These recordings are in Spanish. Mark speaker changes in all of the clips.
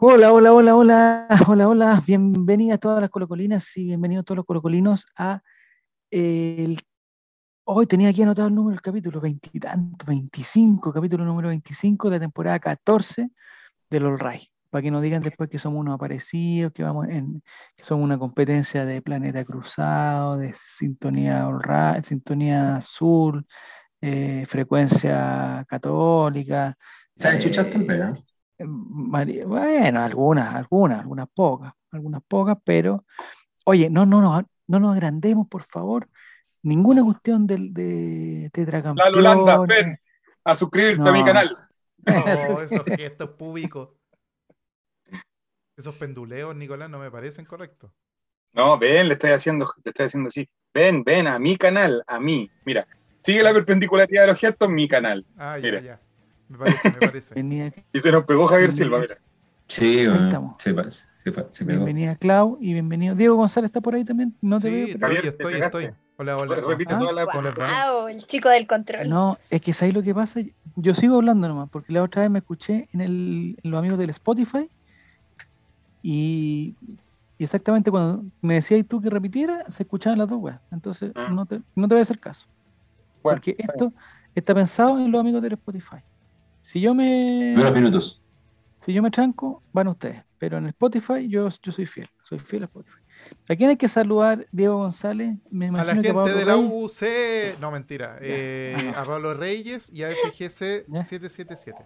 Speaker 1: Hola, hola, hola, hola, hola, hola. Bienvenidas todas las colocolinas y bienvenidos todos los colocolinos a el... Hoy tenía aquí anotado el número del capítulo, veintitantos, 25, capítulo número 25 de la temporada 14 del All Ray. Para que no digan después que somos unos aparecidos, que, vamos en, que somos una competencia de Planeta Cruzado, de Sintonía All Ray, Sintonía Azul, eh, Frecuencia Católica.
Speaker 2: ¿Se han chuchado también? ¿eh?
Speaker 1: Mari- Bueno, algunas, algunas, algunas pocas, algunas pocas, pero oye, no, no, no, no nos agrandemos, por favor. Ninguna cuestión del de
Speaker 3: La
Speaker 1: tetracampeón.
Speaker 3: Lolanda, ven a suscribirte a mi
Speaker 1: No.
Speaker 3: canal.
Speaker 4: No, Oh, esos gestos públicos. Esos penduleos, Nicolás, no me parecen correctos.
Speaker 3: No, ven, le estoy haciendo, le estoy haciendo así. Ven, ven a mi canal, a mí. Mira, sigue la perpendicularidad de los gestos, mi canal.
Speaker 4: Ah, ya,
Speaker 3: Mira.
Speaker 4: ya. Me parece, me parece.
Speaker 1: Bienvenida,
Speaker 3: Y se nos pegó
Speaker 2: Mm.
Speaker 3: Javier Silva, mira.
Speaker 2: Sí,
Speaker 1: Ahí
Speaker 2: bueno,
Speaker 1: estamos.
Speaker 2: se, pa- se, pa- se pegó.
Speaker 1: bienvenida Clau y bienvenido. Diego González está por ahí también. No te
Speaker 4: sí,
Speaker 1: veo. Ah,
Speaker 3: Javier,
Speaker 4: estoy,
Speaker 3: te
Speaker 4: estoy,
Speaker 3: pegaste.
Speaker 4: estoy. Hola, hola. ¿cómo
Speaker 3: Repite
Speaker 4: estás?
Speaker 3: toda la.
Speaker 4: Con las manos.
Speaker 5: Wow, Ah, oh, el chico del control.
Speaker 1: No, es que sabes lo que pasa. Yo sigo hablando nomás, porque la otra vez me escuché en, el, en los amigos del Spotify y, y exactamente cuando me decías tú que repitiera, se escuchaban las dos weas. Entonces
Speaker 3: Ah.
Speaker 1: no, te, no te voy a hacer caso.
Speaker 3: Bueno,
Speaker 1: porque esto está pensado en los amigos del Spotify. Si yo
Speaker 2: Primeros
Speaker 1: me,
Speaker 2: minutos.
Speaker 1: si yo me tranco, van ustedes. Pero en Spotify yo, yo soy fiel. Soy fiel a Spotify. ¿A quién hay que saludar, Diego González? Me
Speaker 4: A la
Speaker 1: imagino que
Speaker 4: gente
Speaker 1: Pablo
Speaker 4: de la
Speaker 1: Reyes.
Speaker 4: UC. No, mentira. eh,
Speaker 1: ah,
Speaker 4: a Pablo Reyes y a FGC 777.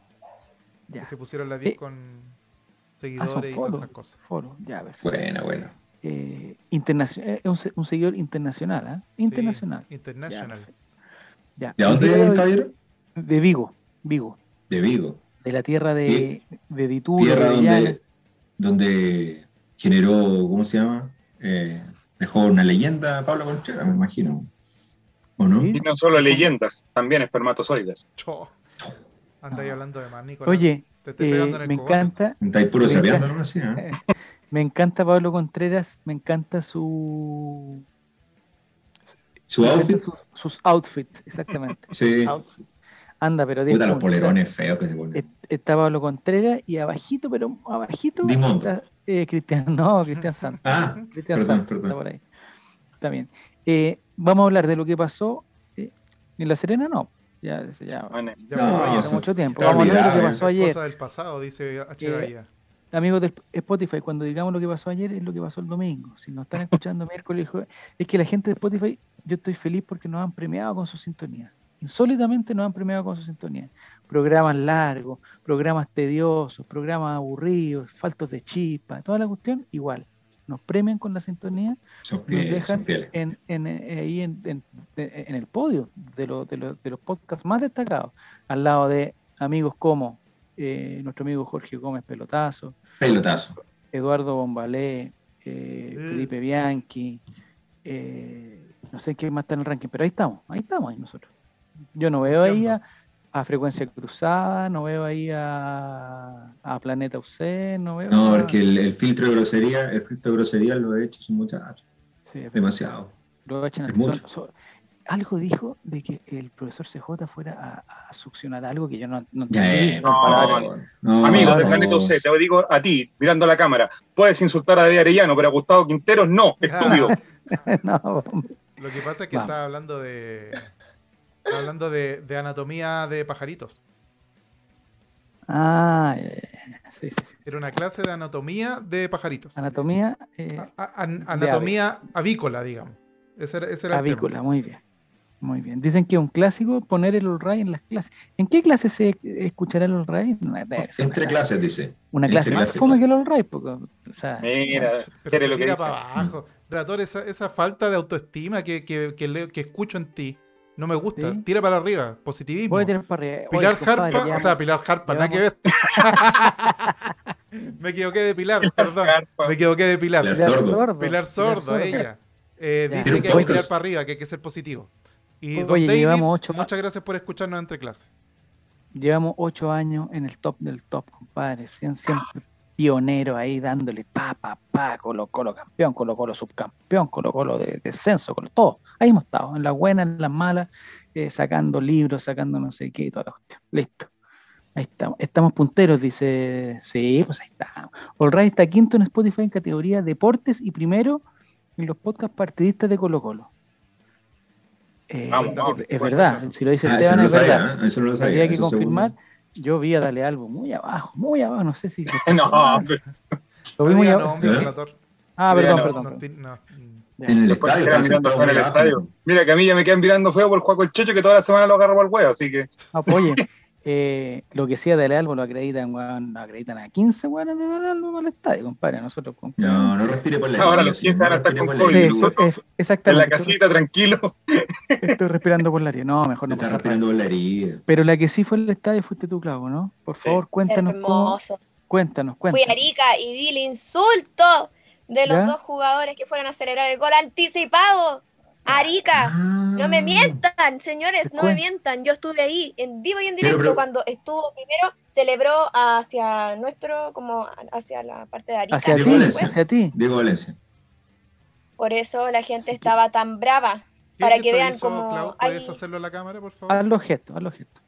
Speaker 1: Ya,
Speaker 4: Que se pusieron la
Speaker 1: Eh.
Speaker 4: VIP con
Speaker 1: son
Speaker 4: seguidores y todas
Speaker 1: follow.
Speaker 4: esas cosas.
Speaker 1: foro. Ya, perfecto.
Speaker 2: Bueno, bueno.
Speaker 1: eh, internacio- eh, un, se- un seguidor internacional, ¿ah? Internacional.
Speaker 4: Sí, international.
Speaker 1: Ya, Ya.
Speaker 2: ¿De dónde
Speaker 1: Y
Speaker 2: es el
Speaker 1: de,
Speaker 2: caballero?
Speaker 1: de Vigo, Vigo,
Speaker 2: De Vigo.
Speaker 1: de la tierra de, de Dituro,
Speaker 2: Tierra
Speaker 1: de Orellana.
Speaker 2: donde, donde generó, ¿cómo se llama? Eh, dejó una leyenda Pablo Contreras, me imagino. ¿O no?
Speaker 1: Sí.
Speaker 3: Y no solo leyendas, también espermatozoides.
Speaker 4: Chó. Andáis
Speaker 1: Ah.
Speaker 4: hablando de más, Nicolás.
Speaker 1: Oye,
Speaker 4: te estoy
Speaker 1: eh,
Speaker 4: pegando en el
Speaker 1: me
Speaker 4: cogote.
Speaker 1: encanta,
Speaker 2: Está ahí puro
Speaker 1: Me
Speaker 2: sapeando,
Speaker 1: encanta.
Speaker 2: ¿no? Sí, ¿eh?
Speaker 1: me encanta Pablo Contreras, me encanta su,
Speaker 2: Su
Speaker 1: me encanta
Speaker 2: outfit,
Speaker 1: su- sus outfits, exactamente.
Speaker 2: sí.
Speaker 1: Outfit. Anda, pero diez
Speaker 2: Puta, los
Speaker 1: puntos.
Speaker 2: polerones feos que se ponen.
Speaker 1: Est- Está Pablo Contreras y abajito, pero abajito
Speaker 2: Dimondo.
Speaker 1: está, eh, Cristian, no, Cristian Santos.
Speaker 2: Ah,
Speaker 1: Cristian
Speaker 2: Perdón,
Speaker 1: Santos
Speaker 2: perdón.
Speaker 1: está por ahí. Está bien. Eh, vamos a hablar de lo que pasó eh, en La Serena, no. Ya, eso ya
Speaker 3: Bueno,
Speaker 4: Ya pues,
Speaker 2: No,
Speaker 4: pasó ayer.
Speaker 1: hace mucho tiempo.
Speaker 2: está
Speaker 1: Vamos a hablar de lo que
Speaker 2: olvidable.
Speaker 1: pasó ayer.
Speaker 4: Cosa del pasado, dice H.
Speaker 1: Eh,
Speaker 4: Bahía.
Speaker 1: Amigos de Spotify, cuando digamos lo que pasó ayer es lo que pasó el domingo. Si nos están escuchando miércoles, y jue- es que la gente de Spotify, yo estoy feliz porque nos han premiado con su sintonía. Insólitamente nos han premiado con su sintonía. Programas largos, programas tediosos, programas aburridos, faltos de chispa, toda la cuestión igual. Nos premian con la sintonía
Speaker 2: Son
Speaker 1: nos
Speaker 2: fieles,
Speaker 1: dejan
Speaker 2: son fieles.
Speaker 1: en, en, eh, ahí en, en- de- en el podio de, los de, los- de los podcasts más destacados, al lado de amigos como eh, nuestro amigo Jorge Gómez Pelotazo,
Speaker 2: Pelotazo.
Speaker 1: Eduardo Bombalé, eh,
Speaker 4: Mm.
Speaker 1: Felipe Bianchi, eh, no sé qué más está en el ranking, pero ahí estamos, ahí estamos ahí nosotros. Yo no veo ahí a, a Frecuencia Cruzada, no veo ahí a, a Planeta UC, no veo...
Speaker 2: No,
Speaker 1: a-
Speaker 2: porque el, el filtro de grosería, el filtro de grosería lo he hecho, son muchachos.
Speaker 1: Sí,
Speaker 2: Demasiado.
Speaker 1: Lo echan
Speaker 2: Es
Speaker 1: al- son-
Speaker 2: mucho.
Speaker 1: son- algo dijo de que el profesor CJ fuera a, a succionar algo que yo no, no
Speaker 2: Ya,
Speaker 1: entendí,
Speaker 2: eh,
Speaker 1: no,
Speaker 2: por
Speaker 1: palabras.
Speaker 2: favor. No,
Speaker 3: Amigos de
Speaker 2: no.
Speaker 3: Planeta UC, te digo a ti, mirando a la cámara, puedes insultar a David Arellano, pero a Gustavo Quinteros
Speaker 4: Ah.
Speaker 3: no, estúpido.
Speaker 1: No, hombre.
Speaker 4: Lo que pasa es que
Speaker 1: Vamos.
Speaker 4: estaba hablando de. estaba hablando de, de anatomía de pajaritos.
Speaker 1: Ah, ya, ya, ya. sí, sí, sí.
Speaker 4: Era una clase de anatomía de pajaritos.
Speaker 1: Anatomía eh,
Speaker 4: A- a- an- anatomía avícola, digamos. Ese era, ese era el tema.
Speaker 1: avícola, muy bien. Muy bien. Dicen que es un clásico poner el all-ray en las clases. ¿En qué clase se escuchará el all-ray? Una, debe ser una
Speaker 2: Entre
Speaker 1: clase-
Speaker 2: clases, dice.
Speaker 1: Una
Speaker 2: entre
Speaker 1: clase más
Speaker 2: clases.
Speaker 1: fome que el all-ray. porque, o sea,
Speaker 3: Mira,
Speaker 4: Pero
Speaker 3: quiere
Speaker 4: se
Speaker 3: lo que
Speaker 4: tira
Speaker 3: dice.
Speaker 4: para abajo. Relator, esa, esa falta de autoestima que, que, que leo- que escucho en ti. No me gusta.
Speaker 1: Sí.
Speaker 4: Tira para arriba. Positivismo.
Speaker 1: voy a tirar para arriba. Oye,
Speaker 4: Pilar
Speaker 1: compadre,
Speaker 4: Harpa,
Speaker 1: ya-
Speaker 4: o sea, Pilar Harpa,
Speaker 1: ya
Speaker 4: nada que ver. me equivoqué de Pilar, perdón.
Speaker 3: Carpa.
Speaker 4: Me equivoqué de Pilar.
Speaker 2: Pilar
Speaker 4: Pilar,
Speaker 1: Pilar Sordo.
Speaker 2: Sordo.
Speaker 4: Sordo, ella. Eh,
Speaker 1: Ya.
Speaker 4: dice
Speaker 2: Tiene
Speaker 4: que
Speaker 2: un
Speaker 4: hay que
Speaker 2: podcast.
Speaker 4: tirar para arriba, que hay que ser positivo. Y
Speaker 1: Oye,
Speaker 4: don David,
Speaker 1: llevamos ocho-
Speaker 4: muchas gracias por escucharnos entre clases.
Speaker 1: Llevamos ocho años en el top del top, compadre. Siem- Siempre pionero ahí dándole pa, pa, pa, Colo Colo campeón, Colo Colo subcampeón, Colo Colo de descenso, Colo todo. Ahí hemos estado, en las buenas, en las malas, eh, sacando libros, sacando no sé qué y toda la cuestión. Listo. Ahí estamos. Estamos punteros, dice. Sí, pues ahí estamos. All Right está quinto en Spotify en categoría deportes y primero en los podcasts partidistas de Colo Colo. Eh,
Speaker 3: Vamos, vamos,
Speaker 1: es
Speaker 3: bueno,
Speaker 1: verdad,
Speaker 4: bueno.
Speaker 1: si lo dice
Speaker 2: Ah, eso
Speaker 1: Esteban
Speaker 2: no lo
Speaker 1: es verdad.
Speaker 2: sabía, ¿eh? eso no lo sabía.
Speaker 1: Habría que
Speaker 2: eso seguro.
Speaker 1: confirmar. Yo vi a Dale Albo muy abajo, muy abajo, no sé si.
Speaker 3: No, pero
Speaker 1: lo vi muy
Speaker 4: Diga,
Speaker 1: abajo.
Speaker 4: no, hombre,
Speaker 2: ¿Eh?
Speaker 4: relator.
Speaker 1: Ah,
Speaker 3: Diga,
Speaker 1: perdón,
Speaker 3: no,
Speaker 1: perdón.
Speaker 4: No,
Speaker 1: perdón.
Speaker 4: ti- no.
Speaker 2: En el
Speaker 3: después
Speaker 2: estadio, estaba
Speaker 3: me quedan mirando
Speaker 2: sentado
Speaker 3: fuera del
Speaker 2: muy abajo.
Speaker 3: estadio. Mira que a mí ya me quedan mirando feo por el Juaco el Checho que toda la semana lo agarro por el huevo, así que
Speaker 1: Apoyen. pues, Eh, lo que sea Dale Albo lo acreditan, weón, lo acreditan a 15 weones de Dale Albo al estadio, compadre. Nosotros con.
Speaker 2: No, no respire por la
Speaker 3: Ahora
Speaker 2: herida,
Speaker 3: los
Speaker 2: sí,
Speaker 3: 15 van a
Speaker 2: no
Speaker 3: estar
Speaker 2: respire
Speaker 3: con
Speaker 2: por
Speaker 3: COVID,
Speaker 2: la
Speaker 1: Sí,
Speaker 2: herida.
Speaker 3: nosotros
Speaker 1: es-
Speaker 3: en la
Speaker 1: exactamente. estoy-
Speaker 3: casita tranquilo.
Speaker 1: Estoy, respirando por la herida. No, mejor no
Speaker 2: Está
Speaker 1: pasa nada.
Speaker 2: respirando por la herida.
Speaker 1: Pero la que sí fue al estadio fuiste tú, Clavo, ¿no? Por favor, cuéntanos cómo.
Speaker 5: Hermoso.
Speaker 1: Cuéntanos,
Speaker 5: Fui a
Speaker 1: cuéntanos.
Speaker 5: Arica y vi el insulto de los
Speaker 1: ¿Ya?
Speaker 5: dos jugadores que fueron a celebrar el gol anticipado. Arica, no me
Speaker 2: mientas
Speaker 5: mientan, señores, no
Speaker 1: Ah. Cuen-
Speaker 5: me mientan. Yo estuve ahí en vivo y en
Speaker 2: Pero,
Speaker 5: directo
Speaker 2: pero-
Speaker 5: cuando estuvo primero, celebró hacia nuestro, como hacia la parte de Arica.
Speaker 1: Hacia
Speaker 2: Llegó
Speaker 1: ti,
Speaker 2: Valencia.
Speaker 1: hacia ti.
Speaker 2: Diego Valencia.
Speaker 5: Por eso la gente estaba tan brava.
Speaker 4: ¿Qué
Speaker 5: Para
Speaker 4: gesto
Speaker 5: que vean
Speaker 4: hizo,
Speaker 5: cómo
Speaker 4: Clau?
Speaker 5: hay-
Speaker 4: ¿Puedes hacerlo a la cámara, por favor?
Speaker 1: Haz los gestos, haz los gestos.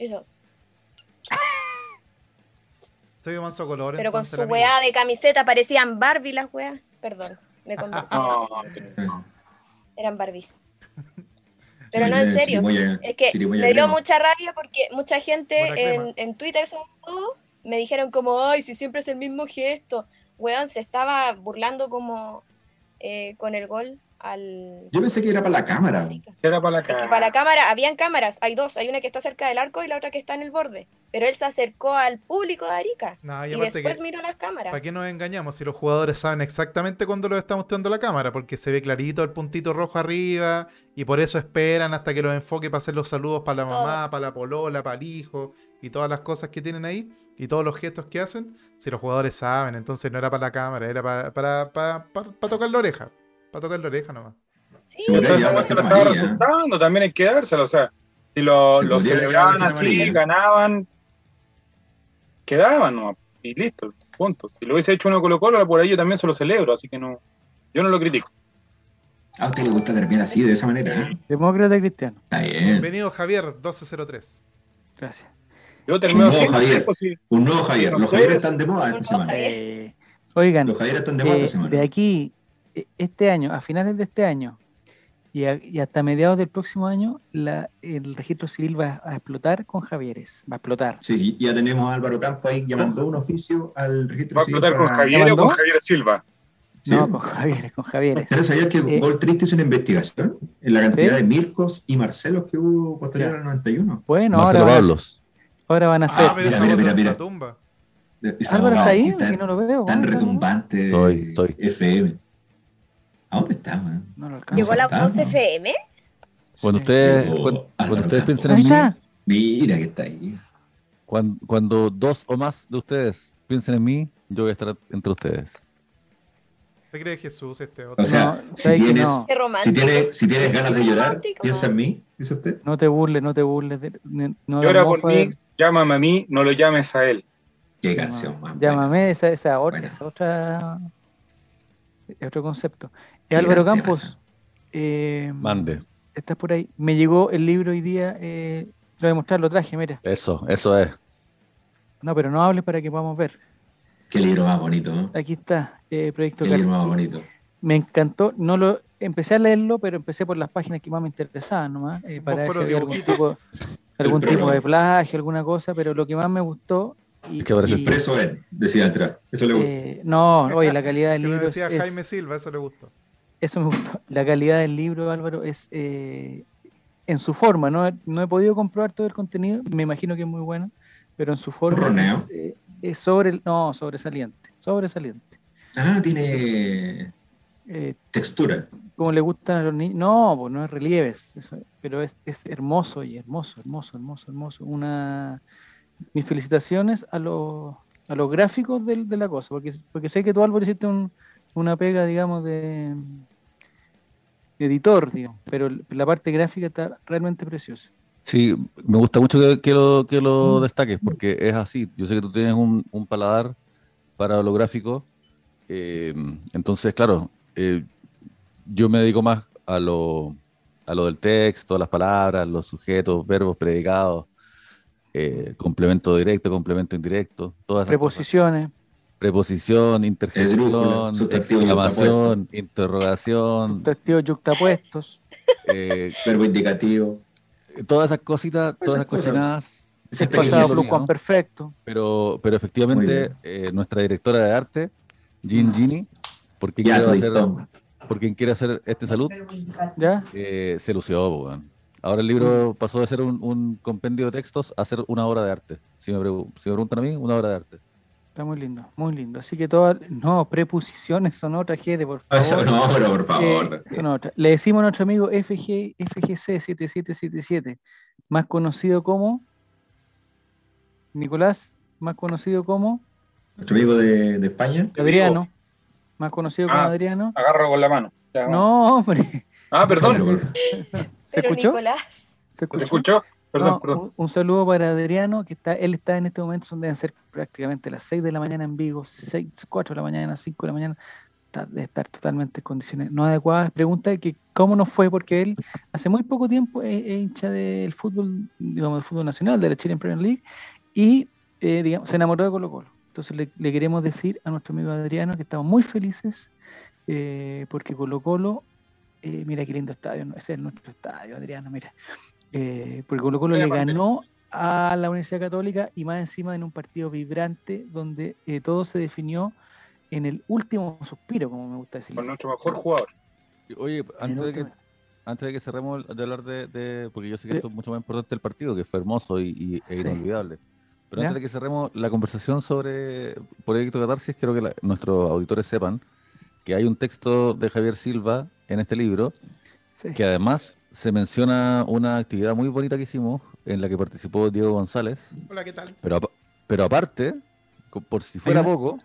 Speaker 5: Eso.
Speaker 4: Se vio manso color.
Speaker 5: Pero con
Speaker 4: entonces,
Speaker 5: su
Speaker 4: amigo.
Speaker 5: weá de camiseta parecían Barbie las weas. Perdón, me
Speaker 2: Ah,
Speaker 5: convertí.
Speaker 4: Ah.
Speaker 2: Eh,
Speaker 3: No,
Speaker 5: Eran Barbies. Pero no,
Speaker 2: eh,
Speaker 5: en serio.
Speaker 2: Chirimoya-
Speaker 5: Es que
Speaker 2: chirimoya
Speaker 5: me dio
Speaker 2: crema.
Speaker 5: mucha rabia porque mucha
Speaker 4: Buena
Speaker 5: gente
Speaker 4: crema.
Speaker 5: en, en Twitter sobre todo me dijeron como, ay, si siempre es el mismo gesto. Weón, se estaba burlando como eh, con el gol al...
Speaker 2: Yo pensé que era para la cámara.
Speaker 3: era para la
Speaker 5: Es que
Speaker 3: cara.
Speaker 5: para la cámara habían cámaras, hay dos, hay una que está cerca del arco y la otra que está en el borde. Pero él se acercó al público de Arica
Speaker 4: No, y
Speaker 5: y,
Speaker 4: aparte
Speaker 5: después
Speaker 4: que,
Speaker 5: miró las
Speaker 4: ¿para
Speaker 5: cámaras.
Speaker 4: qué nos engañamos si los jugadores saben exactamente cuándo los está mostrando la cámara? Porque se ve clarito el puntito rojo arriba y por eso esperan hasta que los enfoque para hacer los saludos para la mamá, para la polola, para el hijo y todas las cosas que tienen ahí y todos los gestos que hacen. Si los jugadores saben, entonces no era para la cámara, era para, para, para, para- para tocar la oreja. Para tocar la oreja nomás.
Speaker 5: Sí,
Speaker 2: Se podría
Speaker 3: Entonces,
Speaker 2: llevar
Speaker 3: la
Speaker 2: la
Speaker 3: cuestión estaba
Speaker 2: crema amarilla.
Speaker 3: resultando, también hay que dárselo. O sea, si lo,
Speaker 2: Se
Speaker 3: lo
Speaker 2: podría llevar la
Speaker 3: celebraban
Speaker 2: crema
Speaker 3: así,
Speaker 2: amarilla.
Speaker 3: ganaban, quedaban, ¿no? Y listo, punto. Si lo hubiese hecho uno Colo Colo, por ahí yo también se lo celebro, así que no, yo no lo critico.
Speaker 2: Ah, a usted le gusta terminar así, de esa manera. ¿eh?
Speaker 1: Demócrata cristiano.
Speaker 2: Está bien.
Speaker 4: Bienvenido Javier 1203.
Speaker 1: Gracias.
Speaker 3: Yo termino
Speaker 2: No,
Speaker 3: siendo
Speaker 2: Javier.
Speaker 3: seco, sí.
Speaker 2: Un nuevo Javier. Los
Speaker 3: Nosotros-
Speaker 2: Javier están de moda esta
Speaker 5: Los
Speaker 2: semana.
Speaker 5: Javier.
Speaker 1: Eh, oigan,
Speaker 2: Los Javier están de moda
Speaker 1: eh,
Speaker 2: esta semana.
Speaker 1: de aquí, eh, este año, a finales de este año y, a- y hasta mediados del próximo año, la- el registro civil va a explotar con Javieres. Va a explotar.
Speaker 2: Sí, ya tenemos a Álvaro Campo ahí llamando un oficio al registro.
Speaker 3: ¿Va a
Speaker 2: civil
Speaker 3: explotar con
Speaker 2: para-
Speaker 3: Javier o
Speaker 1: ¿Mandó?
Speaker 3: con Javier Silva?
Speaker 2: Sí.
Speaker 1: No, con Javieres, con Javieres.
Speaker 2: Pero sabías que
Speaker 1: Eh.
Speaker 2: Gol Triste hizo una investigación en la
Speaker 1: Sí.
Speaker 2: cantidad de Mircos y Marcelos que hubo posterior
Speaker 1: Ya.
Speaker 2: al 91.
Speaker 1: Bueno, ahora
Speaker 6: Marcelo
Speaker 1: van, a,
Speaker 6: Pablos.
Speaker 1: ahora van a hacer.
Speaker 4: Ah, pero
Speaker 2: mira,
Speaker 4: esa
Speaker 2: mira,
Speaker 4: voz
Speaker 2: mira,
Speaker 4: de
Speaker 2: mira.
Speaker 4: la tumba.
Speaker 2: Eso,
Speaker 1: Álvaro
Speaker 2: no,
Speaker 1: está ahí,
Speaker 2: Tan,
Speaker 1: que no lo veo.
Speaker 2: tan
Speaker 1: bueno, está-
Speaker 2: retumbante.
Speaker 6: Estoy, estoy.
Speaker 2: FM. ¿A dónde está, man?
Speaker 1: No lo
Speaker 5: Llegó
Speaker 1: alcanzo.
Speaker 5: la
Speaker 2: Fantasma.
Speaker 5: 11 FM.
Speaker 6: Cuando
Speaker 1: Sí.
Speaker 6: ustedes,
Speaker 2: Llegó
Speaker 6: cuan-
Speaker 2: Álvaro
Speaker 6: cuando ustedes
Speaker 2: Campos.
Speaker 6: piensen
Speaker 1: Ahí
Speaker 6: en mí,
Speaker 1: está.
Speaker 2: Mira que está ahí.
Speaker 6: cuan- cuando dos o más de ustedes piensen en mí, yo voy a estar entre ustedes.
Speaker 4: ¿Te crees Jesús este otro?
Speaker 2: O sea,
Speaker 1: No,
Speaker 2: si,
Speaker 1: sabes que
Speaker 2: tienes,
Speaker 1: no.
Speaker 5: Qué romántico.
Speaker 2: si, tienes, si tienes ganas de llorar,
Speaker 5: Romántico.
Speaker 2: piensa en mí, dice usted.
Speaker 1: No te burles, no te burles. de- de- no
Speaker 3: Llora
Speaker 1: de
Speaker 3: por
Speaker 1: mofa de-
Speaker 3: mí, llámame a mí, no lo llames a él.
Speaker 2: Qué
Speaker 1: Llama-
Speaker 2: canción más. buena.
Speaker 1: Llámame, esa, esa, or-
Speaker 2: Bueno.
Speaker 1: esa otra. es Otro concepto. Eh,
Speaker 2: Qué
Speaker 1: Álvaro
Speaker 2: gran
Speaker 1: Campos,
Speaker 2: tema
Speaker 1: eh,
Speaker 6: Mande.
Speaker 1: estás por ahí. Me llegó el libro hoy día, eh, lo voy a mostrar, lo traje, mira.
Speaker 6: Eso, eso es.
Speaker 1: No, pero no hables para que podamos ver.
Speaker 2: ese. Qué libro más bonito, ¿no?
Speaker 1: Aquí está, eh, Proyecto
Speaker 2: Qué libro más
Speaker 1: Cars.
Speaker 2: bonito.
Speaker 1: Me encantó, no lo empecé a leerlo, pero empecé por las páginas que más me interesaban nomás, eh, para ver si
Speaker 4: puro
Speaker 1: había algún
Speaker 4: dibujito.
Speaker 1: tipo, algún tipo de
Speaker 2: prólogo.
Speaker 1: plagio, alguna cosa, pero lo que más me gustó. Y,
Speaker 6: Es que parece
Speaker 1: y,
Speaker 2: Preso él, decía atrás. Eso le gusta.
Speaker 1: eh, no, oye, la calidad
Speaker 4: Que
Speaker 1: del
Speaker 4: lo
Speaker 1: libro es-
Speaker 4: decía
Speaker 1: es,
Speaker 4: Jaime Silva, eso le gustó.
Speaker 1: Eso me gustó. La calidad del libro, Álvaro, es eh, en su forma. No, he- no he podido comprobar todo el contenido. Me imagino que es muy bueno, pero en su forma
Speaker 2: Roneo.
Speaker 1: es, eh, es sobre el- no sobresaliente, sobresaliente.
Speaker 2: Ah, tiene
Speaker 1: Eh,
Speaker 2: textura.
Speaker 1: como le gustan a los niños, no, pues no es relieves, eso es, pero es, es hermoso y hermoso, hermoso, hermoso, hermoso. Una mis felicitaciones a los a los gráficos del- de, la cosa, porque, porque sé que tú Álvaro hiciste un- una pega, digamos, de, de editor, digamos, pero la parte gráfica está realmente preciosa.
Speaker 6: Sí, me gusta mucho que, que lo, que
Speaker 2: Mm.
Speaker 6: lo destaques, porque es así. Yo sé que tú tienes un, un paladar para lo gráfico. eh, entonces, claro, eh, yo me dedico más a lo, a lo del texto, a las palabras, los sujetos, verbos, predicados. eh, complemento directo, complemento indirecto, todas esas cosas.
Speaker 1: Preposiciones.
Speaker 6: Preposición, interjección,
Speaker 2: Esdrújula, sustantivo
Speaker 6: exclamación, interrogación,
Speaker 1: Sustantivos yuxtapuestos.
Speaker 6: eh,
Speaker 2: verbo indicativo.
Speaker 6: todas esas cositas,
Speaker 2: Esas
Speaker 6: todas esas
Speaker 2: cosas.
Speaker 6: cochinadas.
Speaker 2: Ese
Speaker 6: Pero
Speaker 1: Pasado
Speaker 6: sí,
Speaker 2: pequeño-
Speaker 1: plus
Speaker 6: ¿no?
Speaker 1: Juan Perfecto.
Speaker 6: Pero, pero
Speaker 2: Muy
Speaker 6: efectivamente,
Speaker 2: bien.
Speaker 6: eh, nuestra directora de arte, Jean Gini, por quien
Speaker 2: Ya,
Speaker 6: quiero hacer,
Speaker 2: dictón.
Speaker 6: por quien quiere hacer este salud,
Speaker 1: ¿Ya?
Speaker 6: eh, se lució, po, weón. Ahora el libro pasó de ser un, un compendio de textos a ser una obra de arte. Si me, pregu- si me preguntan a mí, una obra de arte.
Speaker 1: Está muy lindo, muy lindo. Así que todas. No, preposiciones son otra, Jere, por
Speaker 2: Ah, Eso
Speaker 1: favor.
Speaker 2: no, pero por
Speaker 1: Eh,
Speaker 2: favor.
Speaker 1: son otra. Le decimos a nuestro amigo FG, FGC7777, más conocido como. Nicolás, más conocido como.
Speaker 2: Nuestro amigo de, de España.
Speaker 1: Adriano, más conocido como
Speaker 3: Ah.
Speaker 1: Adriano.
Speaker 3: Agarro con la mano. Ya, vamos.
Speaker 1: No, hombre.
Speaker 3: Ah, perdón.
Speaker 2: Hombre, por-
Speaker 1: ¿Se
Speaker 5: Pero
Speaker 1: escuchó?
Speaker 5: Nicolás,
Speaker 1: ¿Se
Speaker 3: ¿Se
Speaker 1: escuchó?
Speaker 3: escuchó? Perdón,
Speaker 1: No,
Speaker 3: perdón.
Speaker 1: Un, un saludo para Adriano, que está, él está en este momento, son deben ser prácticamente las 6 de la mañana en Vigo, 6, 4 de la mañana, 5 de la mañana, está- debe estar totalmente en condiciones no adecuadas. Pregunta que cómo nos fue, porque él hace muy poco tiempo es, es hincha del fútbol, digamos, del fútbol nacional, de la Chilean Premier League, y eh, digamos, se enamoró de Colo Colo. Entonces le, le queremos decir a nuestro amigo Adriano que estamos muy felices eh, porque Colo Colo, eh, mira qué lindo estadio, ¿no? ese es nuestro estadio, Adriano, mira. Eh, porque Colo Colo
Speaker 3: Mira,
Speaker 1: le
Speaker 3: aparte.
Speaker 1: ganó a la Universidad Católica y más encima en un partido vibrante donde eh, todo se definió en el último suspiro, como me gusta decirlo.
Speaker 3: Con nuestro mejor jugador.
Speaker 1: En
Speaker 6: Oye,
Speaker 1: el
Speaker 6: antes de que
Speaker 1: último-
Speaker 6: antes de que cerremos el- de hablar de, de- porque yo sé que
Speaker 1: De-
Speaker 6: esto es mucho más importante el partido, que fue hermoso y, y- e
Speaker 1: Sí.
Speaker 6: inolvidable. Pero
Speaker 1: ¿Ya?
Speaker 6: antes de que cerremos la conversación sobre Proyecto Catarsis, creo que la- nuestros auditores sepan que hay un texto de Javier Silva en este libro,
Speaker 1: sí.
Speaker 6: que además se menciona una actividad muy bonita que hicimos, en la que participó Diego González,
Speaker 4: Hola, ¿qué tal?
Speaker 6: pero, apa- pero aparte, co- por si fuera
Speaker 1: una-
Speaker 6: poco,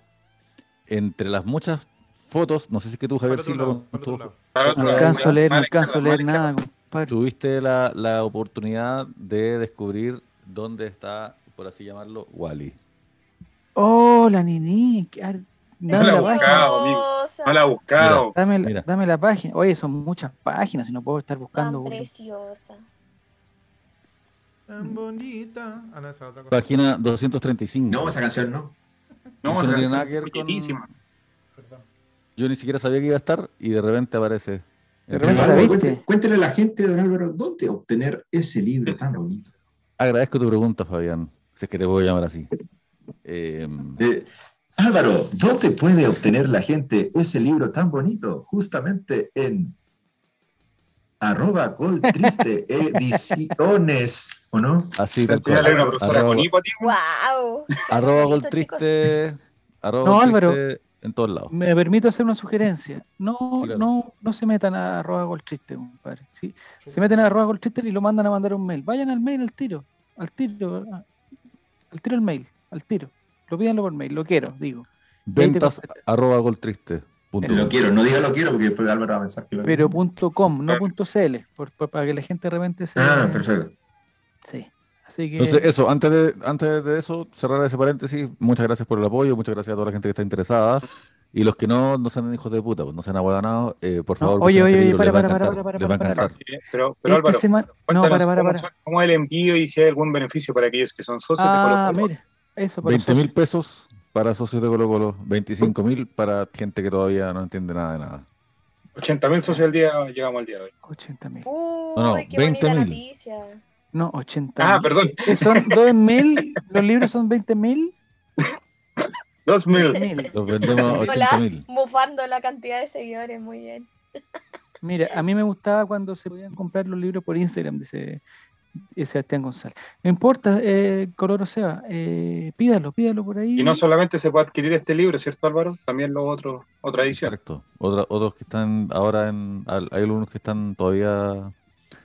Speaker 6: entre las muchas fotos, no sé si es que tú, Javier
Speaker 4: Para otro
Speaker 6: Silva,
Speaker 4: lado,
Speaker 6: con
Speaker 4: para
Speaker 6: tu-
Speaker 4: otro lado.
Speaker 3: Para
Speaker 1: No
Speaker 3: otro lado.
Speaker 1: alcanzo a leer, no
Speaker 3: Mala
Speaker 1: alcanzo a
Speaker 3: izquierda,
Speaker 1: leer
Speaker 3: mala
Speaker 1: nada, compadre.
Speaker 6: Tuviste la, la oportunidad de descubrir dónde está, por así llamarlo, Wally.
Speaker 1: Oh, la Nini, qué ar- dame
Speaker 3: la
Speaker 1: la
Speaker 3: buscaba.
Speaker 1: página.
Speaker 3: izquierda. No la ha buscado.
Speaker 1: Dame, la-
Speaker 6: Mira.
Speaker 1: dame la página. Oye, son muchas páginas y no puedo estar buscando.
Speaker 5: tan
Speaker 1: boludo.
Speaker 5: preciosa.
Speaker 4: Tan bonita. Ah, no, esa es otra cosa.
Speaker 6: Página 235.
Speaker 2: No, esa canción no.
Speaker 3: No, esa
Speaker 6: Eso no tiene
Speaker 3: canción
Speaker 6: nada
Speaker 3: es
Speaker 6: que ver con-
Speaker 3: poquitísima.
Speaker 4: Perdón.
Speaker 6: Yo ni siquiera sabía que iba a estar y de repente aparece.
Speaker 1: De
Speaker 2: Don
Speaker 1: repente la
Speaker 2: Álvaro,
Speaker 1: viste.
Speaker 2: cuente- Cuéntele a la gente, don Álvaro, ¿dónde obtener ese libro tan bonito?
Speaker 6: Agradezco tu pregunta, Fabián. Si es que te puedo llamar así. Em,
Speaker 2: Eh, Álvaro, ¿dónde puede obtener la gente ese libro tan bonito? Justamente en arroba col triste ediciones, ¿o no?
Speaker 6: así tal
Speaker 3: Enseñale a
Speaker 6: cual.
Speaker 3: una profesora
Speaker 6: Arroba-
Speaker 3: con hipo, tío.
Speaker 5: ¡Wow!
Speaker 6: Arroba gol
Speaker 5: triste
Speaker 6: triste. Arroba
Speaker 1: No,
Speaker 6: gol
Speaker 1: Álvaro.
Speaker 6: triste en todos lados.
Speaker 1: Me permito hacer una sugerencia. No,
Speaker 6: claro.
Speaker 1: no, no se metan a arroba golchiste, compadre. ¿sí? Se meten a arroba golchiste y lo mandan a mandar un mail. Vayan al mail al tiro. Al tiro. a- Al tiro el mail. Al tiro. Lo pídanlo por mail. Lo quiero, digo.
Speaker 6: Ventas
Speaker 1: contacto.
Speaker 6: arroba gol triste. punto
Speaker 2: Lo
Speaker 6: com.
Speaker 2: quiero, no diga lo quiero porque después Álvaro va a pensar que lo
Speaker 1: Pero punto .com, no
Speaker 3: Claro.
Speaker 1: punto .cl. por- por- para que la gente de repente se...
Speaker 2: Ah, perfecto.
Speaker 1: Sí. Así que...
Speaker 6: Entonces, eso, antes de, antes de eso, cerrar ese paréntesis, muchas gracias por el apoyo, muchas gracias a toda la gente que está interesada. Y los que no, no sean hijos de puta, pues, no sean aguadanados, eh, por
Speaker 1: No,
Speaker 6: favor.
Speaker 1: oye,
Speaker 6: busquen
Speaker 1: oye,
Speaker 6: este
Speaker 1: oye,
Speaker 6: libro,
Speaker 1: para,
Speaker 6: les va a
Speaker 1: para,
Speaker 6: encantar,
Speaker 1: para, para,
Speaker 6: les va a
Speaker 1: para, para.
Speaker 6: encantar.
Speaker 3: eh, Pero, pero
Speaker 1: esta
Speaker 3: Álvaro,
Speaker 1: semana- Este No,
Speaker 3: cuéntanos
Speaker 1: para, para,
Speaker 3: cómo
Speaker 1: para.
Speaker 3: son- cómo es el envío y si hay algún beneficio para aquellos que son socios de Colo
Speaker 1: Ah,
Speaker 3: Colo.
Speaker 1: mira, eso para
Speaker 6: 20
Speaker 1: nosotros.
Speaker 6: mil pesos para socios de Colo Colo, 25 mil para gente que todavía no entiende nada de nada.
Speaker 3: 80 mil socios al día, llegamos al día de hoy. Ah,
Speaker 1: 80 mil.
Speaker 5: ¡Uy,
Speaker 6: No, no,
Speaker 5: qué bonita
Speaker 6: 20.000.
Speaker 5: noticia!
Speaker 1: No, 80
Speaker 3: Ah, perdón,
Speaker 1: Eh, Son 2 mil, los libros son 20 mil.
Speaker 3: 2 mil.
Speaker 1: mil.
Speaker 6: Los vendemos a 80
Speaker 5: Nicolás
Speaker 6: mil.
Speaker 5: mofando la cantidad de seguidores, muy bien.
Speaker 1: Mira, a mí me gustaba cuando se podían comprar los libros por Instagram, dice eh, Sebastián González. No importa, eh, Coloro Seba, eh, pídalo, pídalo por ahí.
Speaker 3: Y no solamente se puede adquirir este libro, ¿cierto Álvaro? También los otros, otra edición.
Speaker 6: Exacto. Otra- otros que están ahora en. al- Hay algunos que están todavía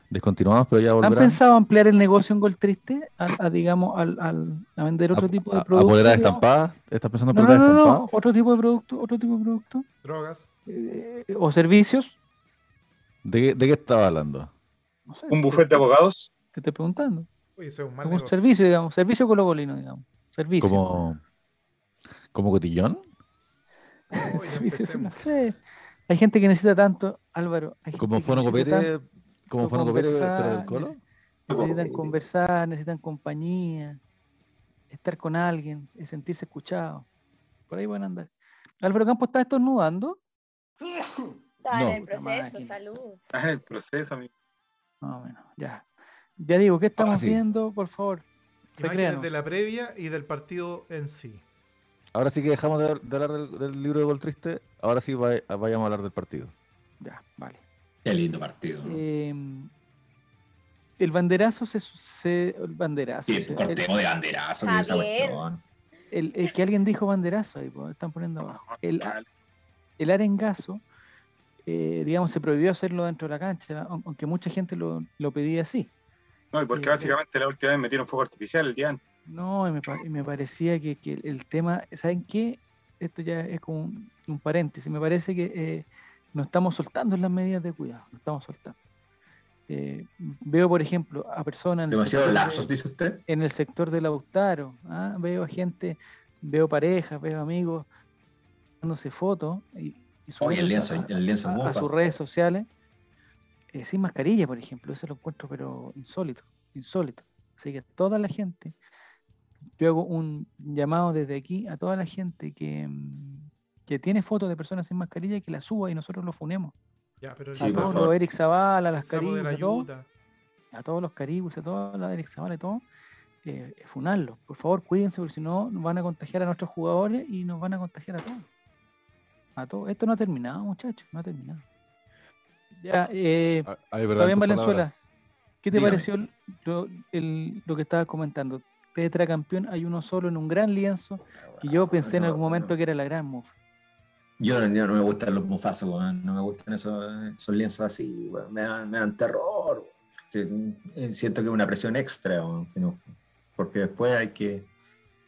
Speaker 6: descontinuados, pero ya
Speaker 1: ¿Han
Speaker 6: volverán.
Speaker 1: pensado ampliar el negocio en Gol Triste a, a, digamos, al, al- a vender otro
Speaker 6: a,
Speaker 1: tipo
Speaker 6: a-
Speaker 1: de
Speaker 6: a
Speaker 1: producto?
Speaker 6: poleras
Speaker 1: digamos?
Speaker 6: estampadas? ¿Estás pensando en
Speaker 1: No, no,
Speaker 6: poleras
Speaker 1: no,
Speaker 6: estampadas?
Speaker 1: no, otro tipo de producto, otro tipo de producto
Speaker 4: Drogas.
Speaker 1: eh, o servicios.
Speaker 6: ¿De, qué- ¿De qué estaba hablando?
Speaker 1: No sé,
Speaker 3: Un
Speaker 1: te-
Speaker 3: buffet de abogados.
Speaker 1: Te estoy preguntando.
Speaker 4: Uy, ese es un mal
Speaker 1: Algún
Speaker 4: negocio.
Speaker 1: servicio, digamos, servicio colocolino, digamos. Servicio.
Speaker 6: ¿Como, como cotillón?
Speaker 4: Uy, ya
Speaker 1: servicio, sí, no
Speaker 4: empecemos.
Speaker 1: sé. Hay gente que necesita tanto, Álvaro. hay gente
Speaker 6: ¿Como
Speaker 1: que necesita
Speaker 6: fonocopete? ¿Como
Speaker 1: tanto
Speaker 6: fonocopete, pero del
Speaker 1: conversar,
Speaker 6: colo?
Speaker 1: Necesitan conversar, necesitan compañía, estar con alguien, sentirse escuchado. Por ahí van a andar. Álvaro Campo está estornudando.
Speaker 5: Está
Speaker 6: No.
Speaker 5: en el proceso,
Speaker 1: Máquina.
Speaker 5: salud.
Speaker 3: Ah, el proceso, amigo.
Speaker 1: No, bueno, ya. Ya digo, ¿qué estamos
Speaker 6: sí.
Speaker 1: viendo? Por favor.
Speaker 4: Imágenes
Speaker 1: Recréanos.
Speaker 4: de la previa y del partido en sí.
Speaker 6: Ahora sí que dejamos de, de hablar del, del libro de Gol Triste, ahora sí va- vayamos a hablar del partido.
Speaker 1: Ya, vale.
Speaker 2: Qué lindo partido. ¿no?
Speaker 1: Eh, el banderazo se, su- se- el banderazo.
Speaker 2: Sí,
Speaker 1: se-
Speaker 2: cortemos de banderazo que esa
Speaker 5: Javier.
Speaker 2: cuestión.
Speaker 1: el- el- el que alguien dijo banderazo ahí, po, están poniendo abajo. El,
Speaker 3: Vale.
Speaker 1: el arengazo, eh, digamos, se prohibió hacerlo dentro de la cancha, aun- aunque mucha gente lo, lo pedía así.
Speaker 3: No, y porque básicamente la última vez metieron fuego artificial el día antes.
Speaker 1: No, y me, pa- y me parecía que, que el- el tema, ¿saben qué? Esto ya es como un, un paréntesis, me parece que eh, nos estamos soltando en las medidas de cuidado, nos estamos soltando. Eh, veo, por ejemplo, a personas... en el
Speaker 2: Demasiados
Speaker 1: sector de-
Speaker 2: lazos, dice usted.
Speaker 1: en el sector de Lautaro. ¿ah? Veo a gente, veo parejas, veo amigos dándose fotos y, y
Speaker 2: Oye, el lienzo,
Speaker 1: a,
Speaker 2: el lienzo
Speaker 1: a- a
Speaker 2: mufa.
Speaker 1: sus redes sociales eh, sin mascarilla, por ejemplo. Eso lo encuentro, pero insólito, insólito. Así que toda la gente, yo hago un llamado desde aquí a toda la gente que, mm, que tiene fotos de personas sin mascarilla que la suba y nosotros lo funemos.
Speaker 4: Ya, pero
Speaker 2: Sí,
Speaker 1: a
Speaker 2: por
Speaker 1: todos
Speaker 2: favor.
Speaker 1: los Eric Zavala, a
Speaker 4: el
Speaker 1: las
Speaker 4: sapo
Speaker 1: caribus,
Speaker 4: de la
Speaker 1: a todos
Speaker 4: ayuda.
Speaker 1: a todos los caribus, a toda la Eric Zavala y todo, eh, funarlos. Por favor, cuídense, porque si no, nos van a contagiar a nuestros jugadores y nos van a contagiar a todos. A todos. Esto no ha terminado, muchachos, no ha terminado. Ya, eh,
Speaker 6: Ah, Hay verdad
Speaker 1: Fabián
Speaker 6: en tus
Speaker 1: Valenzuela,
Speaker 6: palabras.
Speaker 1: ¿qué te
Speaker 2: Dígame.
Speaker 1: pareció lo, el- lo que estaba comentando? Tetracampeón, hay uno solo en un gran lienzo que
Speaker 2: Ah,
Speaker 1: yo pensé en algún momento que era la gran move.
Speaker 2: Yo no, no me gustan los mufazos, weón. no me gustan esos, esos lienzos así, weón. me dan, me dan terror. weón. Que, eh, siento que es una presión extra, weón, que no- porque después hay que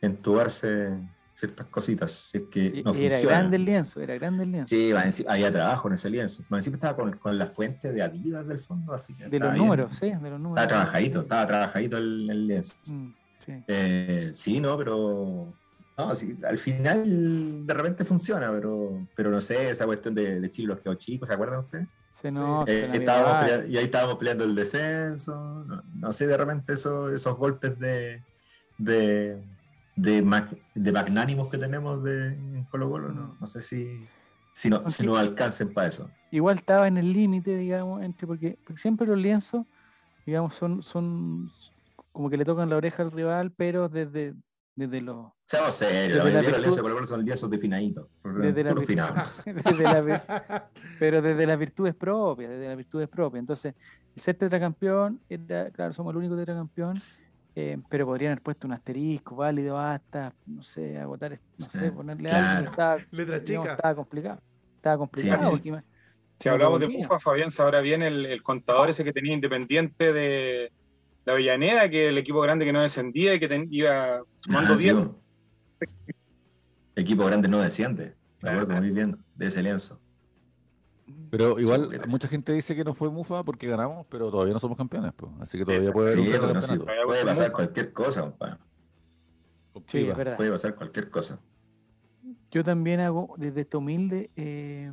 Speaker 2: entubarse ciertas cositas, si es que
Speaker 1: Y-
Speaker 2: no
Speaker 1: y E- era
Speaker 2: funciona.
Speaker 1: grande el lienzo, era grande el lienzo.
Speaker 2: Sí, más enci- había trabajo en ese lienzo. Más encima estaba con, con la fuente de Adidas del fondo, así que
Speaker 1: de
Speaker 2: estaba
Speaker 1: los
Speaker 2: bien.
Speaker 1: números, sí, de los números.
Speaker 2: Estaba trabajadito, estaba trabajadito el, el lienzo.
Speaker 1: Mm, sí.
Speaker 2: Eh, sí, no, pero. No, sí, al final de repente funciona, pero, pero no sé, esa cuestión de, de Chile los quedó chicos, ¿se acuerdan ustedes?
Speaker 1: Se nos.
Speaker 2: Eh, estábamos pelea- y ahí estábamos peleando el descenso, no, no sé, de repente eso- esos golpes de, de, de, mac- de magnánimos que tenemos de, en Colo Colo, no, no sé si, si, no, si nos alcancen para eso.
Speaker 1: igual estaba en el límite, digamos, entre porque, porque siempre los lienzos, digamos, son, son como que le tocan la oreja al rival, pero desde, desde los
Speaker 2: Seamos
Speaker 1: Desde
Speaker 2: serios, la
Speaker 1: la
Speaker 2: mayoría de los
Speaker 1: virtud-
Speaker 2: lienzos de Colo Colo son lienzos definaditos,
Speaker 1: desde la
Speaker 2: puro
Speaker 1: virtud-
Speaker 2: final.
Speaker 1: desde la vir- pero desde las virtudes propias, desde las virtudes propias. Entonces, el ser tetracampeón era, claro, somos el único tetracampeón, eh, pero podrían haber puesto un asterisco, válido, hasta, no sé, agotar, est- no sé,
Speaker 2: Sí,
Speaker 1: ponerle
Speaker 2: claro.
Speaker 1: algo, pero estaba,
Speaker 4: Letra
Speaker 1: digamos,
Speaker 4: chica.
Speaker 1: estaba complicado. Estaba complicado.
Speaker 2: sí.
Speaker 1: porque ima-
Speaker 3: Si hablamos de
Speaker 1: Mira.
Speaker 3: Mufa, Fabián sabrá bien el, el contador ese que tenía Independiente de la Avellaneda, que el equipo grande que no descendía y que ten- iba sumando
Speaker 2: Ah, sí,
Speaker 3: 10.
Speaker 2: bueno. Equipo grande no desciende. Me acuerdo muy bien de ese lienzo.
Speaker 6: Pero igual,
Speaker 2: Sí,
Speaker 6: mucha gente dice que no fue Mufa porque ganamos, pero todavía no somos campeones, pues. así que todavía
Speaker 3: Exacto.
Speaker 6: puede haber
Speaker 2: Sí,
Speaker 6: un
Speaker 2: bueno, sí,
Speaker 6: campeonato.
Speaker 2: puede pasar cualquier cosa, compa.
Speaker 1: Sí, es verdad.
Speaker 2: pues, Puede pasar cualquier cosa.
Speaker 1: Yo también hago desde esta humilde, eh,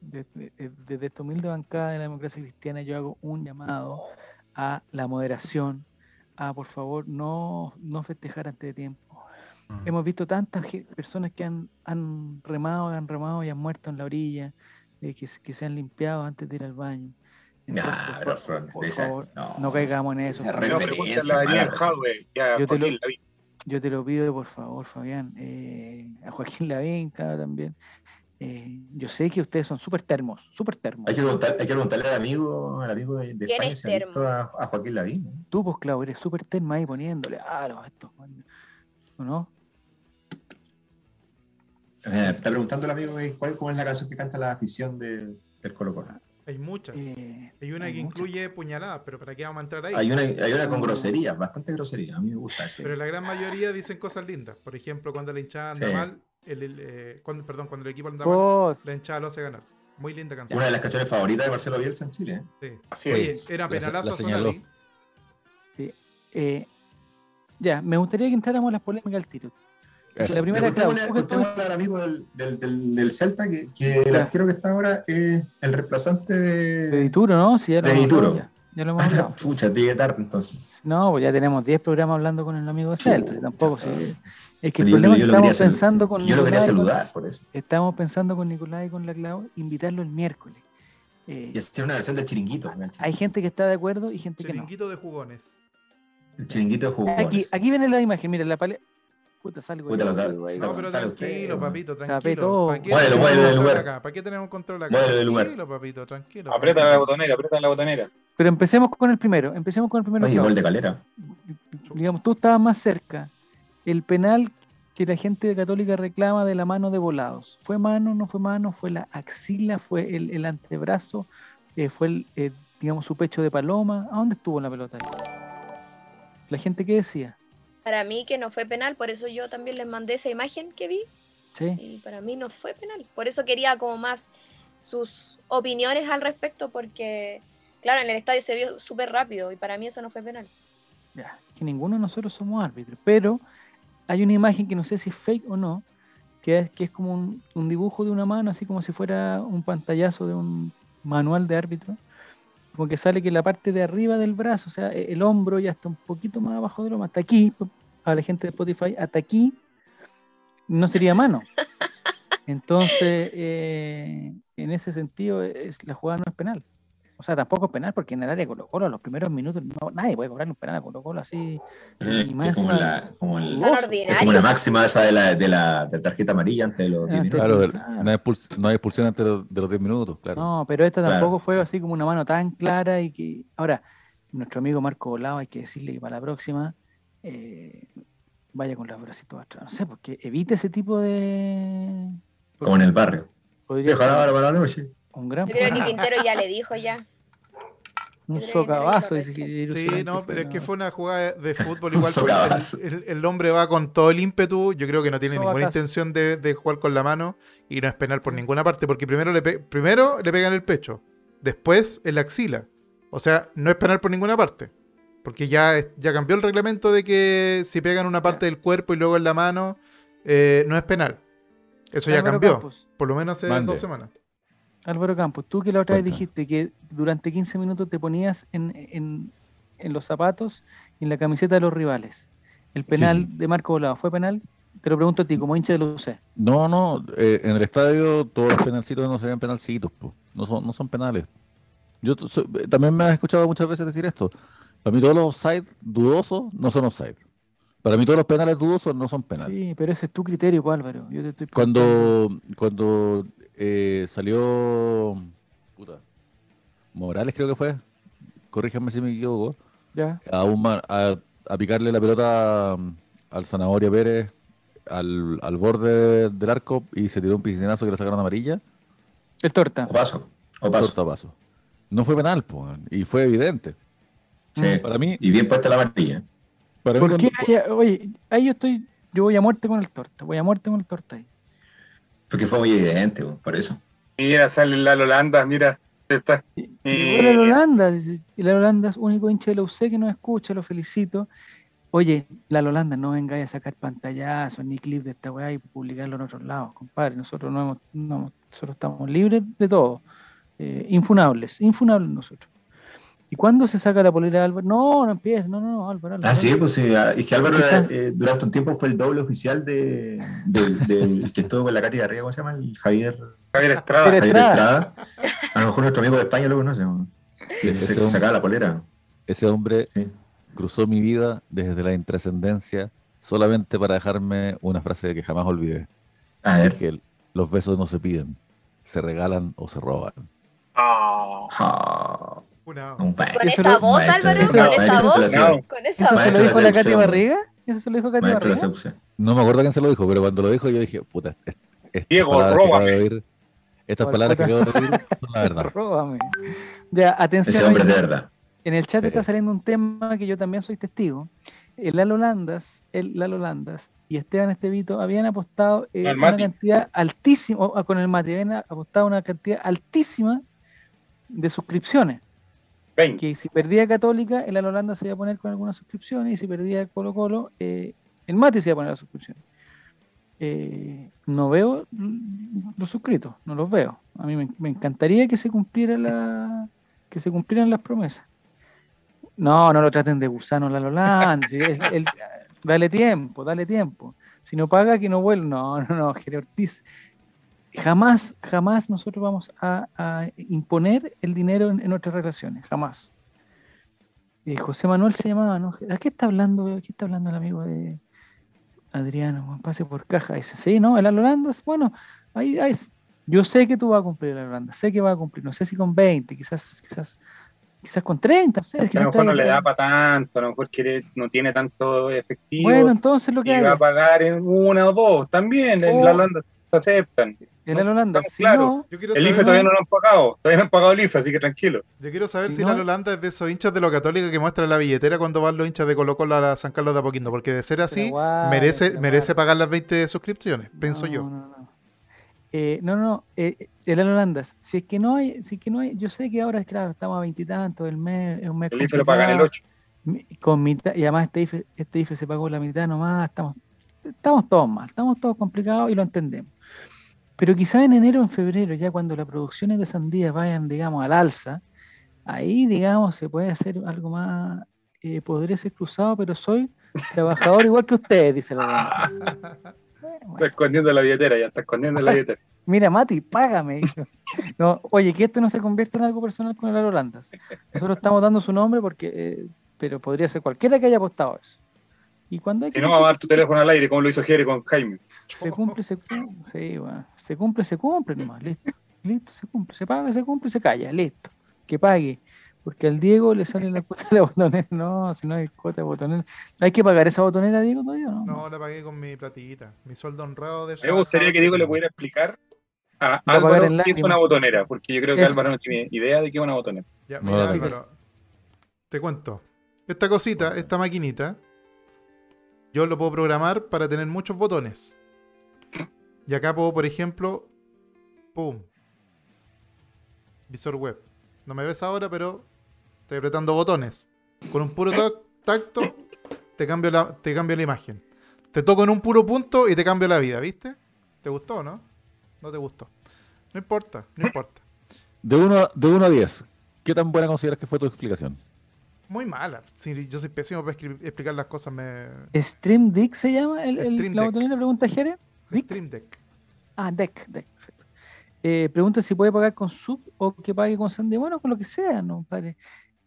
Speaker 1: desde, desde esta humilde bancada de la democracia cristiana, yo hago un llamado a la moderación, a por favor no, no festejar antes de tiempo. Hemos visto tantas ge- personas que han, han remado, han remado y han muerto en la orilla, eh, que, se- que se han limpiado antes de ir al baño. Entonces,
Speaker 2: Nah,
Speaker 1: por
Speaker 2: pero
Speaker 1: fa-
Speaker 2: Fran,
Speaker 1: por
Speaker 2: esa-
Speaker 1: favor,
Speaker 2: no,
Speaker 1: no caigamos en eso,
Speaker 2: esa
Speaker 1: por
Speaker 3: No,
Speaker 1: favor.
Speaker 3: pregúntale a Daniel
Speaker 2: mala.
Speaker 3: Jadwe y a
Speaker 1: Yo te lo-
Speaker 3: Joaquín Lavín.
Speaker 1: Yo te lo pido, por favor, Fabián. eh, a Joaquín Lavín, claro, también. Eh, yo sé que ustedes son súper termos, súper termos.
Speaker 2: Hay que, preguntar- hay que preguntarle al amigo, al amigo de, de
Speaker 5: ¿Quién
Speaker 2: España
Speaker 5: es
Speaker 2: si ha visto
Speaker 5: Termo?
Speaker 2: a, a Joaquín Lavín. ¿no?
Speaker 1: Tú, pues, Clau, eres súper termo ahí poniéndole. Ah, los estos, bueno, ¿o no?
Speaker 2: Eh, está preguntando el amigo eh, cuál, cuál es la canción que canta la afición de- del Colo Colo.
Speaker 4: Hay muchas.
Speaker 1: Eh,
Speaker 4: Hay una
Speaker 1: hay
Speaker 4: que
Speaker 1: muchas.
Speaker 4: incluye puñaladas, pero ¿para qué vamos a entrar ahí?
Speaker 2: Hay una, hay una con groserías, bastante grosería. A mí me gusta ese.
Speaker 4: Pero la gran mayoría dicen cosas lindas. Por ejemplo, cuando la hinchada anda
Speaker 2: Sí.
Speaker 4: mal, el, el, eh, cuando, perdón, cuando el equipo anda mal,
Speaker 1: oh,
Speaker 4: la hinchada lo hace ganar. Muy linda canción.
Speaker 2: Una de las canciones favoritas de Marcelo Bielsa en Chile. ¿eh?
Speaker 4: Sí.
Speaker 3: Así
Speaker 4: Oye,
Speaker 3: es.
Speaker 6: es.
Speaker 4: era
Speaker 6: La se-
Speaker 4: penalazo
Speaker 6: la
Speaker 4: a
Speaker 6: señaló.
Speaker 4: Solari.
Speaker 1: eh, ya, me gustaría que entráramos a las polémicas al tiro.
Speaker 6: Eso.
Speaker 1: La primera, Clau,
Speaker 2: Preguntémosle-
Speaker 1: tú que tú-
Speaker 2: preguntémosle al amigo del, del, del, del Celta que, que el
Speaker 1: Ya.
Speaker 2: arquero que está ahora es el reemplazante
Speaker 1: de
Speaker 2: de,
Speaker 1: Dituro, ¿no? Si ya lo
Speaker 2: de
Speaker 1: hemos hablado
Speaker 2: Dituro.
Speaker 1: ya. ya lo hemos hablado.
Speaker 2: Chucha, llegué tarde entonces.
Speaker 1: No, pues ya tenemos 10 programas hablando con el amigo de Celta. Tampoco se- Es que
Speaker 2: Pero
Speaker 1: el
Speaker 2: yo-
Speaker 1: problema es
Speaker 2: yo
Speaker 1: que
Speaker 2: lo quería
Speaker 1: estamos
Speaker 2: saludar.
Speaker 1: pensando con
Speaker 2: Yo lo quería
Speaker 1: Nicolás y con-
Speaker 2: saludar por eso.
Speaker 1: Estamos pensando con Nicolás y con la Clau invitarlo el miércoles. Eh,
Speaker 2: Y hacer una versión del chiringuito. ¿cachai?
Speaker 1: hay gente que está de acuerdo y gente que no.
Speaker 4: Chiringuito de jugones.
Speaker 2: El chiringuito de jugones.
Speaker 1: Aquí, aquí viene la imagen, mira, la paleta. Puta, salgo.
Speaker 2: Puta,
Speaker 1: ahí.
Speaker 2: los dados.
Speaker 1: Ahí
Speaker 4: No,
Speaker 1: va.
Speaker 2: Está-
Speaker 4: pero
Speaker 2: sale
Speaker 4: tranquilo,
Speaker 2: usted,
Speaker 4: papito,
Speaker 1: Tapé
Speaker 4: tranquilo.
Speaker 1: todo.
Speaker 4: ¿Para qué
Speaker 2: Muévelo,
Speaker 4: tenemos
Speaker 2: muévelo del
Speaker 4: control
Speaker 2: lugar.
Speaker 4: acá? ¿Para qué tenemos control acá?
Speaker 2: Muévelo del lugar.
Speaker 4: Tranquilo, papito, tranquilo.
Speaker 3: Aprieta la botonera, aprieta la botonera.
Speaker 1: Pero empecemos con el primero. Empecemos con el primero.
Speaker 2: Oye,
Speaker 1: Clau.
Speaker 2: gol de calera.
Speaker 1: Digamos, tú estabas más cerca. El penal que la gente de Católica reclama de la mano de volados. ¿Fue mano? ¿No fue mano? ¿Fue la axila? ¿Fue el, el antebrazo? Eh, ¿Fue el, eh, digamos, su pecho de paloma? ¿A dónde estuvo la pelota? ahí? ¿La gente qué decía?
Speaker 5: Para mí que no fue penal, por eso yo también les mandé esa imagen que vi
Speaker 1: ¿Sí?
Speaker 5: y para mí no fue penal. Por eso quería como más sus opiniones al respecto porque, claro, en el estadio se vio súper rápido y para mí eso no fue penal.
Speaker 1: Ya, que ninguno de nosotros somos árbitros, pero hay una imagen que no sé si es fake o no, que es, que es como un, un dibujo de una mano, así como si fuera un pantallazo de un manual de árbitro, como que sale que la parte de arriba del brazo, o sea, e- el hombro ya está un poquito más abajo del hombro, hasta aquí, a la gente de Spotify, hasta aquí no sería mano. Entonces, eh, en ese sentido, es, la jugada no es penal. O sea, tampoco es penal porque en el área de Colo Colo, los primeros minutos, no, nadie puede cobrar un penal a Colo Colo así. Y más
Speaker 2: Es como
Speaker 1: encima-
Speaker 2: la, como el-
Speaker 1: Ojo,
Speaker 5: Tan
Speaker 2: es como
Speaker 5: ordinario.
Speaker 2: la máxima esa de la, de la, de la tarjeta amarilla antes de los 10
Speaker 1: Ah,
Speaker 2: minutos.
Speaker 6: Claro, del-
Speaker 1: Claro.
Speaker 6: no hay, expuls- no hay expulsión antes de los, de los 10 minutos, claro.
Speaker 1: No, pero esta
Speaker 2: Claro.
Speaker 1: tampoco fue así como una mano tan clara y que. Ahora, nuestro amigo Marco Volado, hay que decirle que para la próxima eh, vaya con los bracitos atrás. No sé, porque evite ese tipo de.
Speaker 2: Como en el barrio.
Speaker 1: Podría
Speaker 2: Deja la
Speaker 1: ser
Speaker 2: vara para la noche.
Speaker 1: un gran
Speaker 5: Yo creo que Quintero ya le dijo ya.
Speaker 1: un
Speaker 5: creo que
Speaker 1: socavazo.
Speaker 5: tiene
Speaker 1: dice
Speaker 5: correcto.
Speaker 1: que-
Speaker 4: Sí, no, pero es que fue una jugada de fútbol
Speaker 2: Un
Speaker 4: igual. porque
Speaker 2: socavazo.
Speaker 4: el, el- el hombre va con todo el ímpetu. Yo creo que no tiene ninguna
Speaker 1: Sobacazo.
Speaker 4: intención de, de jugar con la mano y no es penal por ninguna parte, porque primero le, pe- primero le pegan el pecho, después en la axila. O sea, no es penal por ninguna parte. Porque ya, es- ya cambió el reglamento de que si pegan una parte del cuerpo y luego en la mano, eh, no es penal. Eso ya
Speaker 1: Álvaro
Speaker 4: cambió,
Speaker 1: Campos,
Speaker 4: por lo menos hace
Speaker 6: Mande.
Speaker 4: dos semanas.
Speaker 1: Álvaro Campos, tú que la otra vez
Speaker 6: Cuéntame.
Speaker 1: dijiste que durante 15 minutos te ponías en, en- en los zapatos y en la camiseta de los rivales. El penal de Marco Volado, ¿fue penal? Te lo pregunto a ti, como hincha de los UC.
Speaker 6: No, no, eh, en el estadio todos los penalcitos no se ven penalcitos, po. No son, no son penales. Yo t- so- eh, también me has escuchado muchas veces decir esto. Para mí todos los offside dudosos no son offside. Para mí todos los penales dudosos no son penales.
Speaker 1: Sí, pero ese es tu criterio, pues, Álvaro. Yo te estoy preguntando.
Speaker 6: Cuando, cuando eh, salió puta, Morales creo que fue, corríjame si me equivoco,
Speaker 1: Ya,
Speaker 6: a, un ma- a, a picarle la pelota mm, al Zanahoria Pérez al, al borde del arco y se tiró un piscinazo que le sacaron amarilla.
Speaker 1: el torta.
Speaker 2: O paso. O paso.
Speaker 6: tortapaso. No fue penal, po, weón, y fue evidente.
Speaker 2: Sí.
Speaker 1: Mm.
Speaker 6: Para mí,
Speaker 2: Y bien puesta la amarilla.
Speaker 6: para mí
Speaker 1: ¿Por qué?
Speaker 6: cuando-
Speaker 1: haya- oye, ahí yo estoy, yo voy a muerte con el torta, voy a muerte con el torta ahí.
Speaker 2: Porque fue muy evidente, weón, por eso.
Speaker 3: Mira, sale la Lolanda, mira. se Está, Eh,
Speaker 1: Y la Holanda, la Holanda es único hincha de la UC que nos escucha, lo felicito. Oye, la Holanda, no vengáis a sacar pantallazos ni clips de esta weá y publicarlo en otros lados, compadre. Nosotros no hemos, no hemos- nosotros estamos libres de todo. Eh, infunables, infunables nosotros. ¿Y cuándo se saca la polera de Álvaro? No, no empieces, no, no, no, Álvaro. Álvaro.
Speaker 2: Ah, sí, pues sí. ah, Es que Álvaro
Speaker 1: Porque está-
Speaker 2: eh, durante un tiempo fue el doble oficial de, del- del que estuvo con la Katy Garriga, ¿cómo se llama? El Javier,
Speaker 3: Javier Estrada.
Speaker 1: Pero-
Speaker 2: Javier
Speaker 1: Estrada.
Speaker 2: Estrada. A lo mejor nuestro amigo de España lo conoce. weón. Que
Speaker 6: ese
Speaker 2: se
Speaker 6: hombre-
Speaker 2: sacaba la polera.
Speaker 6: Ese hombre
Speaker 2: Sí.
Speaker 6: cruzó mi vida desde la intrascendencia solamente para dejarme una frase que jamás olvidé.
Speaker 2: A
Speaker 6: y
Speaker 2: ver.
Speaker 6: es que los besos no se piden, se regalan o se roban.
Speaker 3: Ah.
Speaker 2: Ah,
Speaker 4: Una-
Speaker 2: un
Speaker 5: Con
Speaker 1: Eso
Speaker 5: esa
Speaker 1: lo-
Speaker 5: voz,
Speaker 2: maestro,
Speaker 5: Álvaro,
Speaker 1: eso-
Speaker 5: con esa
Speaker 2: maestro,
Speaker 5: voz,
Speaker 2: placer.
Speaker 5: con esa
Speaker 1: ¿Eso se
Speaker 5: voz.
Speaker 1: lo
Speaker 2: Maestro
Speaker 1: dijo
Speaker 2: de
Speaker 1: la Katy
Speaker 2: seducción.
Speaker 1: Barriga? ¿Eso se lo dijo Katy
Speaker 2: Maestro de
Speaker 1: Barriga?
Speaker 2: seducción.
Speaker 6: No me acuerdo quién se lo dijo, pero cuando lo dijo yo dije, puta, est- estas
Speaker 3: Diego,
Speaker 6: palabras que acabo de
Speaker 3: róbame.
Speaker 6: oír, estas
Speaker 1: Por
Speaker 6: palabras
Speaker 1: puta.
Speaker 6: que acabo de oír son la verdad.
Speaker 1: Róbame. Ya, atención.
Speaker 2: Ese hombre
Speaker 1: ahí.
Speaker 2: de verdad.
Speaker 1: En el chat
Speaker 6: Sí.
Speaker 1: está saliendo un tema que yo también soy testigo. El Lalo Landas, el Lalo Landas y Esteban Estevito habían apostado eh,
Speaker 3: Al
Speaker 1: una
Speaker 3: Mati.
Speaker 1: cantidad altísima, o- o con el Mati, habían apostado una cantidad altísima de suscripciones.
Speaker 3: 20.
Speaker 1: Que si perdía Católica, el Lalo Landas se iba a poner con algunas suscripciones y si perdía Colo Colo, eh, el Mati se iba a poner las suscripciones. Eh, no veo mm, los suscritos, no los veo. A mí me, me encantaría que se cumpliera la, que se cumplieran las promesas. No, no lo traten de gusano la Lolanda. si es- el- dale tiempo, dale tiempo. Si no paga, que no vuelva. No, no, no, Jere Ortiz. Jamás, jamás nosotros vamos a, a imponer el dinero en, en nuestras relaciones. Jamás. Eh, José Manuel se llamaba, ¿no? ¿A qué está hablando, a qué está hablando el amigo de Adriano? Buen Pase por caja. Ese, sí, ¿no? El Lolanda, bueno, ahí, ahí es- Yo sé que tú vas a cumplir la Holanda, sé que vas a cumplir, no sé si con 20, quizás, quizás, quizás con 30, no sé,
Speaker 3: Que a
Speaker 1: quizás
Speaker 3: lo mejor
Speaker 1: está
Speaker 3: no le
Speaker 1: ahí.
Speaker 3: da para tanto, a lo mejor quiere, no tiene tanto efectivo.
Speaker 1: Bueno, entonces lo que
Speaker 3: y va a
Speaker 1: haga.
Speaker 3: pagar en una o dos también. En
Speaker 1: Oh.
Speaker 3: la Holanda se aceptan.
Speaker 1: De la Holanda.
Speaker 3: Estamos
Speaker 1: Si
Speaker 3: claros.
Speaker 4: Yo quiero
Speaker 3: El IFE
Speaker 4: saber-
Speaker 3: todavía no lo han pagado. Todavía no han pagado el IFE, así que tranquilo.
Speaker 4: Yo quiero saber
Speaker 1: Si
Speaker 4: si,
Speaker 1: no-
Speaker 4: la Lolanda es de esos hinchas de lo católica que muestra la billetera cuando van los hinchas de Colo Colo a San Carlos de Apoquindo, porque de ser así,
Speaker 1: guarda,
Speaker 4: merece,
Speaker 1: pero
Speaker 4: merece
Speaker 1: guarda.
Speaker 4: pagar las 20 suscripciones,
Speaker 1: no,
Speaker 4: pienso yo.
Speaker 1: No, no, Eh, no, no, eh, el Holanda. Si es que no hay, si es que no hay, yo sé que ahora, claro, estamos a veintitantos, el mes, es un mes
Speaker 3: El IFE lo pagan el
Speaker 1: complicado.
Speaker 3: 8.
Speaker 1: mi- con mitad, y además este IFE, este IFE se pagó la mitad nomás, estamos, estamos todos mal, estamos todos complicados y lo entendemos. Pero quizás en enero o en febrero, ya cuando las producciones de sandías vayan, digamos, al alza, ahí, digamos, se puede hacer algo más, eh, podré ser cruzado, pero soy trabajador igual que ustedes, dice la dama.
Speaker 3: Está
Speaker 1: Bueno,
Speaker 3: escondiendo la billetera, ya está escondiendo la billetera.
Speaker 1: mira, Mati, págame. dijo. No, oye, que esto no se convierta en algo personal con el Holanda. Nosotros estamos dando su nombre porque, eh, pero podría ser cualquiera que haya apostado eso. Y cuando hay
Speaker 3: Si
Speaker 1: que
Speaker 3: no, vamos a dar tu teléfono al aire, como lo hizo Jere con Jaime.
Speaker 1: se cumple, se cumple, sí, bueno, se cumple, se cumple nomás, listo, listo, se cumple, se paga, se cumple, se calla, listo, que pague, porque al Diego le sale la cuota de la botonera, no, si no hay cuota de botonera, ¿hay que pagar esa botonera, Diego, todavía o no?
Speaker 4: No, la pagué con mi platillita, mi sueldo honrado de
Speaker 3: A mí me gustaría que Diego le pudiera explicar a
Speaker 1: a pagar
Speaker 3: Álvaro
Speaker 1: en
Speaker 3: qué es una
Speaker 1: lágrimas.
Speaker 3: botonera, porque yo creo que
Speaker 1: Eso.
Speaker 3: Álvaro no tiene idea de qué es una botonera.
Speaker 4: Ya,
Speaker 6: No,
Speaker 4: mira,
Speaker 6: dale.
Speaker 4: Álvaro, te cuento. Esta cosita, esta maquinita, yo lo puedo programar para tener muchos botones. Y acá puedo, por ejemplo, ¡pum! Visor web. No me ves ahora, pero estoy apretando botones. Con un puro tac- tacto te cambio, la, te cambio la imagen. Te toco en un puro punto y te cambio la vida, ¿viste? ¿Te gustó o no? No te gustó. No importa, no importa.
Speaker 6: De 1 de uno a 10, ¿qué tan buena consideras que fue tu explicación?
Speaker 4: Muy mala. Sí, yo soy pésimo para escri- explicar las cosas. Me...
Speaker 1: ¿Stream Deck se llama el, el-
Speaker 4: Stream
Speaker 1: la
Speaker 4: Deck.
Speaker 1: botonera? Pregunta Jere. Dick.
Speaker 4: Stream Deck.
Speaker 1: Ah, deck, deck, perfecto. Eh, pregunta si puede pagar con sub o que pague con Sandy. Bueno, con lo que sea, ¿no, compadre?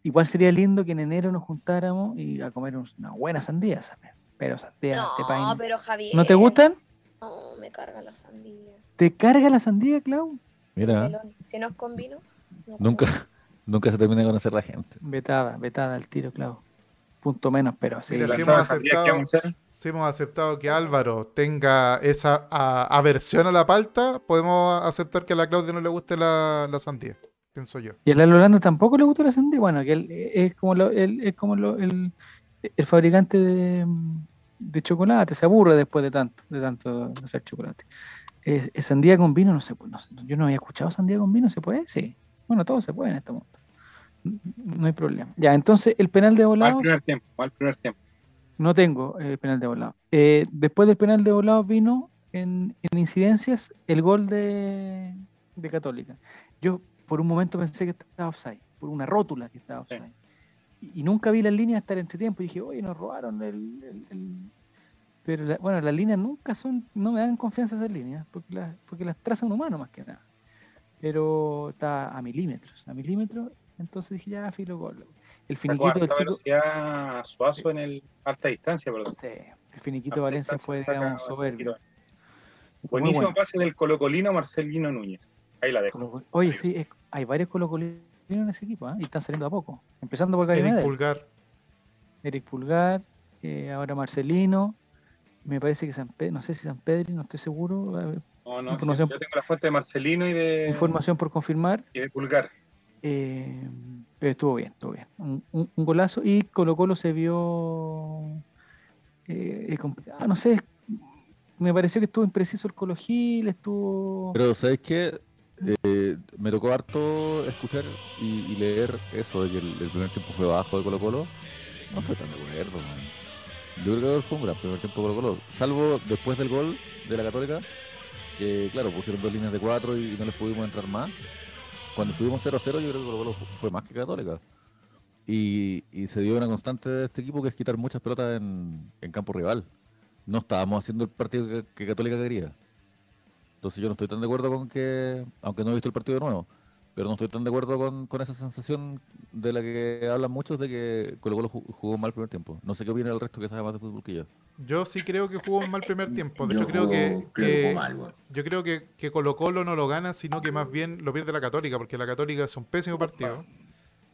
Speaker 1: Igual sería lindo que en enero nos juntáramos y a comer un- una buena sandía, ¿sabes? Pero sandía, te
Speaker 5: No,
Speaker 1: paguen-
Speaker 5: pero Javier.
Speaker 1: este ¿No te gustan?
Speaker 5: No, me carga la sandía.
Speaker 1: ¿Te carga la sandía, Clau?
Speaker 6: Mira, ¿eh?
Speaker 5: Melón. Si no es con vino. no
Speaker 6: nunca, nunca se termina de conocer la gente.
Speaker 1: Vetada, vetada al tiro, Clau. Punto menos, pero así.
Speaker 4: Mira,
Speaker 3: La
Speaker 4: sí
Speaker 3: sábana
Speaker 4: hemos
Speaker 3: sandía que
Speaker 4: aceptado-
Speaker 3: vamos a hacer,
Speaker 4: Si hemos aceptado que Álvaro tenga esa a- aversión a la palta, podemos aceptar que a la Claudia no le guste la, la sandía. Pienso yo.
Speaker 1: ¿Y a Lalo Holanda tampoco le gusta la sandía? Bueno, que él es como, lo- él es como lo- el, el fabricante de, de chocolate, se aburre después de tanto, de tanto hacer chocolate. Eh, eh, sandía con vino, no sé, pues, no sé, yo no había escuchado sandía con vino, ¿se puede? Sí. Bueno, todo se puede en este mundo. N- No hay problema. Ya, entonces el penal de
Speaker 3: Mal
Speaker 1: volado
Speaker 3: primer tiempo, mal primer tiempo.
Speaker 1: no tengo el penal de volado. Eh, después del penal de volado vino en, en incidencias el gol de, de Católica. Yo por un momento pensé que estaba offside, por una rótula que estaba
Speaker 3: Sí.
Speaker 1: offside. Y, y nunca vi las líneas hasta el entretiempo. Y dije, oye, nos robaron el. el- el-". Pero la- bueno, las líneas nunca son. No me dan confianza esas líneas, porque las, porque las traza un humano más que nada. Pero está a milímetros, a milímetros. Entonces dije, ya, filo gol. El
Speaker 3: Sacó
Speaker 1: finiquito del
Speaker 3: harta
Speaker 1: chico.
Speaker 3: velocidad suazo en el harta distancia, Este, perdón.
Speaker 1: Sí, El finiquito Valencia fue, digamos, soberbio. Fue muy
Speaker 3: Buenísimo
Speaker 1: bueno.
Speaker 3: pase del colocolino Marcelino Núñez. Ahí la dejo.
Speaker 1: Colo- Oye, sí, es- hay varios colocolinos en ese equipo, ¿ah? y están saliendo a poco. Empezando por Gary
Speaker 4: Eric
Speaker 1: Medel,
Speaker 4: Pulgar.
Speaker 1: Eric Pulgar, eh, ahora Marcelino. Me parece que San Pedro, no sé si San Pedro, no estoy seguro. a ver,
Speaker 3: No, no, sí,
Speaker 1: Información.
Speaker 3: yo tengo la fuente de Marcelino y de,
Speaker 1: Información por confirmar.
Speaker 3: y de Pulgar.
Speaker 1: eh, pero estuvo bien, estuvo bien. Un, un- un golazo y Colo Colo se vio eh, eh, complicado. No sé, me pareció que estuvo impreciso el Colo Gil, estuvo...
Speaker 6: Pero, ¿sabes qué? Eh, me tocó harto escuchar y, y leer eso de que el, el primer tiempo fue bajo de Colo Colo. No estoy tan de acuerdo, man. Yo creo que fue un gran primer tiempo de Colo Colo. Salvo después del gol de la Católica, que claro, pusieron dos líneas de cuatro y, y no les pudimos entrar más. Cuando estuvimos 0-0, yo creo que Colo Colo fu- fue más que Católica. Y, y se dio una constante de este equipo que es quitar muchas pelotas en, en campo rival. No estábamos haciendo el partido que, que Católica quería. Entonces yo no estoy tan de acuerdo con que, aunque no he visto el partido de nuevo, pero no estoy tan de acuerdo con, con esa sensación de la que hablan muchos de que Colo Colo ju- jugó mal el primer tiempo. No sé qué opina el resto que sabe más de fútbol que yo.
Speaker 4: Yo sí creo que jugó un mal primer tiempo. De
Speaker 2: Yo
Speaker 4: hecho, creo que,
Speaker 2: creo que jugó
Speaker 4: que-
Speaker 2: mal, weón.
Speaker 4: yo creo que, que Colo Colo no lo gana, sino que más bien lo pierde la Católica, porque la Católica es un pésimo partido.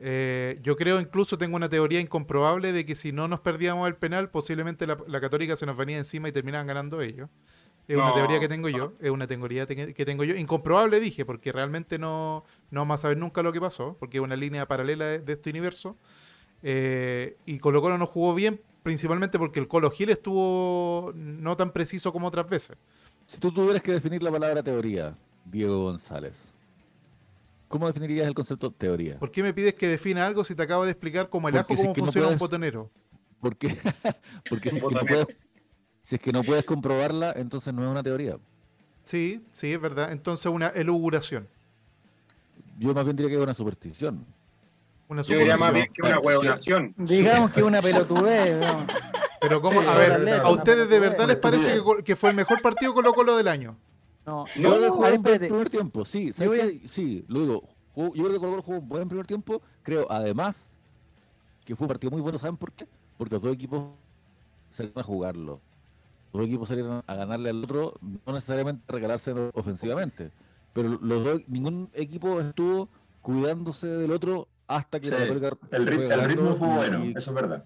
Speaker 4: Eh, yo creo, incluso tengo una teoría incomprobable de que si no nos perdíamos el penal, posiblemente la, la Católica se nos venía encima y terminaban ganando ellos. Es una
Speaker 3: No.
Speaker 4: teoría que tengo yo, es una teoría te- que tengo yo. Incomprobable dije, porque realmente no, no vamos a saber nunca lo que pasó, porque es una línea paralela de, de este universo. Eh, y Colo Colo no jugó bien, principalmente porque el Colo Gil estuvo no tan preciso como otras veces.
Speaker 6: Si tú tuvieras que definir la palabra teoría, Diego González, ¿cómo definirías el concepto teoría?
Speaker 4: ¿Por qué me pides que defina algo si te acabo de explicar como el
Speaker 6: Porque
Speaker 4: ajo
Speaker 6: si es
Speaker 4: cómo
Speaker 6: que no
Speaker 4: funciona un
Speaker 6: puedes-
Speaker 4: botonero?
Speaker 6: Porque, porque si, es que no
Speaker 3: Botonero.
Speaker 6: puedes, si es que no puedes comprobarla, entonces no es una teoría.
Speaker 4: Sí, sí, es verdad. Entonces una eluguración.
Speaker 6: Yo más bien diría que es una superstición.
Speaker 4: Una
Speaker 3: Yo diría más
Speaker 4: suposición.
Speaker 3: bien que una hueonación.
Speaker 1: Digamos que una pelotudez. ¿no?
Speaker 4: Pero como,
Speaker 1: Sí,
Speaker 4: a
Speaker 1: una
Speaker 4: ver,
Speaker 1: letra,
Speaker 4: a
Speaker 1: una
Speaker 4: ustedes de
Speaker 1: pelotudez.
Speaker 4: verdad les parece que, col- que fue el mejor partido Colo Colo del año.
Speaker 1: No,
Speaker 3: No,
Speaker 1: yo-
Speaker 6: Jugó
Speaker 1: a ver,
Speaker 6: un buen
Speaker 1: espérate.
Speaker 6: primer tiempo, sí, ¿sabes
Speaker 1: voy
Speaker 6: qué? sí, lo digo. Jugó- yo creo que Colo Colo jugó un buen primer tiempo. Creo, además, que fue un partido muy bueno. ¿Saben por qué? Porque los dos equipos salieron a jugarlo. Los dos equipos salieron a ganarle al otro, no necesariamente a regalarse ofensivamente. Pero los dos, ningún equipo estuvo cuidándose del otro hasta que
Speaker 2: Sí,
Speaker 6: la Católica
Speaker 2: El, rit-
Speaker 6: fue
Speaker 2: el ritmo
Speaker 6: ganando
Speaker 2: fue
Speaker 6: y-
Speaker 2: bueno,
Speaker 6: y-
Speaker 2: eso es verdad.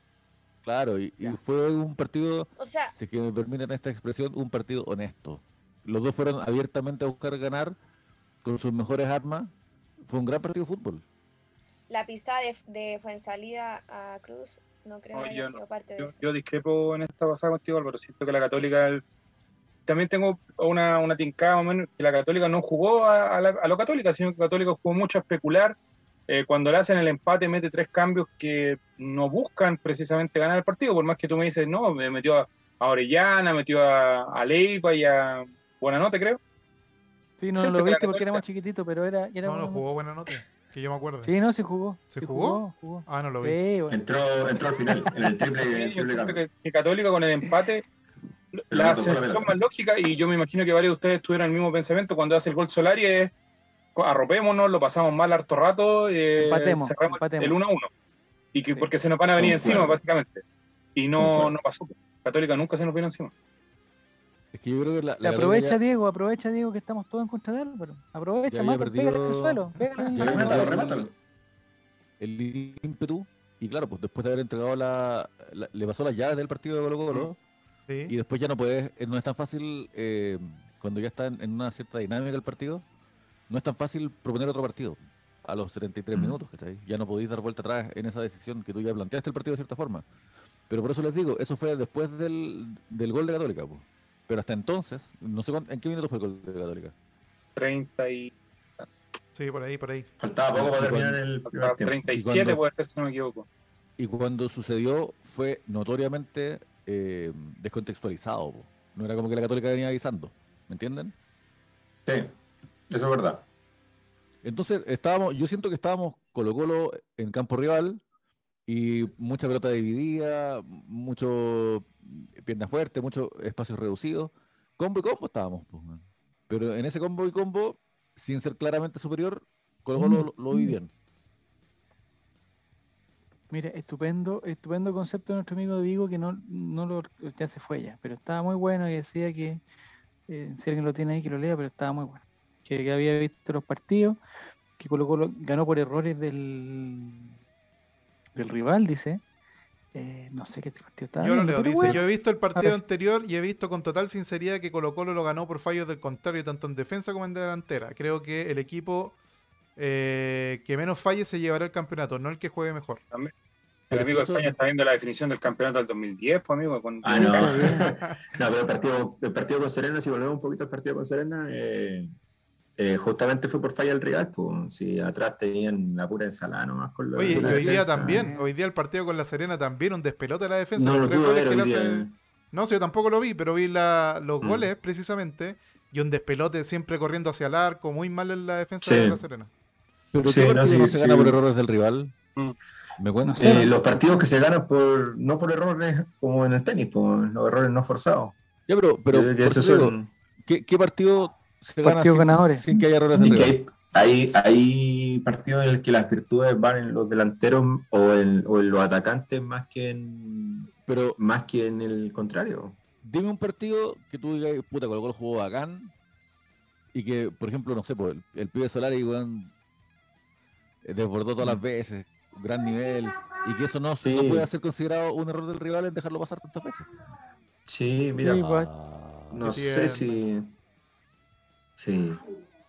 Speaker 6: claro, y, y
Speaker 1: Ya.
Speaker 6: fue un partido
Speaker 5: O sea,
Speaker 6: si es que me permiten esta expresión, un partido honesto. Los dos fueron abiertamente a buscar ganar con sus mejores armas. Fue un gran partido de fútbol.
Speaker 5: la pisada de, de Fuensalida a Cruz no creo
Speaker 3: No,
Speaker 5: que
Speaker 3: yo
Speaker 5: haya
Speaker 3: no.
Speaker 5: sido parte de
Speaker 3: Yo,
Speaker 5: eso.
Speaker 3: yo discrepo en esta pasada contigo, Álvaro. Siento que la Católica. el- también tengo una, una tincada más o menos, que la Católica no jugó a, a la- a lo Católica, sino que Católica jugó mucho a especular. Eh, cuando le hacen el empate, mete tres cambios que no buscan precisamente ganar el partido. Por más que tú me dices, no, me metió a, a Orellana, metió a, a Leiva y a Buenanote, creo.
Speaker 1: Sí, no,
Speaker 3: Siento
Speaker 1: lo
Speaker 3: que la
Speaker 1: viste porque
Speaker 3: Católica-
Speaker 1: éramos chiquititos, pero era. era
Speaker 4: No, no
Speaker 1: bueno.
Speaker 4: jugó buena nota, que yo me acuerdo.
Speaker 1: Sí, no, se jugó.
Speaker 4: ¿Se
Speaker 1: sí
Speaker 4: jugó?
Speaker 1: jugó.
Speaker 4: Ah, no lo vi.
Speaker 1: Sí, bueno.
Speaker 2: Entró, entró al final, en el triple,
Speaker 3: Sí,
Speaker 2: el
Speaker 3: yo
Speaker 2: triple
Speaker 3: siento
Speaker 2: cambio.
Speaker 3: que, que Católica con el empate,
Speaker 2: no
Speaker 3: la
Speaker 2: tocó la
Speaker 3: sensación
Speaker 2: pelota.
Speaker 3: más lógica, y yo me imagino que varios de ustedes tuvieron el mismo pensamiento cuando hace el gol Solari, es co- arropémonos, lo pasamos mal harto rato, eh,
Speaker 1: Empatemos,
Speaker 3: cerramos
Speaker 1: empatemos.
Speaker 3: el 1-1, y que
Speaker 1: Sí.
Speaker 3: porque se nos van a venir
Speaker 2: Concuerdo.
Speaker 3: encima, básicamente. Y no,
Speaker 2: Concuerdo.
Speaker 3: no pasó. Católica nunca se nos vino encima.
Speaker 6: Es que yo creo que la, la
Speaker 1: aprovecha,
Speaker 6: Católica
Speaker 1: Diego, aprovecha, Diego, que estamos todos en contra de Álvaro. Aprovecha,
Speaker 6: Ya había
Speaker 1: mata,
Speaker 6: perdido-
Speaker 1: pégale en el suelo. Pégale en
Speaker 6: Ya
Speaker 1: la
Speaker 6: había
Speaker 1: cara.
Speaker 2: Remátalo,
Speaker 6: Remátalo,
Speaker 2: remátalo.
Speaker 6: el ímpetu. Y claro, pues después de haber entregado la, la- le pasó las llaves del partido de Colo Colo.
Speaker 4: Sí.
Speaker 6: Y después ya no puedes, eh, no es tan fácil, eh, cuando ya está en, en una cierta dinámica el partido, no es tan fácil proponer otro partido a los 73
Speaker 2: Mm.
Speaker 6: minutos, ¿cachai? Ya no podéis dar vuelta atrás en esa decisión que tú ya planteaste el partido de cierta forma. Pero por eso les digo, eso fue después del, del gol de Católica, po. Pero hasta entonces, no sé cuán- en qué minuto fue el gol de Católica.
Speaker 3: 30 y,
Speaker 4: Sí, por ahí, por ahí.
Speaker 2: Faltaba poco para terminar el primer tiempo.
Speaker 3: 37
Speaker 6: cuando-
Speaker 3: puede ser, si no me equivoco.
Speaker 6: Y cuando sucedió fue notoriamente eh, descontextualizado, po. No era como que la Católica venía avisando, ¿me entienden?
Speaker 2: Sí, eso es verdad.
Speaker 6: Entonces, estábamos, yo siento que estábamos Colo Colo en campo rival y mucha pelota dividida, mucho pierna fuerte, muchos espacios reducidos. Combo y combo estábamos. pues, weón. Pero en ese combo y combo, sin ser claramente superior, Colo Colo lo, lo vi bien.
Speaker 1: Mira, estupendo, estupendo concepto de nuestro amigo Diego que no, no lo ya se fue ya, pero estaba muy bueno y decía que eh, si alguien lo tiene ahí que lo lea, pero estaba muy bueno. Que, que había visto los partidos, que Colo Colo ganó por errores del del rival, dice. Eh, no sé qué partido estaba.
Speaker 4: Yo lo
Speaker 1: viendo,
Speaker 4: leo,
Speaker 1: pero
Speaker 4: dice,
Speaker 1: bueno.
Speaker 4: yo he visto el
Speaker 1: A
Speaker 4: partido
Speaker 1: ver.
Speaker 4: anterior y he visto con total sinceridad que Colo Colo lo ganó por fallos del contrario, tanto en defensa como en delantera. Creo que el equipo eh, que menos falle se llevará el campeonato, no el que juegue mejor.
Speaker 3: El
Speaker 6: Pero
Speaker 3: amigo de
Speaker 6: eso-
Speaker 3: España está viendo la definición del campeonato del 2010, pues, amigo. Con,
Speaker 2: Ah, no. No, pero el partido, el partido con Serena, si volvemos un poquito al partido con Serena, eh, eh, justamente fue por falla del rival. Pues, si atrás tenían la pura ensalada nomás con la,
Speaker 4: Oye, y
Speaker 2: la
Speaker 4: hoy día
Speaker 2: defensa.
Speaker 4: también, hoy día el partido con la Serena también, un despelote de la defensa.
Speaker 2: No
Speaker 4: los
Speaker 2: lo
Speaker 4: tres
Speaker 2: pude
Speaker 4: goles
Speaker 2: ver
Speaker 4: que le
Speaker 2: hoy día. eh.
Speaker 4: hace- No, sí, yo tampoco lo vi, pero vi la- los
Speaker 2: Mm.
Speaker 4: goles precisamente y un despelote siempre corriendo hacia el arco, muy mal en la defensa
Speaker 2: Sí.
Speaker 4: de la Serena.
Speaker 6: Pero
Speaker 2: Sí,
Speaker 6: ¿qué
Speaker 2: no,
Speaker 6: partido
Speaker 2: sí,
Speaker 6: no se gana
Speaker 2: sí. Mm.
Speaker 6: por errores del rival? Me cuento.
Speaker 1: Sí.
Speaker 2: Eh, los partidos que se ganan por no por errores como en el tenis, por los errores no forzados.
Speaker 6: Ya, pero, pero
Speaker 2: Yo creo que
Speaker 6: por
Speaker 2: esos
Speaker 6: eso digo,
Speaker 2: son-
Speaker 6: ¿qué, qué partido se gana
Speaker 1: Partidos
Speaker 6: sin-
Speaker 1: ganadores.
Speaker 6: sin que haya errores de
Speaker 2: y que
Speaker 6: regla?
Speaker 2: hay, hay, hay partidos en los que las virtudes van en los delanteros o en, o en los atacantes más que en,
Speaker 6: Pero
Speaker 2: más que en el contrario.
Speaker 6: dime un partido que tú digas, puta, Colo Colo jugó bacán y que, por ejemplo, no sé, pues, el, el pibe Solari weón, eh, desbordó todas
Speaker 1: Mm.
Speaker 6: las veces, gran nivel, y que eso no,
Speaker 2: Sí.
Speaker 6: no puede ser considerado un error del rival en dejarlo pasar tantas veces.
Speaker 2: Sí, mira,
Speaker 1: Sí, eh, Igual.
Speaker 6: Ah,
Speaker 2: no
Speaker 4: qué
Speaker 2: sé si. Sí,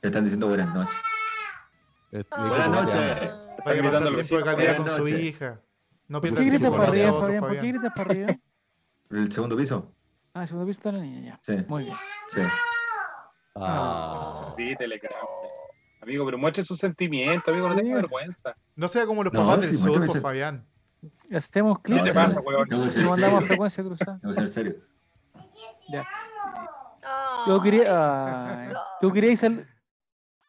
Speaker 2: le están diciendo buenas noches.
Speaker 6: el- el
Speaker 5: Ah.
Speaker 2: Buenas
Speaker 6: equipo
Speaker 2: noches.
Speaker 6: pateando.
Speaker 4: Para que
Speaker 3: Gritando
Speaker 4: pasen
Speaker 3: al
Speaker 4: tiempo de
Speaker 3: vecino,
Speaker 4: calidad con
Speaker 2: buenas
Speaker 4: su
Speaker 2: noches.
Speaker 4: hija. No
Speaker 1: ¿Por
Speaker 4: pierdan
Speaker 1: qué
Speaker 4: el
Speaker 1: gritas
Speaker 4: tiempo
Speaker 1: para
Speaker 4: con
Speaker 1: arriba,
Speaker 4: nosotros,
Speaker 1: Fabián? ¿Por qué
Speaker 4: Fabián.
Speaker 1: gritas para arriba?
Speaker 2: ¿El segundo piso?
Speaker 1: Ah, yo he visto a la niña
Speaker 2: Sí,
Speaker 1: ya. Muy bien.
Speaker 2: sí.
Speaker 6: Ah.
Speaker 3: Sí, Telecraft. Amigo, pero muestre su sentimiento, amigo, no tenga vergüenza.
Speaker 4: No sea como los
Speaker 2: No,
Speaker 4: papás
Speaker 2: sí,
Speaker 4: del
Speaker 2: muchas
Speaker 4: sur, por
Speaker 2: veces-
Speaker 4: Fabián.
Speaker 1: Hacemos clip
Speaker 3: ¿Qué te
Speaker 2: No,
Speaker 3: pasa,
Speaker 2: sí.
Speaker 3: weón?
Speaker 2: Tengo que ser
Speaker 1: y mandamos
Speaker 2: serio.
Speaker 1: frecuencia cruzada.
Speaker 2: Tengo que ser serio.
Speaker 5: Ah.
Speaker 1: Yo quería. ay, ¿Tú querías, sal-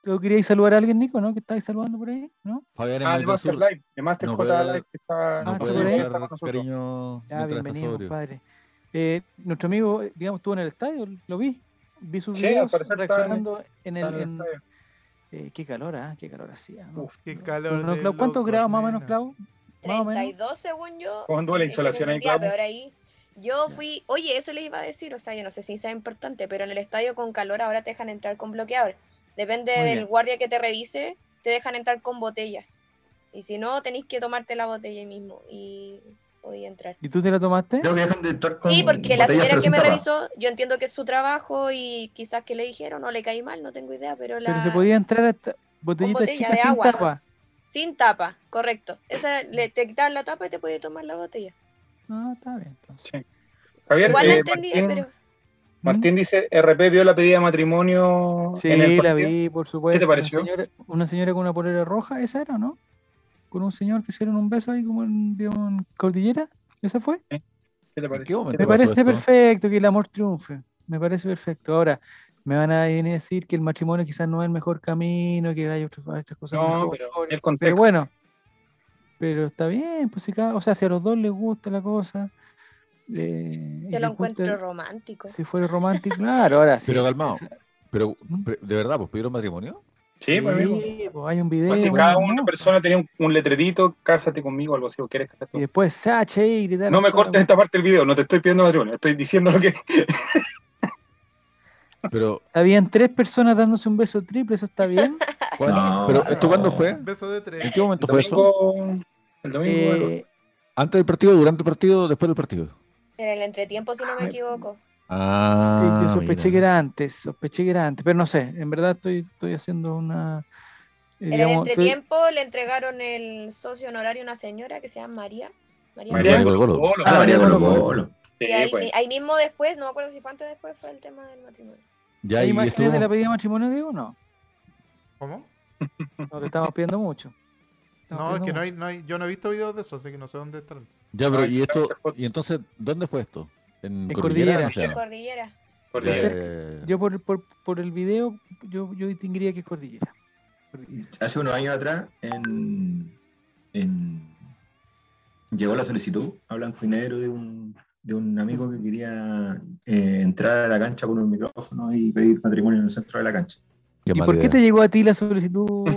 Speaker 1: tú querías saludar a alguien, Nico, no? Que estáis saludando por ahí, ¿no?
Speaker 6: Fabián es
Speaker 3: Ah,
Speaker 6: muy
Speaker 3: el
Speaker 6: del
Speaker 3: Master
Speaker 6: sur.
Speaker 3: Live, el Master
Speaker 6: No
Speaker 3: J
Speaker 6: puede-
Speaker 3: Live que está
Speaker 1: Ah,
Speaker 6: No
Speaker 1: tú
Speaker 6: puede
Speaker 1: eres.
Speaker 3: está
Speaker 6: dar
Speaker 3: con nosotros.
Speaker 6: cariño
Speaker 1: Ya,
Speaker 6: mientras está
Speaker 1: bienvenido,
Speaker 6: sobrio.
Speaker 1: compadre. Eh, nuestro amigo, eh, digamos, estuvo en el estadio, lo vi. Vi sus
Speaker 3: Sí, al
Speaker 1: videos
Speaker 3: parecer estaba en-
Speaker 1: reaccionando en
Speaker 3: Está
Speaker 1: el.
Speaker 3: en el
Speaker 1: en-
Speaker 3: estadio.
Speaker 1: eh, qué calor, ¿ah? Qué calor hacía. ¿no?
Speaker 4: Uf, qué
Speaker 1: No,
Speaker 4: calor
Speaker 1: no,
Speaker 4: de
Speaker 1: Clau, ¿Cuántos
Speaker 4: locos,
Speaker 1: grados más o menos,
Speaker 4: nena.
Speaker 1: Clau? Más o menos.
Speaker 5: 32 según yo.
Speaker 3: ¿Cómo anduvo la
Speaker 5: Es que
Speaker 3: insolación
Speaker 5: se
Speaker 3: ahí,
Speaker 5: sentía
Speaker 3: Clau?
Speaker 5: peor ahí. Yo fui, oye, eso les iba a decir, o sea, yo no sé si sea importante, pero en el estadio con calor ahora te dejan entrar con bloqueador. Depende
Speaker 1: Muy
Speaker 5: del
Speaker 1: bien.
Speaker 5: guardia que te revise, te dejan entrar con botellas. Y si no, tenéis que tomarte la botella ahí mismo y podía entrar.
Speaker 1: ¿Y tú te la tomaste?
Speaker 2: Creo que dejan de entrar con.
Speaker 5: Sí, porque la
Speaker 2: botellas, pero
Speaker 5: señora que
Speaker 2: sin
Speaker 5: me
Speaker 2: tapa.
Speaker 5: revisó, yo entiendo que es su trabajo y quizás que le dijeron o le caí mal, no tengo idea, pero la
Speaker 1: Pero se podía entrar hasta botellita
Speaker 5: botella
Speaker 1: chica
Speaker 5: de
Speaker 1: sin
Speaker 5: agua.
Speaker 1: tapa.
Speaker 5: sin tapa, correcto. Esa le te quitaban la tapa y te podías tomar la botella.
Speaker 1: Ah, está bien, entonces.
Speaker 3: Javier,
Speaker 5: Igual la
Speaker 3: eh,
Speaker 5: entendía,
Speaker 3: Martín,
Speaker 5: pero
Speaker 3: Martín dice, RP vio la pedida de matrimonio
Speaker 1: Sí,
Speaker 3: en el
Speaker 1: la
Speaker 3: partido?
Speaker 1: vi, por supuesto.
Speaker 3: pareció?
Speaker 1: Una señora, una señora con una polera roja, ¿esa era, no? Con un señor que hicieron un beso ahí como en, digamos, en cordillera, ¿esa fue?
Speaker 3: ¿Qué te
Speaker 6: ¿En
Speaker 3: parece?
Speaker 6: qué momento
Speaker 1: Me
Speaker 6: pasó
Speaker 1: parece
Speaker 6: esto?
Speaker 1: perfecto que el amor triunfe. Me parece perfecto. Ahora, me van a venir a decir que el matrimonio quizás no es el mejor camino, que hay otras, hay otras cosas
Speaker 3: No,
Speaker 1: mejores.
Speaker 3: pero en el
Speaker 1: Pero
Speaker 3: contexto.
Speaker 1: bueno, pero está bien, pues si cada- o sea, si a los dos les gusta la cosa. eh, y
Speaker 5: yo
Speaker 1: les gusta-
Speaker 5: lo encuentro romántico.
Speaker 1: Si fuera romántico, claro, ahora sí.
Speaker 6: Pero calmado. Pero,
Speaker 1: ¿Mm?
Speaker 6: pre- ¿de verdad? ¿Pues pidieron matrimonio?
Speaker 3: sí, pues, amigo.
Speaker 1: Sí, pues, hay un video.
Speaker 3: Pues si
Speaker 1: bueno,
Speaker 3: cada una
Speaker 1: no,
Speaker 3: persona tenía un, un letrerito, cásate conmigo, algo así, o quieres casarte
Speaker 1: Y
Speaker 3: conmigo.
Speaker 1: después Sache y gritar.
Speaker 3: No
Speaker 1: toda
Speaker 3: me
Speaker 1: la
Speaker 3: cortes esta parte del video, no te estoy pidiendo matrimonio, estoy diciendo lo que...
Speaker 6: Pero,
Speaker 1: Habían tres personas dándose un beso triple, eso está bien.
Speaker 6: ¿cuándo-
Speaker 2: No,
Speaker 6: pero ¿esto
Speaker 2: no.
Speaker 6: cuándo fue?
Speaker 4: Un beso de
Speaker 6: ¿En
Speaker 4: tres.
Speaker 6: qué momento
Speaker 3: El
Speaker 6: fue eso?
Speaker 3: domingo... El domingo... algo.
Speaker 1: Eh,
Speaker 6: ¿Antes del partido, durante el partido, después del partido?
Speaker 5: En el entretiempo, si no me
Speaker 1: Me-
Speaker 5: equivoco.
Speaker 1: sí,
Speaker 6: Ah,
Speaker 1: yo sospeché
Speaker 6: mira.
Speaker 1: que era antes, sospeché que era antes, pero no sé, en verdad estoy, estoy haciendo una. eh,
Speaker 5: En el
Speaker 1: digamos, estoy-
Speaker 5: entretiempo le entregaron el socio honorario a una señora que se llama María. María.
Speaker 6: María
Speaker 3: María
Speaker 6: de Colo Colo.
Speaker 3: Colo.
Speaker 2: Ah, María
Speaker 1: Colo
Speaker 2: Colo
Speaker 1: Colo.
Speaker 2: Colo.
Speaker 3: Oh, Sí,
Speaker 5: Y ahí,
Speaker 3: pues.
Speaker 5: ahí mismo después, no me acuerdo si fue antes o después, fue el tema del matrimonio.
Speaker 6: Ya
Speaker 1: ¿Hay
Speaker 6: y
Speaker 1: imágenes
Speaker 6: estuvo-
Speaker 1: de la pedida de matrimonio, Diego? No,
Speaker 4: ¿Cómo?
Speaker 1: no te estamos pidiendo mucho. Te estamos
Speaker 4: No, es
Speaker 1: pidiendo
Speaker 4: que
Speaker 1: mucho.
Speaker 4: no hay, no hay, yo no he visto videos de eso, así que no sé dónde están.
Speaker 6: Ya, pero
Speaker 3: Ah,
Speaker 6: y
Speaker 3: sí,
Speaker 6: esto,
Speaker 3: estas fotos.
Speaker 6: y entonces, ¿dónde fue esto? En,
Speaker 1: En
Speaker 6: Cordillera,
Speaker 1: Cordillera.
Speaker 6: no sé.
Speaker 5: Cordillera.
Speaker 3: Cordillera.
Speaker 6: Eh,
Speaker 1: Yo por, por, por el video, yo, yo distinguiría que es cordillera. Cordillera.
Speaker 2: Hace unos años atrás, en, en- llegó la solicitud a blanco y negro de un, de un amigo que quería eh, entrar a la cancha con un micrófono y pedir matrimonio en el centro de la cancha.
Speaker 6: qué
Speaker 1: ¿Y
Speaker 6: mala
Speaker 1: por qué
Speaker 6: idea.
Speaker 1: te llegó a ti la solicitud?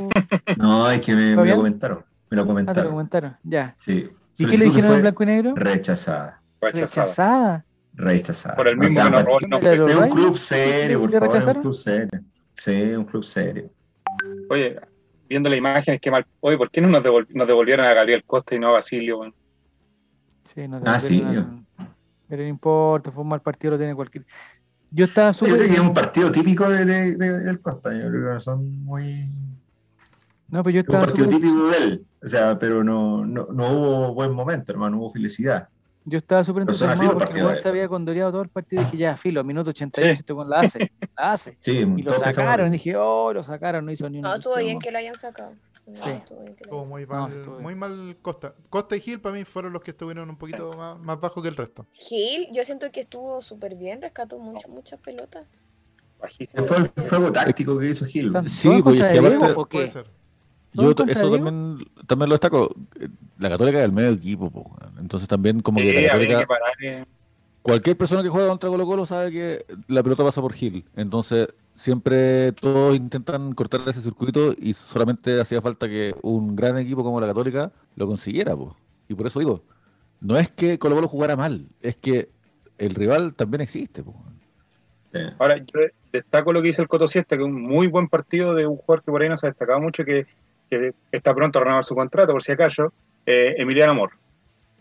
Speaker 2: No, es que me, me
Speaker 1: ¿Fabián?
Speaker 2: lo comentaron. Me lo
Speaker 1: Ah, te lo
Speaker 2: comentaron.
Speaker 1: comentaron, ya.
Speaker 2: Sí.
Speaker 1: ¿Y qué le
Speaker 2: Solicitud que
Speaker 1: dijeron
Speaker 2: fue
Speaker 1: en blanco y negro?
Speaker 2: Rechazada.
Speaker 3: Rechazada.
Speaker 1: Rechazada.
Speaker 2: Rechazada.
Speaker 3: Por el
Speaker 2: No
Speaker 3: mismo que
Speaker 2: estaba-
Speaker 3: nos robó el nombre.
Speaker 1: Claro.
Speaker 2: Es un
Speaker 1: Rayos.
Speaker 2: club serio, por
Speaker 1: ¿Le
Speaker 2: favor. Es un
Speaker 1: rechazaron?
Speaker 2: club serio. Sí, un club serio.
Speaker 3: Oye, viendo las imágenes, qué mal. Oye, ¿por qué no nos, devol- nos devolvieron a Gabriel Costa y no a Basilio? weón?
Speaker 1: Sí, no
Speaker 2: Ah, sí,
Speaker 1: devolvieron. Pero no importa, fue un mal partido, lo tiene cualquier. Yo estaba
Speaker 2: Yo creo
Speaker 1: súper.
Speaker 2: que es un partido típico de, de- de- del Costa. Yo creo que no son muy.
Speaker 1: No, pero yo
Speaker 2: un
Speaker 1: estaba
Speaker 2: partido
Speaker 1: súper-
Speaker 2: típico de él. O sea, pero no, no, no hubo buen momento, hermano, no hubo felicidad.
Speaker 1: yo estaba súper
Speaker 2: Pero son así
Speaker 1: entusiasmado
Speaker 2: los
Speaker 1: porque el
Speaker 2: partidos,
Speaker 1: weón se
Speaker 2: eh.
Speaker 1: había condoreado todo el partido y dije, ya, filo, minuto 88,
Speaker 3: Sí.
Speaker 1: este weón la hace, la hace.
Speaker 2: Sí,
Speaker 1: Y lo
Speaker 2: todos pensamos-
Speaker 1: sacaron, y dije, oh, lo sacaron, no hizo ni un
Speaker 5: No, estuvo bien
Speaker 1: touchdown.
Speaker 5: que lo hayan sacado. No,
Speaker 1: Sí.
Speaker 5: estuvo bien que lo
Speaker 4: Estuvo muy
Speaker 5: hayan sacado.
Speaker 4: mal,
Speaker 1: estuvo bien.
Speaker 4: muy mal Costa. Costa y Gil para mí fueron los que estuvieron un poquito más, más bajos que el resto.
Speaker 5: Gil, yo siento que estuvo súper bien, rescató mucho, muchas pelotas.
Speaker 3: Bajísimo.
Speaker 2: Fue el juego táctico que hizo Gil. Ah,
Speaker 1: Están
Speaker 6: Sí,
Speaker 1: todos
Speaker 6: pues,
Speaker 1: contra
Speaker 6: es que
Speaker 1: Diego,
Speaker 6: aparte-
Speaker 1: ¿o qué?
Speaker 4: Puede ser.
Speaker 1: ¿Todo
Speaker 6: Yo t- eso
Speaker 1: contrario?
Speaker 6: también, también lo destaco. Eh, La Católica es el medio equipo, po, weón. entonces también como que
Speaker 3: Sí,
Speaker 6: la
Speaker 3: habría
Speaker 6: Católica,
Speaker 3: que parar, eh.
Speaker 6: cualquier persona que juega contra Colo Colo sabe que la pelota pasa por Gil, entonces siempre todos intentan cortar ese circuito y solamente hacía falta que un gran equipo como la Católica lo consiguiera, po. y por eso digo, no es que Colo Colo jugara mal, es que el rival también existe. po.
Speaker 2: Eh,
Speaker 3: Ahora, yo destaco lo que dice el Coto Siesta, que es un muy buen partido de un jugador que por ahí no se ha destacado mucho, que, que está pronto a renovar su contrato, por si acaso, eh, Emiliano Amor.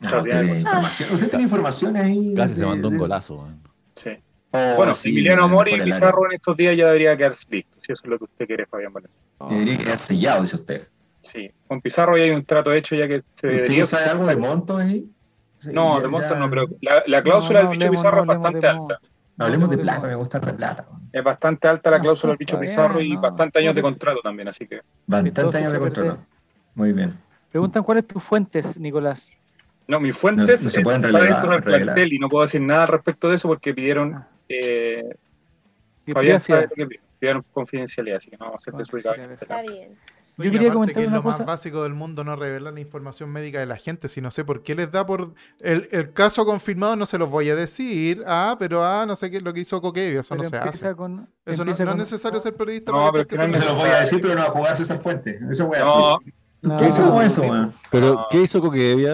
Speaker 2: ah, usted tiene información, usted
Speaker 1: Ah.
Speaker 2: tiene información ahí.
Speaker 6: Casi se
Speaker 2: de-
Speaker 6: mandó un
Speaker 2: de-
Speaker 6: golazo. weón.
Speaker 3: Sí.
Speaker 2: Oh,
Speaker 3: Bueno,
Speaker 2: sí,
Speaker 3: Emiliano
Speaker 2: bueno,
Speaker 3: Amor y
Speaker 2: fuera del área.
Speaker 3: Pizarro en estos días ya debería quedarse listo, si eso es lo que usted quiere, Fabián Valenzuela.
Speaker 2: Debería quedar sellado, dice usted.
Speaker 3: Sí, con Pizarro ya hay un trato hecho ya que se debería...
Speaker 2: ¿Usted sabe algo de monto ahí? Sí,
Speaker 3: No,
Speaker 2: ya-
Speaker 3: de Monta
Speaker 2: ya-
Speaker 3: no, pero la, la cláusula
Speaker 1: No, no
Speaker 3: del bicho
Speaker 1: hablemos,
Speaker 3: Pizarro
Speaker 1: no
Speaker 3: es
Speaker 1: hablemos de
Speaker 3: bastante alta.
Speaker 2: No, hablemos de
Speaker 1: No,
Speaker 2: plata, me gusta la plata. weón.
Speaker 3: Es bastante alta la
Speaker 1: No,
Speaker 3: cláusula del bicho
Speaker 1: Fabián,
Speaker 3: Pizarro y
Speaker 1: no.
Speaker 3: bastante años de
Speaker 1: Puta.
Speaker 3: contrato también, así que...
Speaker 2: Bastante
Speaker 1: Entonces,
Speaker 2: años de
Speaker 1: se pierde.
Speaker 2: contrato. Muy bien.
Speaker 1: Preguntan cuáles tus fuentes, Nicolás.
Speaker 3: No, mis fuentes
Speaker 2: No, no se
Speaker 3: es-
Speaker 2: pueden
Speaker 3: está
Speaker 2: relevar,
Speaker 3: dentro del
Speaker 2: revelar.
Speaker 3: plantel y no puedo decir nada al respecto de eso porque
Speaker 1: Ah.
Speaker 3: pidieron... eh, Fabián
Speaker 4: ah,
Speaker 3: sabe
Speaker 1: Gracias.
Speaker 3: lo que pide. Pidieron confidencialidad, así que no vamos a ser desubicados.
Speaker 5: Está bien.
Speaker 1: Yo quería
Speaker 4: aparte
Speaker 1: comentar
Speaker 4: que es
Speaker 1: una
Speaker 4: lo
Speaker 1: cosa.
Speaker 4: más básico del mundo no revelar la información médica de la gente, si no sé por qué les da por el, el caso confirmado no se los voy a decir, ah, pero ah, no sé qué lo que hizo Coquevia, eso no se hace. Eso no, no es necesario ser periodista
Speaker 3: No,
Speaker 4: para
Speaker 3: pero
Speaker 4: cachar
Speaker 3: que no
Speaker 4: que
Speaker 2: Se
Speaker 3: es
Speaker 4: son-
Speaker 2: los voy a decir, pero no va a jugarse esa fuente. Eso voy a
Speaker 3: No,
Speaker 2: decir. ¿Qué
Speaker 1: No.
Speaker 2: hizo con eso, weón?
Speaker 6: Pero,
Speaker 3: Ah.
Speaker 6: ¿qué hizo Coquedevia?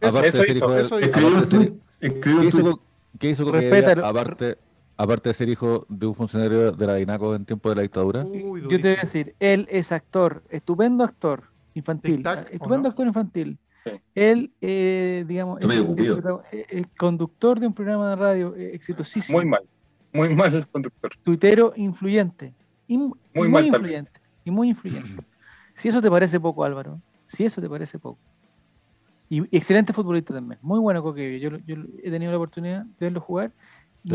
Speaker 4: Eso-
Speaker 6: Aparte
Speaker 3: eso
Speaker 6: de ser
Speaker 3: hizo,
Speaker 6: hijo de-
Speaker 4: eso hizo.
Speaker 2: Escribió un
Speaker 6: aparte de ser-
Speaker 2: tuit. Escribió
Speaker 6: ¿Qué
Speaker 2: un
Speaker 6: hizo,
Speaker 2: tuit.
Speaker 6: con- qué hizo con
Speaker 1: Respeta-
Speaker 6: Heredia, aparte, aparte de ser hijo de un funcionario de la DINACO en tiempo de la dictadura?
Speaker 4: Uy,
Speaker 1: Yo te voy
Speaker 4: durísimo.
Speaker 1: a decir, él es actor, estupendo actor infantil,
Speaker 4: Tic-tac, ¿o
Speaker 1: estupendo
Speaker 4: no?
Speaker 1: actor infantil.
Speaker 3: Sí.
Speaker 1: Él, eh, digamos,
Speaker 2: Está
Speaker 1: es,
Speaker 2: medio
Speaker 1: es-
Speaker 2: cupido.
Speaker 1: es- es conductor de un programa de radio eh, exitosísimo,
Speaker 3: muy mal. Muy mal el conductor.
Speaker 1: tuitero influyente, y mu- muy,
Speaker 3: Muy mal también.
Speaker 1: influyente, y muy influyente. Si eso te parece poco, Álvaro, si eso te parece poco. Y excelente futbolista también, muy bueno Coquevio. Yo, lo- yo lo- he tenido la oportunidad de verlo jugar.
Speaker 6: ¿De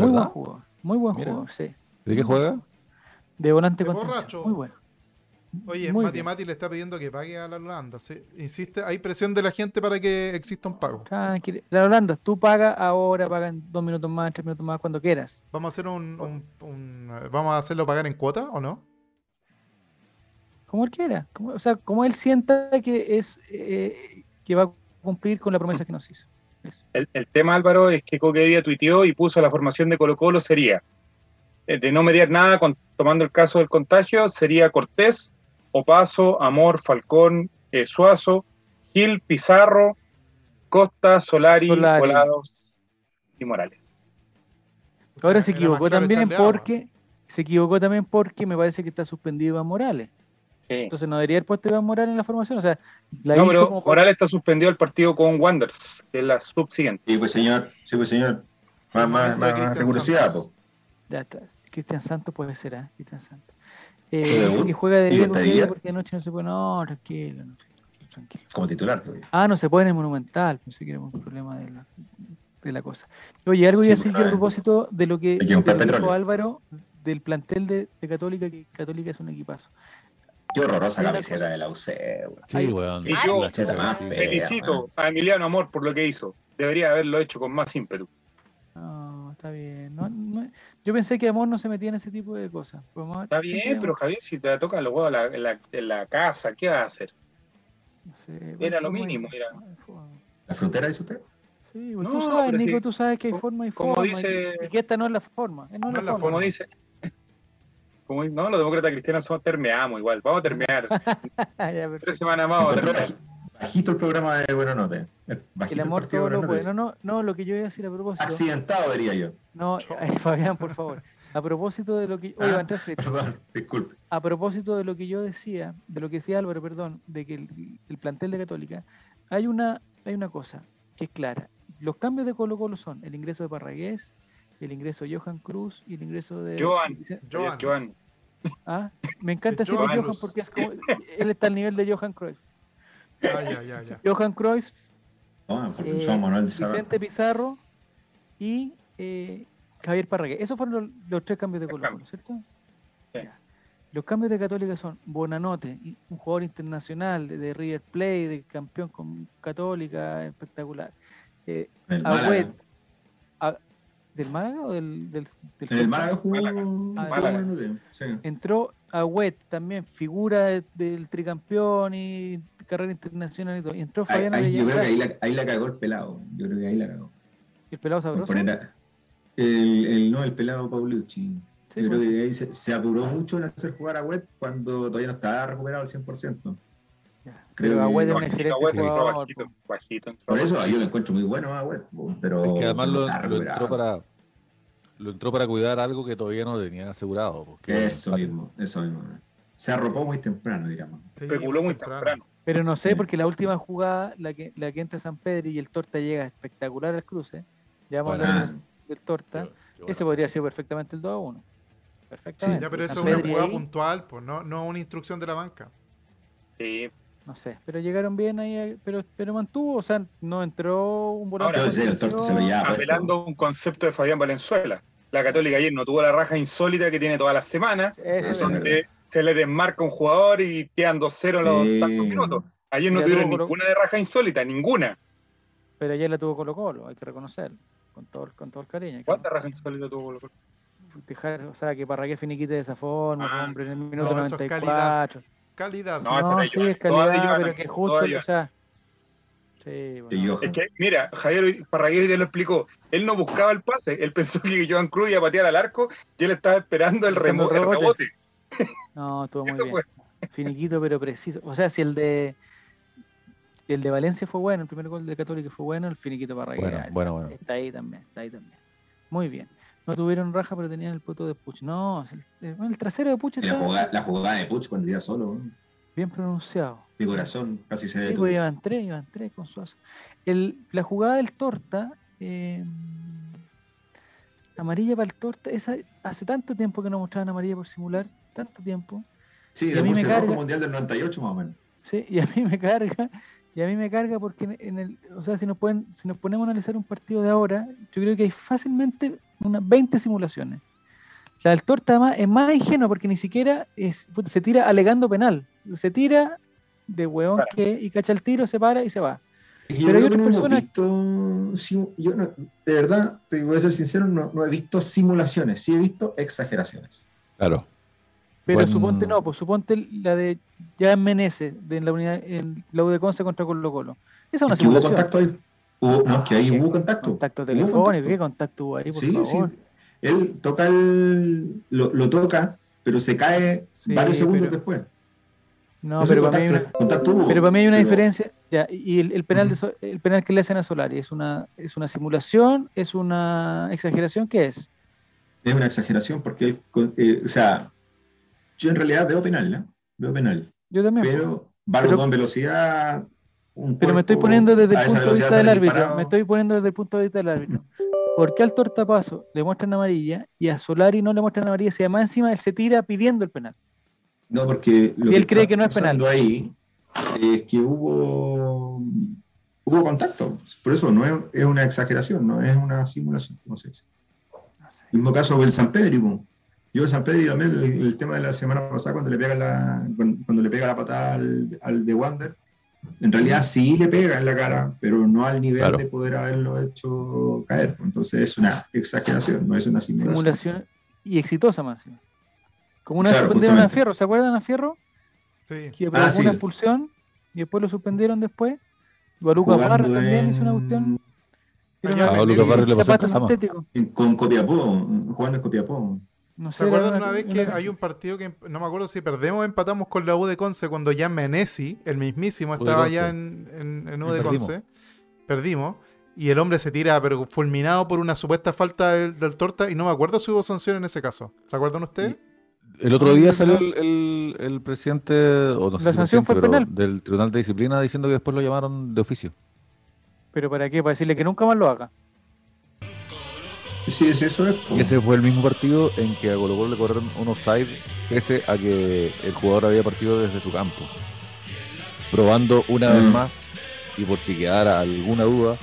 Speaker 1: Muy buen
Speaker 6: verdad?
Speaker 1: jugador, muy buen
Speaker 6: Mira.
Speaker 1: jugador, sí.
Speaker 6: ¿De qué juega?
Speaker 1: De volante
Speaker 4: De
Speaker 1: contención,
Speaker 4: borracho.
Speaker 1: muy bueno.
Speaker 4: Oye,
Speaker 1: Muy
Speaker 4: Mati
Speaker 1: bien.
Speaker 4: Mati le está pidiendo que pague a la Holanda. ¿sí? Insiste, hay presión de la gente para que exista un pago.
Speaker 1: Tranquilo. La Holanda, tú pagas ahora, pagan dos minutos más, tres minutos más, cuando quieras.
Speaker 4: Vamos a hacer un, un- un- vamos a hacerlo pagar en cuota o no?
Speaker 1: Como él quiera. Como, o sea, como él sienta que es eh, que va a cumplir con la promesa que nos hizo. Eso.
Speaker 3: El, el tema, Álvaro, es que Coquevia tuiteó y puso la formación de Colo Colo sería, eh, de no mediar nada, con- tomando el caso del contagio, sería Cortés, Opaso, Amor, Falcón, eh, Suazo, Gil, Pizarro, Costa, Solari,
Speaker 1: Solari.
Speaker 3: Volados y Morales.
Speaker 4: O sea,
Speaker 1: Ahora se
Speaker 4: era más
Speaker 1: equivocó
Speaker 4: claro
Speaker 1: también
Speaker 4: echarle agua.
Speaker 1: porque se equivocó también porque me parece que está suspendido Iván Morales.
Speaker 3: Sí.
Speaker 1: Entonces no debería haber puesto Iván Morales en la formación. O sea, la
Speaker 3: No,
Speaker 1: hizo
Speaker 3: pero
Speaker 1: como para-
Speaker 3: Morales está suspendido el partido con Wanderers, que es la subsiguiente.
Speaker 2: Sí, pues señor. Sí, pues señor. Más, más, más, más rigurosidad, po.
Speaker 1: Ya está. Cristian Santos puede ser, ¿ah? Cristian Santos. Eh,
Speaker 2: Sí,
Speaker 1: dice
Speaker 2: un-
Speaker 1: que juega de
Speaker 2: y
Speaker 1: día
Speaker 2: hasta
Speaker 1: con día
Speaker 2: día.
Speaker 1: porque anoche no se puede. No, tranquilo, no, tranquilo, tranquilo.
Speaker 2: Como titular, creo yo.
Speaker 1: Ah, no se puede en el Monumental. Pensé que era un problema de la, de la cosa. Oye, algo
Speaker 2: Sí,
Speaker 1: iba a decir
Speaker 2: bueno,
Speaker 1: yo a
Speaker 2: eh,
Speaker 1: propósito de lo que,
Speaker 2: hay que buscar
Speaker 1: de lo que dijo
Speaker 2: petróleo.
Speaker 1: Álvaro del plantel de, de Católica, que Católica es un equipazo.
Speaker 2: Qué horrorosa
Speaker 1: Hay una
Speaker 2: camiseta de la UC, weón.
Speaker 6: Sí,
Speaker 1: Ahí-
Speaker 6: weón.
Speaker 3: Y yo-
Speaker 6: La chucha,
Speaker 2: más
Speaker 6: sí.
Speaker 2: fea.
Speaker 3: Felicito a Emiliano Amor por lo que hizo. Debería haberlo hecho con más ímpetu.
Speaker 1: No, está bien. No, no- yo pensé que Amor no se metía en ese tipo de cosas. Pero Amor
Speaker 3: Está
Speaker 1: siempre
Speaker 3: bien, pero
Speaker 1: Amor,
Speaker 3: Javier, si te toca los huevos en la, en la- en la casa, ¿qué vas a hacer?
Speaker 1: no sé, bueno,
Speaker 3: era lo
Speaker 1: forma y
Speaker 3: mínimo, era-
Speaker 1: forma.
Speaker 2: ¿La frutera, dice usted?
Speaker 1: Sí, pues,
Speaker 3: No,
Speaker 1: tú sabes,
Speaker 3: pero
Speaker 1: Nico,
Speaker 3: sí.
Speaker 1: tú sabes que hay
Speaker 3: Co-
Speaker 1: forma y
Speaker 3: como
Speaker 1: forma. y-
Speaker 3: dice-
Speaker 1: Y que esta no es la forma. No es la forma.
Speaker 3: Como dice. Como, dice- no, los demócratas cristianos somos termeamos igual. Vamos a termear.
Speaker 1: Ya, perfecto.
Speaker 3: Tres semanas más vamos a
Speaker 2: Encontró
Speaker 3: termear.
Speaker 2: baji- bajito el programa de Buena Nota.
Speaker 1: El
Speaker 2: Bajito el
Speaker 1: amor
Speaker 2: partido
Speaker 1: todo
Speaker 2: de
Speaker 1: lo
Speaker 2: Buena
Speaker 1: puede. No,
Speaker 2: Nota.
Speaker 1: no, no, lo que yo iba a decir a
Speaker 2: Ah,
Speaker 1: propósito.
Speaker 2: Accidentado, diría yo.
Speaker 1: No, eh, Fabián, por favor. A propósito de lo que. Oye,
Speaker 2: Ah.
Speaker 1: Van Treffet,
Speaker 2: Perdón, disculpe.
Speaker 1: a propósito de lo que yo decía, de lo que decía Álvaro, perdón, de que el, el plantel de Católica, hay una, hay una cosa que es clara. Los cambios de Colo Colo son el ingreso de Parragués, el ingreso de Johan Cruz y el ingreso de.
Speaker 3: Johan.
Speaker 4: Johan.
Speaker 3: Joan,
Speaker 1: Ah, me encanta
Speaker 4: De
Speaker 1: decirle
Speaker 4: Johan
Speaker 1: Johan
Speaker 4: Cruz.
Speaker 1: porque es como, él está al nivel de Johan Cruyff.
Speaker 4: Ah, ya, ya, ya.
Speaker 1: Johan Cruyff
Speaker 2: No, porque
Speaker 1: Eh,
Speaker 2: somos Manuel de Sarra.
Speaker 1: Vicente Pizarro y eh, Javier Parragués. Esos fueron los, los tres cambios de
Speaker 3: Los
Speaker 1: Colo Colo,
Speaker 3: cambios.
Speaker 1: ¿cierto?
Speaker 3: Sí.
Speaker 1: Ya. Los cambios de Católica son Bonanote, y- un jugador internacional de, de River Plate, de campeón con Católica, espectacular. Eh,
Speaker 2: El Málaga.
Speaker 1: Agüed, a- ¿Del Málaga o del, del, del
Speaker 2: En el
Speaker 1: Celta?
Speaker 2: Málaga jugó.
Speaker 3: Málaga.
Speaker 2: jugó
Speaker 1: Málaga.
Speaker 2: Buenanote, sí.
Speaker 1: Entró Agüet también, figura de- del tricampeón y carrera internacional y todo. Y entró
Speaker 2: Ahí-
Speaker 1: Fabián
Speaker 2: ahí- yo creo
Speaker 1: Avellaneda,
Speaker 2: que ahí la, ahí la cagó el pelado. Yo creo que ahí la cagó.
Speaker 1: el pelado
Speaker 2: Por
Speaker 1: sabroso.
Speaker 2: poner a- el, el- no, el pelado Paulucci.
Speaker 1: Sí,
Speaker 2: yo creo
Speaker 1: pues.
Speaker 2: que ahí se, se apuró mucho en hacer jugar a Web cuando todavía no estaba recuperado al 100%. creo
Speaker 1: Pero
Speaker 2: que-
Speaker 1: Agüet es un
Speaker 2: Bajito,
Speaker 1: excelente
Speaker 3: Agüed entró
Speaker 1: este jugador.
Speaker 3: bajito,
Speaker 1: po.
Speaker 3: bajito, entró
Speaker 2: Por eso
Speaker 3: bajito.
Speaker 2: yo lo encuentro muy bueno a Web, pero
Speaker 6: Es que además
Speaker 2: no
Speaker 6: lo,
Speaker 2: está
Speaker 6: lo entró
Speaker 2: recuperado.
Speaker 6: para lo entró para cuidar algo que todavía no tenía asegurado. Porque
Speaker 2: Eso mismo, eso mismo. Se arropó muy temprano, digamos.
Speaker 4: Sí,
Speaker 3: Especuló muy temprano.
Speaker 1: Pero no sé,
Speaker 2: Sí.
Speaker 1: porque la última jugada, la que, la que entra San Pedro y el Torta llega espectacular al cruce. Ya vamos a hablar
Speaker 2: Ah,
Speaker 1: del Torta.
Speaker 6: Qué
Speaker 1: Ese
Speaker 6: bueno.
Speaker 1: podría ser perfectamente el 2 a 1. Perfectamente.
Speaker 4: Ya, pero
Speaker 1: Y
Speaker 4: eso es
Speaker 1: San
Speaker 4: una
Speaker 1: Pedri
Speaker 4: jugada
Speaker 1: ahí,
Speaker 4: puntual, pues, no, no una instrucción de la banca.
Speaker 3: Sí,
Speaker 1: No sé, pero llegaron bien ahí, eh, pero, pero mantuvo, o sea, no entró un volante.
Speaker 3: Ahora,
Speaker 1: de
Speaker 2: yo sé, el Torta se
Speaker 1: contención.
Speaker 2: veía puesto.
Speaker 3: apelando a un concepto de Fabián Valenzuela. La Católica ayer no tuvo la raja insólita que tiene toda la semana,
Speaker 1: Eso,
Speaker 2: Eso es
Speaker 1: es
Speaker 2: verdad.
Speaker 3: donde se le desmarca un jugador y quedan 2-0 a los
Speaker 2: Sí.
Speaker 3: tantos minutos. Ayer no
Speaker 1: Mira,
Speaker 3: tuvieron
Speaker 1: tuvo Colo-
Speaker 3: ninguna de raja insólita, ninguna.
Speaker 1: pero ayer la tuvo Colo Colo, hay que reconocerlo, con todo, el- con todo el cariño.
Speaker 3: ¿Cuánta raja insólita tuvo Colo Colo?
Speaker 1: Dejar, o sea, que Parragués finiquite de esa forma,
Speaker 3: Ah,
Speaker 1: hombre, en el minuto
Speaker 4: no, eso es calidad.
Speaker 1: 94.
Speaker 4: Calidad.
Speaker 3: No, esa
Speaker 1: No,
Speaker 3: era
Speaker 1: sí,
Speaker 3: Joan,
Speaker 1: es
Speaker 3: todas de
Speaker 1: calidad,
Speaker 3: Joan,
Speaker 1: pero que
Speaker 3: todas
Speaker 1: justo,
Speaker 3: de
Speaker 1: o sea... Sí,
Speaker 2: Y
Speaker 1: bueno.
Speaker 2: yo,
Speaker 3: Es que, mira, Javier hoy- Parragués ya lo explicó. Él no buscaba el pase. Él pensó que Joan Cruz iba a patear al arco y él estaba esperando el,
Speaker 1: Buscando
Speaker 3: remo-
Speaker 1: el
Speaker 3: el
Speaker 1: rebote.
Speaker 3: rebote.
Speaker 1: No, estuvo muy
Speaker 3: Eso
Speaker 1: bien.
Speaker 3: fue.
Speaker 1: Finiquito, pero preciso. O sea, si el de... El de Valencia fue bueno, el primer gol de Católica fue bueno, el finiquito Parragués.
Speaker 6: Bueno, bueno, bueno.
Speaker 1: Está ahí también, está ahí también. Muy bien. No tuvieron raja, pero tenían el poto de Puch. No, el, el- bueno, el trasero de Puch
Speaker 2: la,
Speaker 1: está
Speaker 2: jugada, la jugada de Puch cuando iba solo, ¿no?
Speaker 1: bien pronunciado.
Speaker 2: mi corazón casi se
Speaker 1: Sí,
Speaker 2: detuvo.
Speaker 1: pues iban tres, iban tres con Suazo. El, la jugada del Torta, eh, amarilla para el Torta, esa hace tanto tiempo que no mostraban amarilla por simular, tanto tiempo.
Speaker 2: Sí,
Speaker 1: Y a mí
Speaker 2: después
Speaker 1: me
Speaker 2: del
Speaker 1: carga-
Speaker 2: Rojo Mundial del 98 más o menos.
Speaker 1: Sí, y a mí me carga, y a mí me carga porque en, en el, o sea, si nos pueden, si nos ponemos a analizar un partido de ahora, yo creo que hay fácilmente unas 20 simulaciones. La del Torta además es más ingenua porque ni siquiera es, puta, se tira alegando penal, se tira de hueón
Speaker 3: Claro.
Speaker 1: que y cacha el tiro, se para y se va.
Speaker 2: Yo
Speaker 1: Pero hay
Speaker 2: creo que
Speaker 1: otras
Speaker 2: no hemos
Speaker 1: personas-
Speaker 2: visto sim- yo no- de verdad, te voy a ser sincero, no, no he visto simulaciones, sí he visto exageraciones.
Speaker 6: Claro.
Speaker 1: Pero
Speaker 6: Buen-
Speaker 1: suponte no, pues suponte la de ya Meneses de la unidad en la U de Conce contra Colo Colo. Esa es una
Speaker 2: Es que hubo
Speaker 1: simulación.
Speaker 2: contacto ahí. Hubo- no, es que ahí
Speaker 1: Ah,
Speaker 2: hubo
Speaker 1: qué
Speaker 2: contacto.
Speaker 1: Contacto
Speaker 2: Hubo
Speaker 1: telefónico,
Speaker 2: contacto.
Speaker 1: ¿qué contacto hubo ahí, por
Speaker 2: Sí, sí.
Speaker 1: favor?
Speaker 2: Él toca el, lo, lo toca, pero se cae
Speaker 1: Sí,
Speaker 2: varios segundos
Speaker 1: pero-
Speaker 2: después.
Speaker 1: No,
Speaker 2: Eso
Speaker 1: pero
Speaker 2: es
Speaker 1: para mí hay una-
Speaker 2: contacto, contacto hubo,
Speaker 1: Pero para mí hay una
Speaker 2: pero-
Speaker 1: diferencia. ya, y el, el penal de Sol- el penal que le hacen a Solari es una, es una simulación, es una exageración, ¿qué es?
Speaker 2: Es una exageración porque él, con- eh, o sea, yo en realidad veo penal, ¿no? Veo penal.
Speaker 1: Yo también. Pero,
Speaker 2: Pero va
Speaker 1: Pero-
Speaker 2: con velocidad. un
Speaker 1: me estoy
Speaker 2: cuerpo
Speaker 1: poniendo desde
Speaker 2: a
Speaker 1: el
Speaker 2: esa
Speaker 1: punto de
Speaker 2: velocidad
Speaker 1: vista del
Speaker 2: sale
Speaker 1: árbitro.
Speaker 2: disparado.
Speaker 1: Me estoy poniendo desde el punto de vista del árbitro. ¿Por qué al tortapaso le muestran amarilla y a Solari no le muestran amarilla? Si además encima él se tira pidiendo el penal.
Speaker 2: No, porque lo
Speaker 1: Si él cree
Speaker 2: está
Speaker 1: que no es penal.
Speaker 2: pasando ahí es que hubo hubo contacto. Por eso no es, es una exageración, no es una simulación, como se dice.
Speaker 1: No sé.
Speaker 2: Mismo caso del San Pedro. po. Yo el San Pedro y también el, el tema de la semana pasada cuando le pega la, cuando, cuando le pega la patada al, al de Wander. En realidad sí le pega en la cara, pero no al nivel
Speaker 6: Claro.
Speaker 2: de poder haberlo hecho caer. Entonces es una exageración, no es una simulación.
Speaker 1: Simulación y exitosa más. encima. Como una
Speaker 2: Claro,
Speaker 1: suspendieron a
Speaker 2: justamente.
Speaker 1: Fierro, ¿se acuerdan a Fierro?
Speaker 4: Sí.
Speaker 1: Que
Speaker 2: Ah,
Speaker 1: provocó
Speaker 2: sí.
Speaker 1: una expulsión y después lo suspendieron después. Baruca
Speaker 2: Jugando
Speaker 1: Barra también hizo una
Speaker 2: en-
Speaker 1: cuestión. Pero
Speaker 4: Allá
Speaker 1: una-
Speaker 4: en
Speaker 6: Ah, Lucas Barrios le pasó
Speaker 1: zapato
Speaker 6: el Kazama.
Speaker 1: sintético.
Speaker 2: En- Con Copiapó, jugando en Copiapó.
Speaker 1: No
Speaker 4: ¿Se
Speaker 1: sé, era
Speaker 4: acuerdan una vez que
Speaker 1: una-
Speaker 4: hay un partido que no me acuerdo si perdemos o empatamos con la U de Conce cuando ya Menesi, el mismísimo,
Speaker 6: U de
Speaker 4: estaba
Speaker 6: Conce.
Speaker 4: ya en, en, en U
Speaker 6: Y
Speaker 4: de
Speaker 6: perdimos.
Speaker 4: Conce? Perdimos. Y el hombre se tira, pero fulminado por una supuesta falta del, del torta. Y no me acuerdo si hubo sanción en ese caso. ¿Se acuerdan ustedes?
Speaker 6: El otro día salió el, el- el presidente, o no sé
Speaker 1: La
Speaker 6: si
Speaker 1: sanción fue
Speaker 6: presidente, pero
Speaker 1: penal.
Speaker 6: del Tribunal de Disciplina diciendo que después lo llamaron de oficio.
Speaker 1: Pero para qué, para decirle que nunca más lo haga.
Speaker 2: Sí, es eso. Es,
Speaker 6: Y ese fue el mismo partido en que a Colo Colo le corrieron un offside, pese a que el jugador había partido desde su campo. Probando una vez
Speaker 2: Mm.
Speaker 6: más, y por si quedara alguna duda,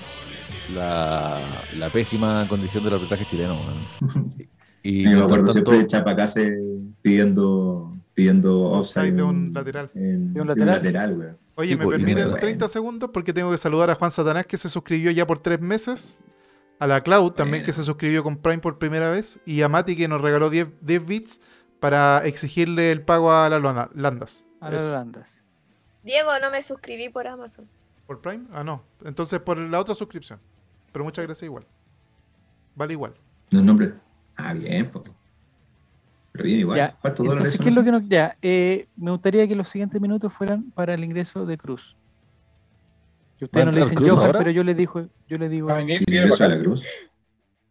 Speaker 6: la, la pésima condición del arbitraje chileno. weón. Y
Speaker 2: yo me
Speaker 6: por
Speaker 2: acuerdo
Speaker 6: tanto,
Speaker 2: siempre de Chapa Case pidiendo, pidiendo offside
Speaker 4: de un
Speaker 2: en-
Speaker 4: lateral.
Speaker 2: en-
Speaker 1: De un
Speaker 2: de un
Speaker 1: lateral.
Speaker 2: lateral, güey.
Speaker 4: Oye,
Speaker 6: Sí,
Speaker 4: ¿me
Speaker 6: pues, y
Speaker 4: permiten
Speaker 2: bueno.
Speaker 4: 30 segundos? Porque tengo que saludar a Juan Satanás que se suscribió ya por tres meses. A la Cloud también
Speaker 2: Buena.
Speaker 4: que se suscribió con Prime por primera vez. Y a Mati que nos regaló 10, 10 bits para exigirle el pago a la Lona- Landas.
Speaker 1: A las
Speaker 4: Eso.
Speaker 1: Landas.
Speaker 5: Diego, no me suscribí por Amazon.
Speaker 4: ¿Por Prime? Ah, no. Entonces por la otra suscripción. Pero muchas gracias igual. Vale igual.
Speaker 2: Los nombres. Ah, bien, pues. Pero bien, igual.
Speaker 1: Ya,
Speaker 2: ¿Cuántos dólares
Speaker 1: Entonces,
Speaker 2: son
Speaker 1: ¿qué es lo
Speaker 2: esos?
Speaker 1: que nos ya, eh, Me gustaría que los siguientes minutos fueran para el ingreso de Cruz. Que ustedes no
Speaker 6: ¿Va a
Speaker 1: le
Speaker 6: entrar
Speaker 1: dicen
Speaker 6: Cruz
Speaker 1: Johan,
Speaker 6: ahora? Ah,
Speaker 1: pero yo les digo, yo les digo
Speaker 3: Va a venir,
Speaker 2: ¿El
Speaker 3: viene
Speaker 2: ingreso
Speaker 3: para
Speaker 2: a
Speaker 3: acá.
Speaker 2: la cruz?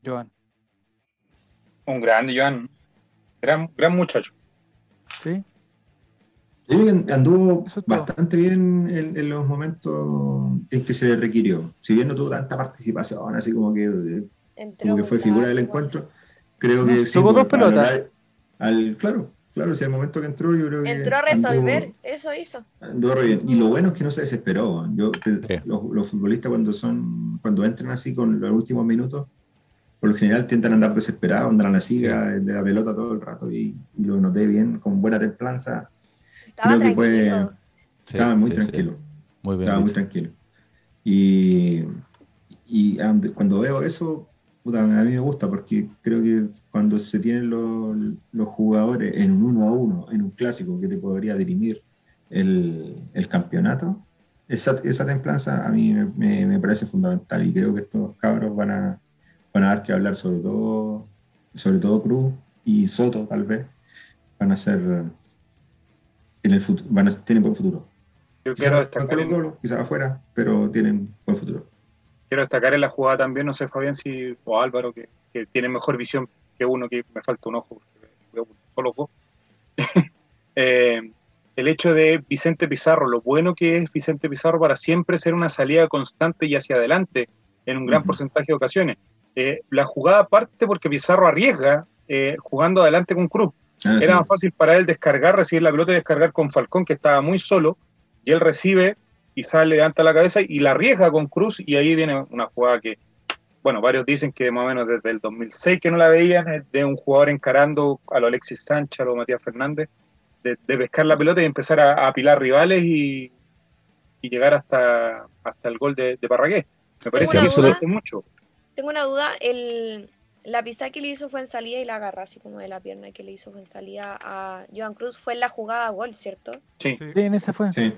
Speaker 1: Johan,
Speaker 3: Un grande, Joan. Gran, gran muchacho.
Speaker 1: ¿sí?
Speaker 2: Yo creo que anduvo
Speaker 1: Eso es todo.
Speaker 2: bastante bien en, en los momentos en que se le requirió. Si bien no tuvo tanta participación, así como que, eh,
Speaker 5: Entró
Speaker 2: como que fue
Speaker 5: muy
Speaker 2: figura del
Speaker 5: tarde,
Speaker 2: encuentro, creo que
Speaker 1: No,
Speaker 2: sí.
Speaker 1: tuvo
Speaker 2: pues,
Speaker 1: dos pelotas.
Speaker 2: al- al- claro, claro, si al momento que entró, yo creo
Speaker 5: bueno.
Speaker 2: que.
Speaker 5: Entró a resolver,
Speaker 2: anduvo-
Speaker 5: eso hizo.
Speaker 2: Anduvo re bien. Y lo bueno es que no se desesperó. weón. Yo, te-
Speaker 6: Sí.
Speaker 2: los, los futbolistas cuando son, cuando entran así con los últimos minutos, por lo general tientan a andar desesperados, andan a la siga de la pelota todo el rato. Y, y lo noté bien, con buena templanza.
Speaker 5: Estaba
Speaker 2: Creo que fue-
Speaker 5: tranquilo.
Speaker 6: Sí,
Speaker 2: estaba muy
Speaker 6: sí, sí.
Speaker 2: tranquilo.
Speaker 6: Muy bien.
Speaker 2: Estaba muy
Speaker 6: dicho.
Speaker 2: tranquilo. Y, y and- cuando veo eso, puta, a mí me gusta porque creo que cuando se tienen los, los jugadores en un uno a uno, en un clásico que te podría dirimir el, el campeonato, esa, esa templanza a mí me, me- me parece fundamental y creo que estos cabros van a, van a dar que hablar, sobre todo, sobre todo Cruz y Soto, tal vez, van a ser en el futuro, van a, tienen buen futuro.
Speaker 3: Yo
Speaker 2: Quizás
Speaker 3: quiero
Speaker 2: no en
Speaker 3: destacar, en,
Speaker 2: Colo-Colo, quizás afuera, pero tienen buen futuro.
Speaker 3: quiero destacar en la jugada también, no sé, Fabián, si, o Álvaro, que, que tiene mejor visión que uno, que me falta un ojo, porque veo solo ojo. Eh, el hecho de Vicente Pizarro, lo bueno que es Vicente Pizarro para siempre ser una salida constante y hacia adelante en un gran
Speaker 2: Ujú.
Speaker 3: porcentaje de ocasiones. Eh, la jugada parte porque Pizarro arriesga eh, jugando adelante con Cruz.
Speaker 2: Ah,
Speaker 3: Era
Speaker 2: sí.
Speaker 3: más fácil para él descargar, recibir la pelota y descargar con Falcón, que estaba muy solo, y él recibe, quizás levanta la cabeza y la arriesga con Cruz, y ahí viene una jugada que, bueno, varios dicen que más o menos desde el 2006 que no la veían, eh, de un jugador encarando a lo Alexis Sánchez, a lo Matías Fernández, de, de pescar la pelota y empezar a, a apilar rivales y, y llegar hasta, hasta el gol de, de Parragués. Me parece
Speaker 6: una
Speaker 3: que eso
Speaker 6: duda.
Speaker 3: lo hace mucho.
Speaker 5: Tengo una duda, el, la pisada que le hizo fue en salida y la agarra así como de la pierna que le hizo fue en salida a Joan Cruz fue en la jugada a gol, ¿cierto?
Speaker 3: Sí.
Speaker 1: Sí, en esa fue.
Speaker 2: Sí.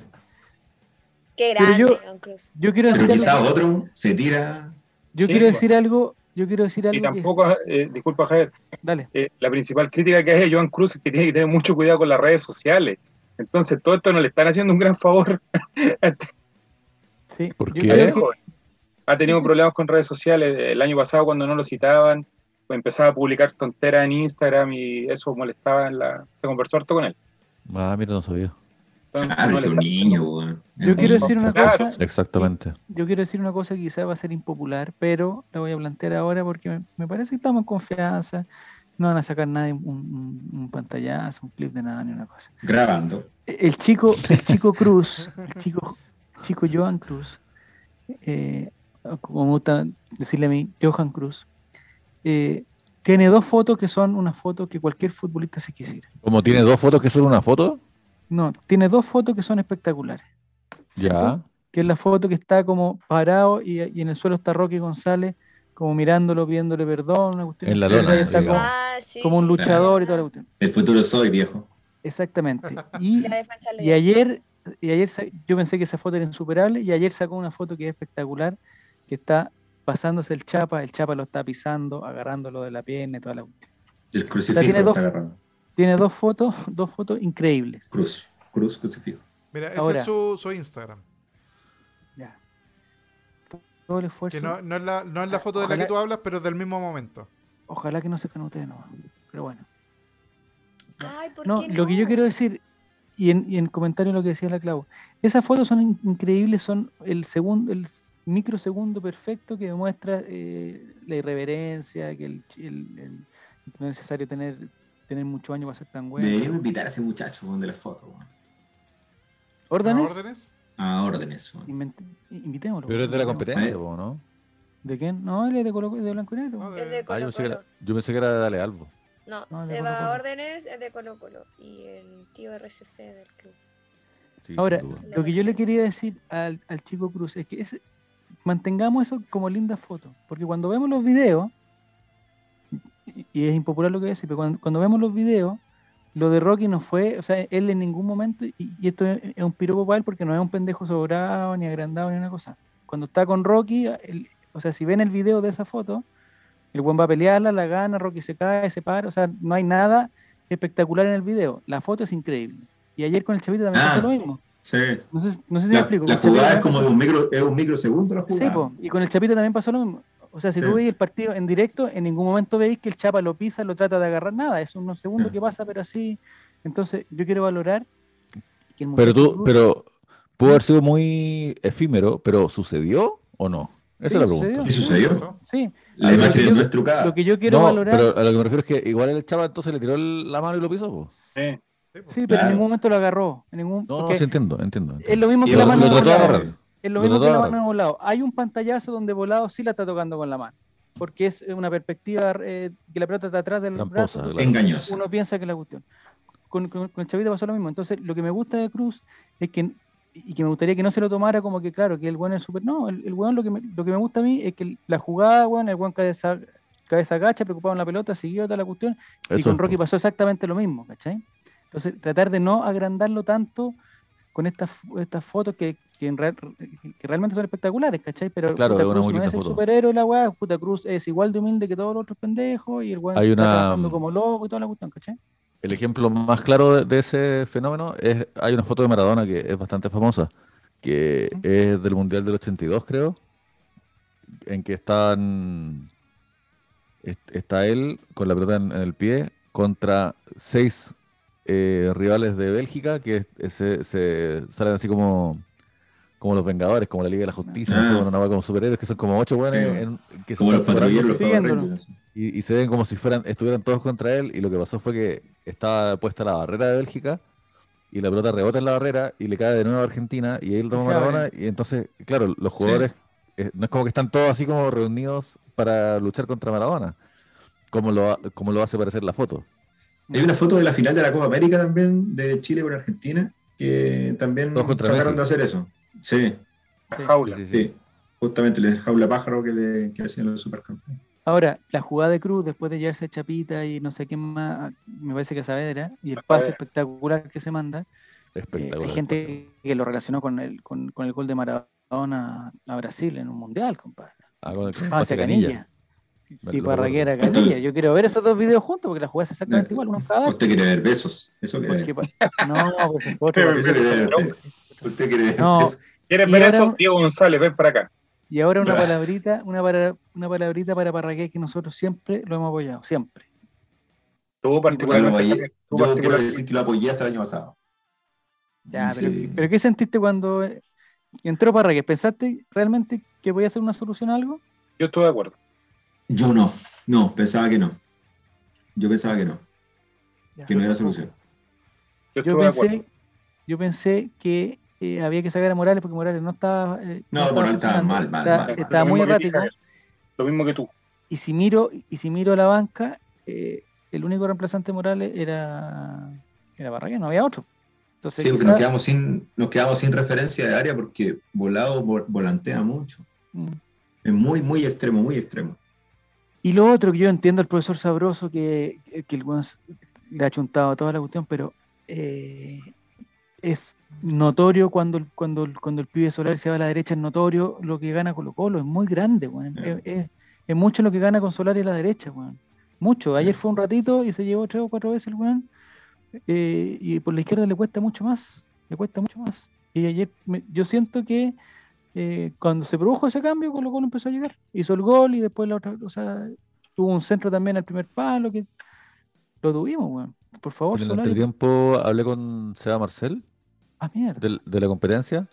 Speaker 5: Qué
Speaker 1: Pero
Speaker 5: grande,
Speaker 1: yo-
Speaker 5: Joan Cruz.
Speaker 1: Yo quiero
Speaker 2: Pero
Speaker 1: decir
Speaker 2: quizás
Speaker 1: algo,
Speaker 2: otro se tira.
Speaker 1: yo
Speaker 3: Sí,
Speaker 1: quiero
Speaker 3: bueno.
Speaker 1: decir algo, yo quiero decir algo
Speaker 3: Y
Speaker 1: que-
Speaker 3: tampoco, eh, disculpa Javier,
Speaker 1: dale.
Speaker 3: eh, la principal crítica que hay a Joan Cruz es que tiene que tener mucho cuidado con las redes sociales. Entonces, todo esto no le están haciendo un gran favor
Speaker 1: Sí.
Speaker 6: ¿Por
Speaker 1: yo
Speaker 6: qué?
Speaker 3: a
Speaker 1: creo
Speaker 3: él,
Speaker 1: que-
Speaker 3: joven. Ha tenido problemas con redes sociales. El año pasado, cuando no lo citaban, pues, empezaba a publicar tonteras en Instagram y eso molestaba. En la... Se conversó harto con él.
Speaker 6: Ah, mira, no sabía.
Speaker 3: Entonces,
Speaker 2: Claro,
Speaker 3: no
Speaker 2: que
Speaker 3: le
Speaker 2: Ah, un
Speaker 3: está-
Speaker 2: niño, weón.
Speaker 1: Yo quiero decir una
Speaker 3: Claro.
Speaker 1: cosa,
Speaker 6: Exactamente.
Speaker 1: yo quiero decir una cosa que quizás va a ser impopular, pero la voy a plantear ahora porque me, me parece que estamos en confianza. No van a sacar nadie un, un- un pantallazo, un clip de nada, ni una cosa.
Speaker 2: Grabando.
Speaker 1: El chico, el chico Cruz, el chico, el chico Joan Cruz, eh, como me gusta decirle a mí, Johan Cruz, eh, tiene dos fotos que son unas fotos que cualquier futbolista se quisiera.
Speaker 6: Como tiene dos fotos que son una foto,
Speaker 1: No, tiene dos fotos que son espectaculares.
Speaker 6: ya.
Speaker 1: que es la foto que está como parado y, y en el suelo está Rocky González, como mirándolo, pidiéndole perdón, una cuestión
Speaker 6: En la
Speaker 1: así,
Speaker 6: lona,
Speaker 1: y él está
Speaker 6: digamos.
Speaker 1: como,
Speaker 5: Ah, sí,
Speaker 1: como un
Speaker 5: sí, Ah,
Speaker 1: luchador y
Speaker 5: verdad.
Speaker 1: toda la cuestión.
Speaker 2: El futuro soy, viejo.
Speaker 1: Exactamente. Y,
Speaker 5: La defensa lo
Speaker 1: y ayer, y ayer sa- yo pensé que esa foto era insuperable, y ayer sacó una foto que es espectacular, que está pasándose el chapa, el chapa lo está pisando, agarrándolo de la pierna y toda la cuestión. O
Speaker 2: El
Speaker 1: sea,
Speaker 2: crucifijo
Speaker 1: tiene
Speaker 2: lo
Speaker 1: dos-
Speaker 2: está agarrando.
Speaker 1: Tiene dos fotos, dos fotos increíbles.
Speaker 2: Cruz. Cruz, crucifijo.
Speaker 4: Mira, ese
Speaker 1: Ahora.
Speaker 4: es su, su Instagram.
Speaker 1: Ya. Todo el esfuerzo.
Speaker 4: Que no, no es la, no es la
Speaker 1: Ah,
Speaker 4: foto de la
Speaker 1: ojalá-
Speaker 4: que tú hablas, pero es del mismo momento.
Speaker 1: Ojalá que no se canutee nomás. Pero bueno.
Speaker 5: Ay, ¿por
Speaker 1: No,
Speaker 5: qué
Speaker 1: lo que yo
Speaker 5: no?
Speaker 1: quiero decir, y en, y en comentario a lo que decía la Clau, esas fotos son in- increíbles, son el segundo, el microsegundo perfecto que demuestra eh, la irreverencia, que el, ch- el- el- que no es necesario tener, tener mucho año para ser tan
Speaker 2: Deberíamos
Speaker 1: bueno.
Speaker 2: invitar a ese muchacho, weón, de la foto, weón.
Speaker 4: ¿A
Speaker 1: ¿Órdenes?
Speaker 4: órdenes?
Speaker 2: A órdenes, weón.
Speaker 1: Invent- Invitémoslo.
Speaker 6: Pero es de la
Speaker 1: invitémoslo.
Speaker 6: competencia, po, ¿no?
Speaker 1: ¿De quién? No, él es de, Colo- de blanco y negro.
Speaker 4: No, de-
Speaker 5: Es de
Speaker 6: Ah, yo
Speaker 5: Colo
Speaker 6: pensé que
Speaker 5: Colo.
Speaker 6: era, yo pensé que era de Dale Albo.
Speaker 5: No,
Speaker 1: No, es de
Speaker 5: se va a
Speaker 1: Colo-Colo.
Speaker 5: órdenes, es de Colo Colo. Y el tío RCC del club.
Speaker 6: Sí,
Speaker 1: Ahora,
Speaker 6: sin duda.
Speaker 1: lo que yo le quería decir al, al chico Cruz es que ese- mantengamos eso como linda foto, porque cuando vemos los videos, y, y es impopular lo que voy a decir, pero cuando, cuando vemos los videos, lo de Rocky no fue, o sea, él en ningún momento, y, y esto es, es un piropo para él porque no es un pendejo sobrado, ni agrandado, ni una cosa. Cuando está con Rocky, él- o sea, si ven el video de esa foto, el buen va a pelearla, la gana, Rocky se cae, se para, o sea, no hay nada espectacular en el video. La foto es increíble. Y ayer con el chavito también
Speaker 2: Ah.
Speaker 1: pasó lo mismo.
Speaker 2: Sí.
Speaker 1: No sé, no sé si me
Speaker 2: La,
Speaker 1: explico.
Speaker 2: la
Speaker 1: con el
Speaker 2: jugada
Speaker 1: Chapito
Speaker 2: es como de un micro, es un microsegundo la
Speaker 1: Sí,
Speaker 2: jugada.
Speaker 1: po, y con el Chapita también pasó lo mismo. O sea, si
Speaker 2: Sí.
Speaker 1: tú veis el partido en directo, en ningún momento veis que el Chapa lo pisa, lo trata de agarrar, nada. Es unos segundos
Speaker 2: Sí.
Speaker 1: que pasa, pero así. Entonces, yo quiero valorar que el muchacho-
Speaker 6: Pero tú, pero pudo haber sido muy efímero, pero ¿sucedió o no? Esa
Speaker 1: Sí,
Speaker 6: es la
Speaker 1: sucedió.
Speaker 6: pregunta.
Speaker 2: ¿Y sucedió?
Speaker 4: Eso.
Speaker 1: Sí,
Speaker 2: La
Speaker 6: Lo
Speaker 1: que
Speaker 2: imagen
Speaker 1: yo-
Speaker 2: no es trucada.
Speaker 1: lo que yo quiero
Speaker 6: No,
Speaker 1: valorar.
Speaker 6: pero a lo que me refiero es que igual el chava entonces le tiró el- la mano y lo pisó. po.
Speaker 3: Sí.
Speaker 4: Sí, pues.
Speaker 1: Sí, pero en
Speaker 2: Claro.
Speaker 1: ningún momento lo agarró. En ningún,
Speaker 6: No, no,
Speaker 1: porque
Speaker 6: sí, entiendo, entiendo. entiendo.
Speaker 1: es lo mismo
Speaker 2: Y
Speaker 1: que la
Speaker 6: lo,
Speaker 1: mano
Speaker 6: lo trató de
Speaker 1: volada.
Speaker 6: agarrar.
Speaker 1: Es lo
Speaker 6: Lo
Speaker 1: mismo
Speaker 6: trató
Speaker 1: que la
Speaker 6: de
Speaker 1: mano de volado. Hay un pantallazo donde volado sí la está tocando con la mano. Porque es una perspectiva eh, que la pelota está atrás del
Speaker 6: Tramposa,
Speaker 1: brazo.
Speaker 6: claro.
Speaker 1: entonces
Speaker 2: Engañosa.
Speaker 1: uno piensa que es la cuestión. Con, con, con el Chavito pasó lo mismo. Entonces, lo que me gusta de Cruz es que, y que me gustaría que no se lo tomara como que, claro, que el weón es súper. No, el, el weón lo que, me, lo que me gusta a mí es que el- la jugada, weón, el weón cabeza, cabeza gacha, preocupado en la pelota, siguió toda la cuestión. y
Speaker 6: Eso
Speaker 1: con
Speaker 6: es,
Speaker 1: Rocky
Speaker 6: po.
Speaker 1: pasó exactamente lo mismo, ¿cachai? Entonces, tratar de no agrandarlo tanto con estas, f- estas fotos que, que, en real- que realmente son espectaculares, ¿cachai? Pero
Speaker 6: Claro,
Speaker 1: puta
Speaker 6: es una
Speaker 1: Cruz
Speaker 6: muy
Speaker 1: no
Speaker 6: linda
Speaker 1: es el
Speaker 6: foto.
Speaker 1: superhéroe, la weá, Puta Cruz es igual de humilde que todos los otros pendejos y el weón
Speaker 6: Hay
Speaker 1: está
Speaker 6: una-
Speaker 1: trabajando como loco y toda la cuestión, ¿cachai?
Speaker 6: El ejemplo más claro de, de ese fenómeno es, hay una foto de Maradona que es bastante famosa, que es del Mundial del 82, creo, en que están, est- está él con la pelota en, en el pie contra seis eh, rivales de Bélgica que es- se, se salen así como, como los Vengadores, como la Liga de la Justicia, no sé,
Speaker 2: Ah.
Speaker 6: bueno, una hueá como superhéroes, que son como ocho buenos
Speaker 2: Sí.
Speaker 6: que se
Speaker 2: Como los
Speaker 6: están
Speaker 2: patrulleros, los Power
Speaker 1: Siguiéndolo.
Speaker 2: Rangers.
Speaker 6: y, y se ven como si fueran, estuvieran todos contra él. Y lo que pasó fue que estaba puesta la barrera de Bélgica. Y la pelota rebota en la barrera y le cae de nuevo a Argentina. Y ahí lo toma
Speaker 1: se
Speaker 6: Maradona. Y entonces, claro, los jugadores eh, no es como que están todos así como reunidos para luchar contra Maradona. Como lo, ha- como lo hace parecer la foto.
Speaker 2: Hay una foto de la final de la Copa América también, de Chile con Argentina, que también
Speaker 6: Todos contra
Speaker 2: trataron
Speaker 6: Messi.
Speaker 2: de hacer eso. Sí,
Speaker 3: La
Speaker 1: Sí.
Speaker 3: jaula.
Speaker 6: Sí, sí, sí.
Speaker 2: sí. Justamente le jaula pájaro que le que hacían los supercampeones.
Speaker 1: Ahora, la jugada de Cruz después de llevarse a Chapita y no sé quién más, me parece que a Saavedra, y el pase
Speaker 3: Saavedra.
Speaker 1: espectacular que se manda, Eh,
Speaker 6: Espectacular.
Speaker 1: hay gente que lo relacionó con el, con, con el gol de Maradona a Brasil en un mundial, compadre.
Speaker 6: Ah, con el- con
Speaker 1: Pase a
Speaker 6: Canilla.
Speaker 1: Canilla.
Speaker 6: Me-
Speaker 1: Y
Speaker 6: lo recuerdo.
Speaker 1: Parraguera a Canilla. Yo quiero ver esos dos videos juntos porque la jugada es exactamente
Speaker 2: Eh,
Speaker 1: igual, uno en cada arco.
Speaker 2: Usted quiere ver besos. Eso quiere
Speaker 1: Ah. Porque
Speaker 2: ver.
Speaker 1: pa- No, pues es otro.
Speaker 3: Pero-
Speaker 2: Eso quiere ver. Usted quiere ver
Speaker 1: No.
Speaker 2: besos.
Speaker 3: ¿Quieres
Speaker 1: Y
Speaker 3: ver
Speaker 1: ahora-
Speaker 3: eso? Diego González, ven para acá.
Speaker 1: Y ahora una
Speaker 2: Ah.
Speaker 1: palabrita, una, para- una palabrita para Parraguera que nosotros siempre lo hemos apoyado, siempre.
Speaker 3: Tú
Speaker 2: Bueno,
Speaker 3: particularmente.
Speaker 2: oye,
Speaker 3: tú
Speaker 2: Yo quiero
Speaker 3: particularmente.
Speaker 2: decir que lo apoyé hasta el año pasado.
Speaker 1: Ya, pero,
Speaker 2: Sí.
Speaker 1: pero ¿qué sentiste cuando eh, entró Parraguera? ¿Pensaste realmente que podía ser una solución a algo?
Speaker 3: Yo estoy de acuerdo.
Speaker 2: Yo no, no, pensaba que no. Yo pensaba que no,
Speaker 1: Ya.
Speaker 2: que no era solución.
Speaker 3: Yo
Speaker 1: yo
Speaker 3: estoy de acuerdo.
Speaker 1: pensé, yo pensé que eh, había que sacar a Morales porque Morales no estaba. eh,
Speaker 2: No, Morales estaba
Speaker 1: funcionando,
Speaker 2: mal, mal,
Speaker 1: estaba-
Speaker 2: mal.
Speaker 3: Exacto,
Speaker 1: estaba
Speaker 3: lo
Speaker 1: muy
Speaker 3: mismo que
Speaker 1: errático.
Speaker 3: dije, Lo mismo que tú.
Speaker 1: Y si miro, y si miro a la banca, eh, el único reemplazante de Morales era, era Barragán, no había otro. Entonces,
Speaker 2: Sí, porque
Speaker 1: quizá-
Speaker 2: nos quedamos sin, nos quedamos sin referencia de área porque volado vol- volantea mucho.
Speaker 1: Mm.
Speaker 2: Es muy, muy extremo, muy extremo.
Speaker 1: Y lo otro que yo entiendo al profesor Sabroso, que, que el weón s- le ha chuntado a toda la cuestión, pero eh, es notorio cuando, el- cuando, el- cuando el pibe solar se va a la derecha, es notorio lo que gana Colo Colo, es muy grande, weón.
Speaker 2: Sí.
Speaker 1: Es, es- es mucho lo que gana con Solari a la derecha, weón. Mucho. Ayer fue un ratito y se llevó tres o cuatro veces el weón. eh, y por la izquierda le cuesta mucho más. Le cuesta mucho más. Y ayer me- yo siento que eh, cuando se produjo ese cambio, Colo Colo empezó a llegar. Hizo el gol y después la otra, o sea, tuvo un centro también al primer palo que lo tuvimos, weón. Por favor,
Speaker 6: En el
Speaker 1: Solari.
Speaker 6: entretiempo hablé con Seba Marcel
Speaker 1: Ah, mierda.
Speaker 6: del- de, la competencia.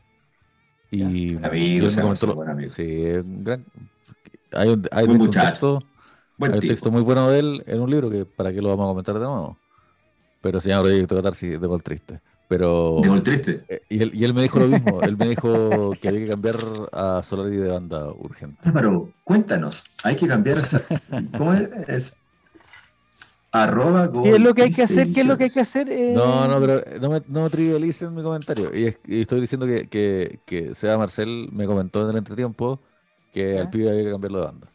Speaker 6: Y, y él
Speaker 2: Amigo,
Speaker 6: me
Speaker 2: o sea,
Speaker 6: comentó lo-
Speaker 2: buen amigo.
Speaker 6: Sí, es un gran- Hay, un, hay de
Speaker 2: Buen
Speaker 6: hecho un
Speaker 2: muchacho.
Speaker 6: texto,
Speaker 2: Buen
Speaker 6: hay un
Speaker 2: tipo.
Speaker 6: texto muy bueno de él en un libro que para qué lo vamos a comentar de nuevo. Pero se llama Proyecto Catarsis de Gol Triste. Pero,
Speaker 2: De gol triste.
Speaker 6: eh, y, él, y él me dijo lo mismo. Él me dijo que había que cambiar a Solari de banda urgente.
Speaker 2: Álvaro, cuéntanos. Hay que cambiar esa. ¿Cómo es? Es arroba gol
Speaker 1: ¿Qué es lo que hay que
Speaker 2: triste
Speaker 1: hacer? ¿Qué es lo que hay que
Speaker 2: ediciones.
Speaker 1: hacer? eh?
Speaker 6: No, no, pero eh, no me no trivialicen mi comentario. Y, es- y estoy diciendo que, que, que Seba Marcel me comentó en el entretiempo que al
Speaker 1: Ya.
Speaker 6: pibe había que cambiarlo de banda.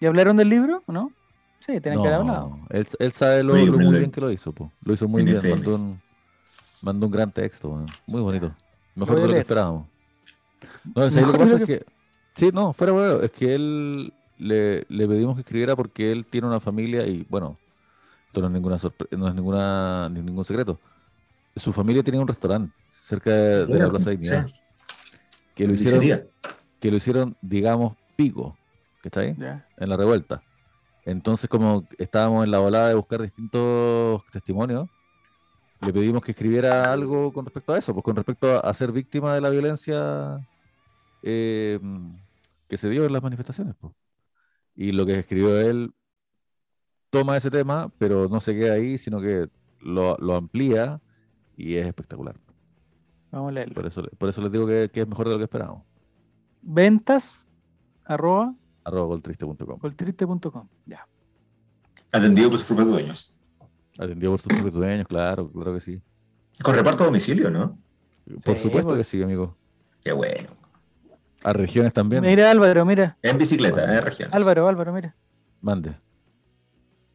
Speaker 1: ¿Y hablaron del libro? o ¿No? Sí, tienen
Speaker 6: No,
Speaker 1: que haber hablado.
Speaker 6: Él, él sabe lo,
Speaker 2: Sí,
Speaker 6: lo muy
Speaker 2: perfecto.
Speaker 6: bien que lo hizo, po. Lo hizo muy bien.
Speaker 2: NFL.
Speaker 6: Mandó un, mandó un gran texto, weón. Muy bonito. Mejor
Speaker 1: voy a
Speaker 6: de lo que
Speaker 1: leer.
Speaker 6: esperábamos. No, o sea, lo
Speaker 1: Mejor de
Speaker 6: que pasa
Speaker 1: lo
Speaker 6: es que. Sí, no, fuera bueno. Es que él le, le pedimos que escribiera porque él tiene una familia y, bueno, esto no es ninguna sorpre- no es ninguna, ni ningún secreto. Su familia tenía un restaurante cerca de, de la Plaza de Dignidad.
Speaker 2: Sí,
Speaker 6: Que lo hicieron,
Speaker 2: pizzería.
Speaker 6: que lo hicieron, digamos, pico. ¿Cachai?
Speaker 1: Ya.
Speaker 6: en la revuelta. Entonces, como estábamos en la volada de buscar distintos testimonios, le pedimos que escribiera algo con respecto a eso, pues con respecto a, a ser víctima de la violencia eh, que se dio en las manifestaciones. pues. Y lo que escribió él toma ese tema, pero no se queda ahí, sino que lo, lo amplía y es espectacular.
Speaker 1: Vamos a leerlo.
Speaker 6: Por eso, por eso les digo que, que es mejor de lo que esperábamos.
Speaker 1: Ventas arroba
Speaker 6: Arroba goltriste.com.
Speaker 1: coltriste.com. Ya.
Speaker 2: Atendido por sus propios dueños.
Speaker 6: Atendido por sus propios dueños, claro, claro que sí.
Speaker 2: Con reparto a domicilio, ¿no?
Speaker 6: Por
Speaker 1: Sí,
Speaker 6: supuesto
Speaker 1: pues.
Speaker 6: que sí, amigo.
Speaker 2: Qué bueno.
Speaker 6: A regiones también.
Speaker 1: Mira, Álvaro, mira.
Speaker 2: En bicicleta, en regiones.
Speaker 1: Álvaro, Álvaro, mira.
Speaker 6: Mande.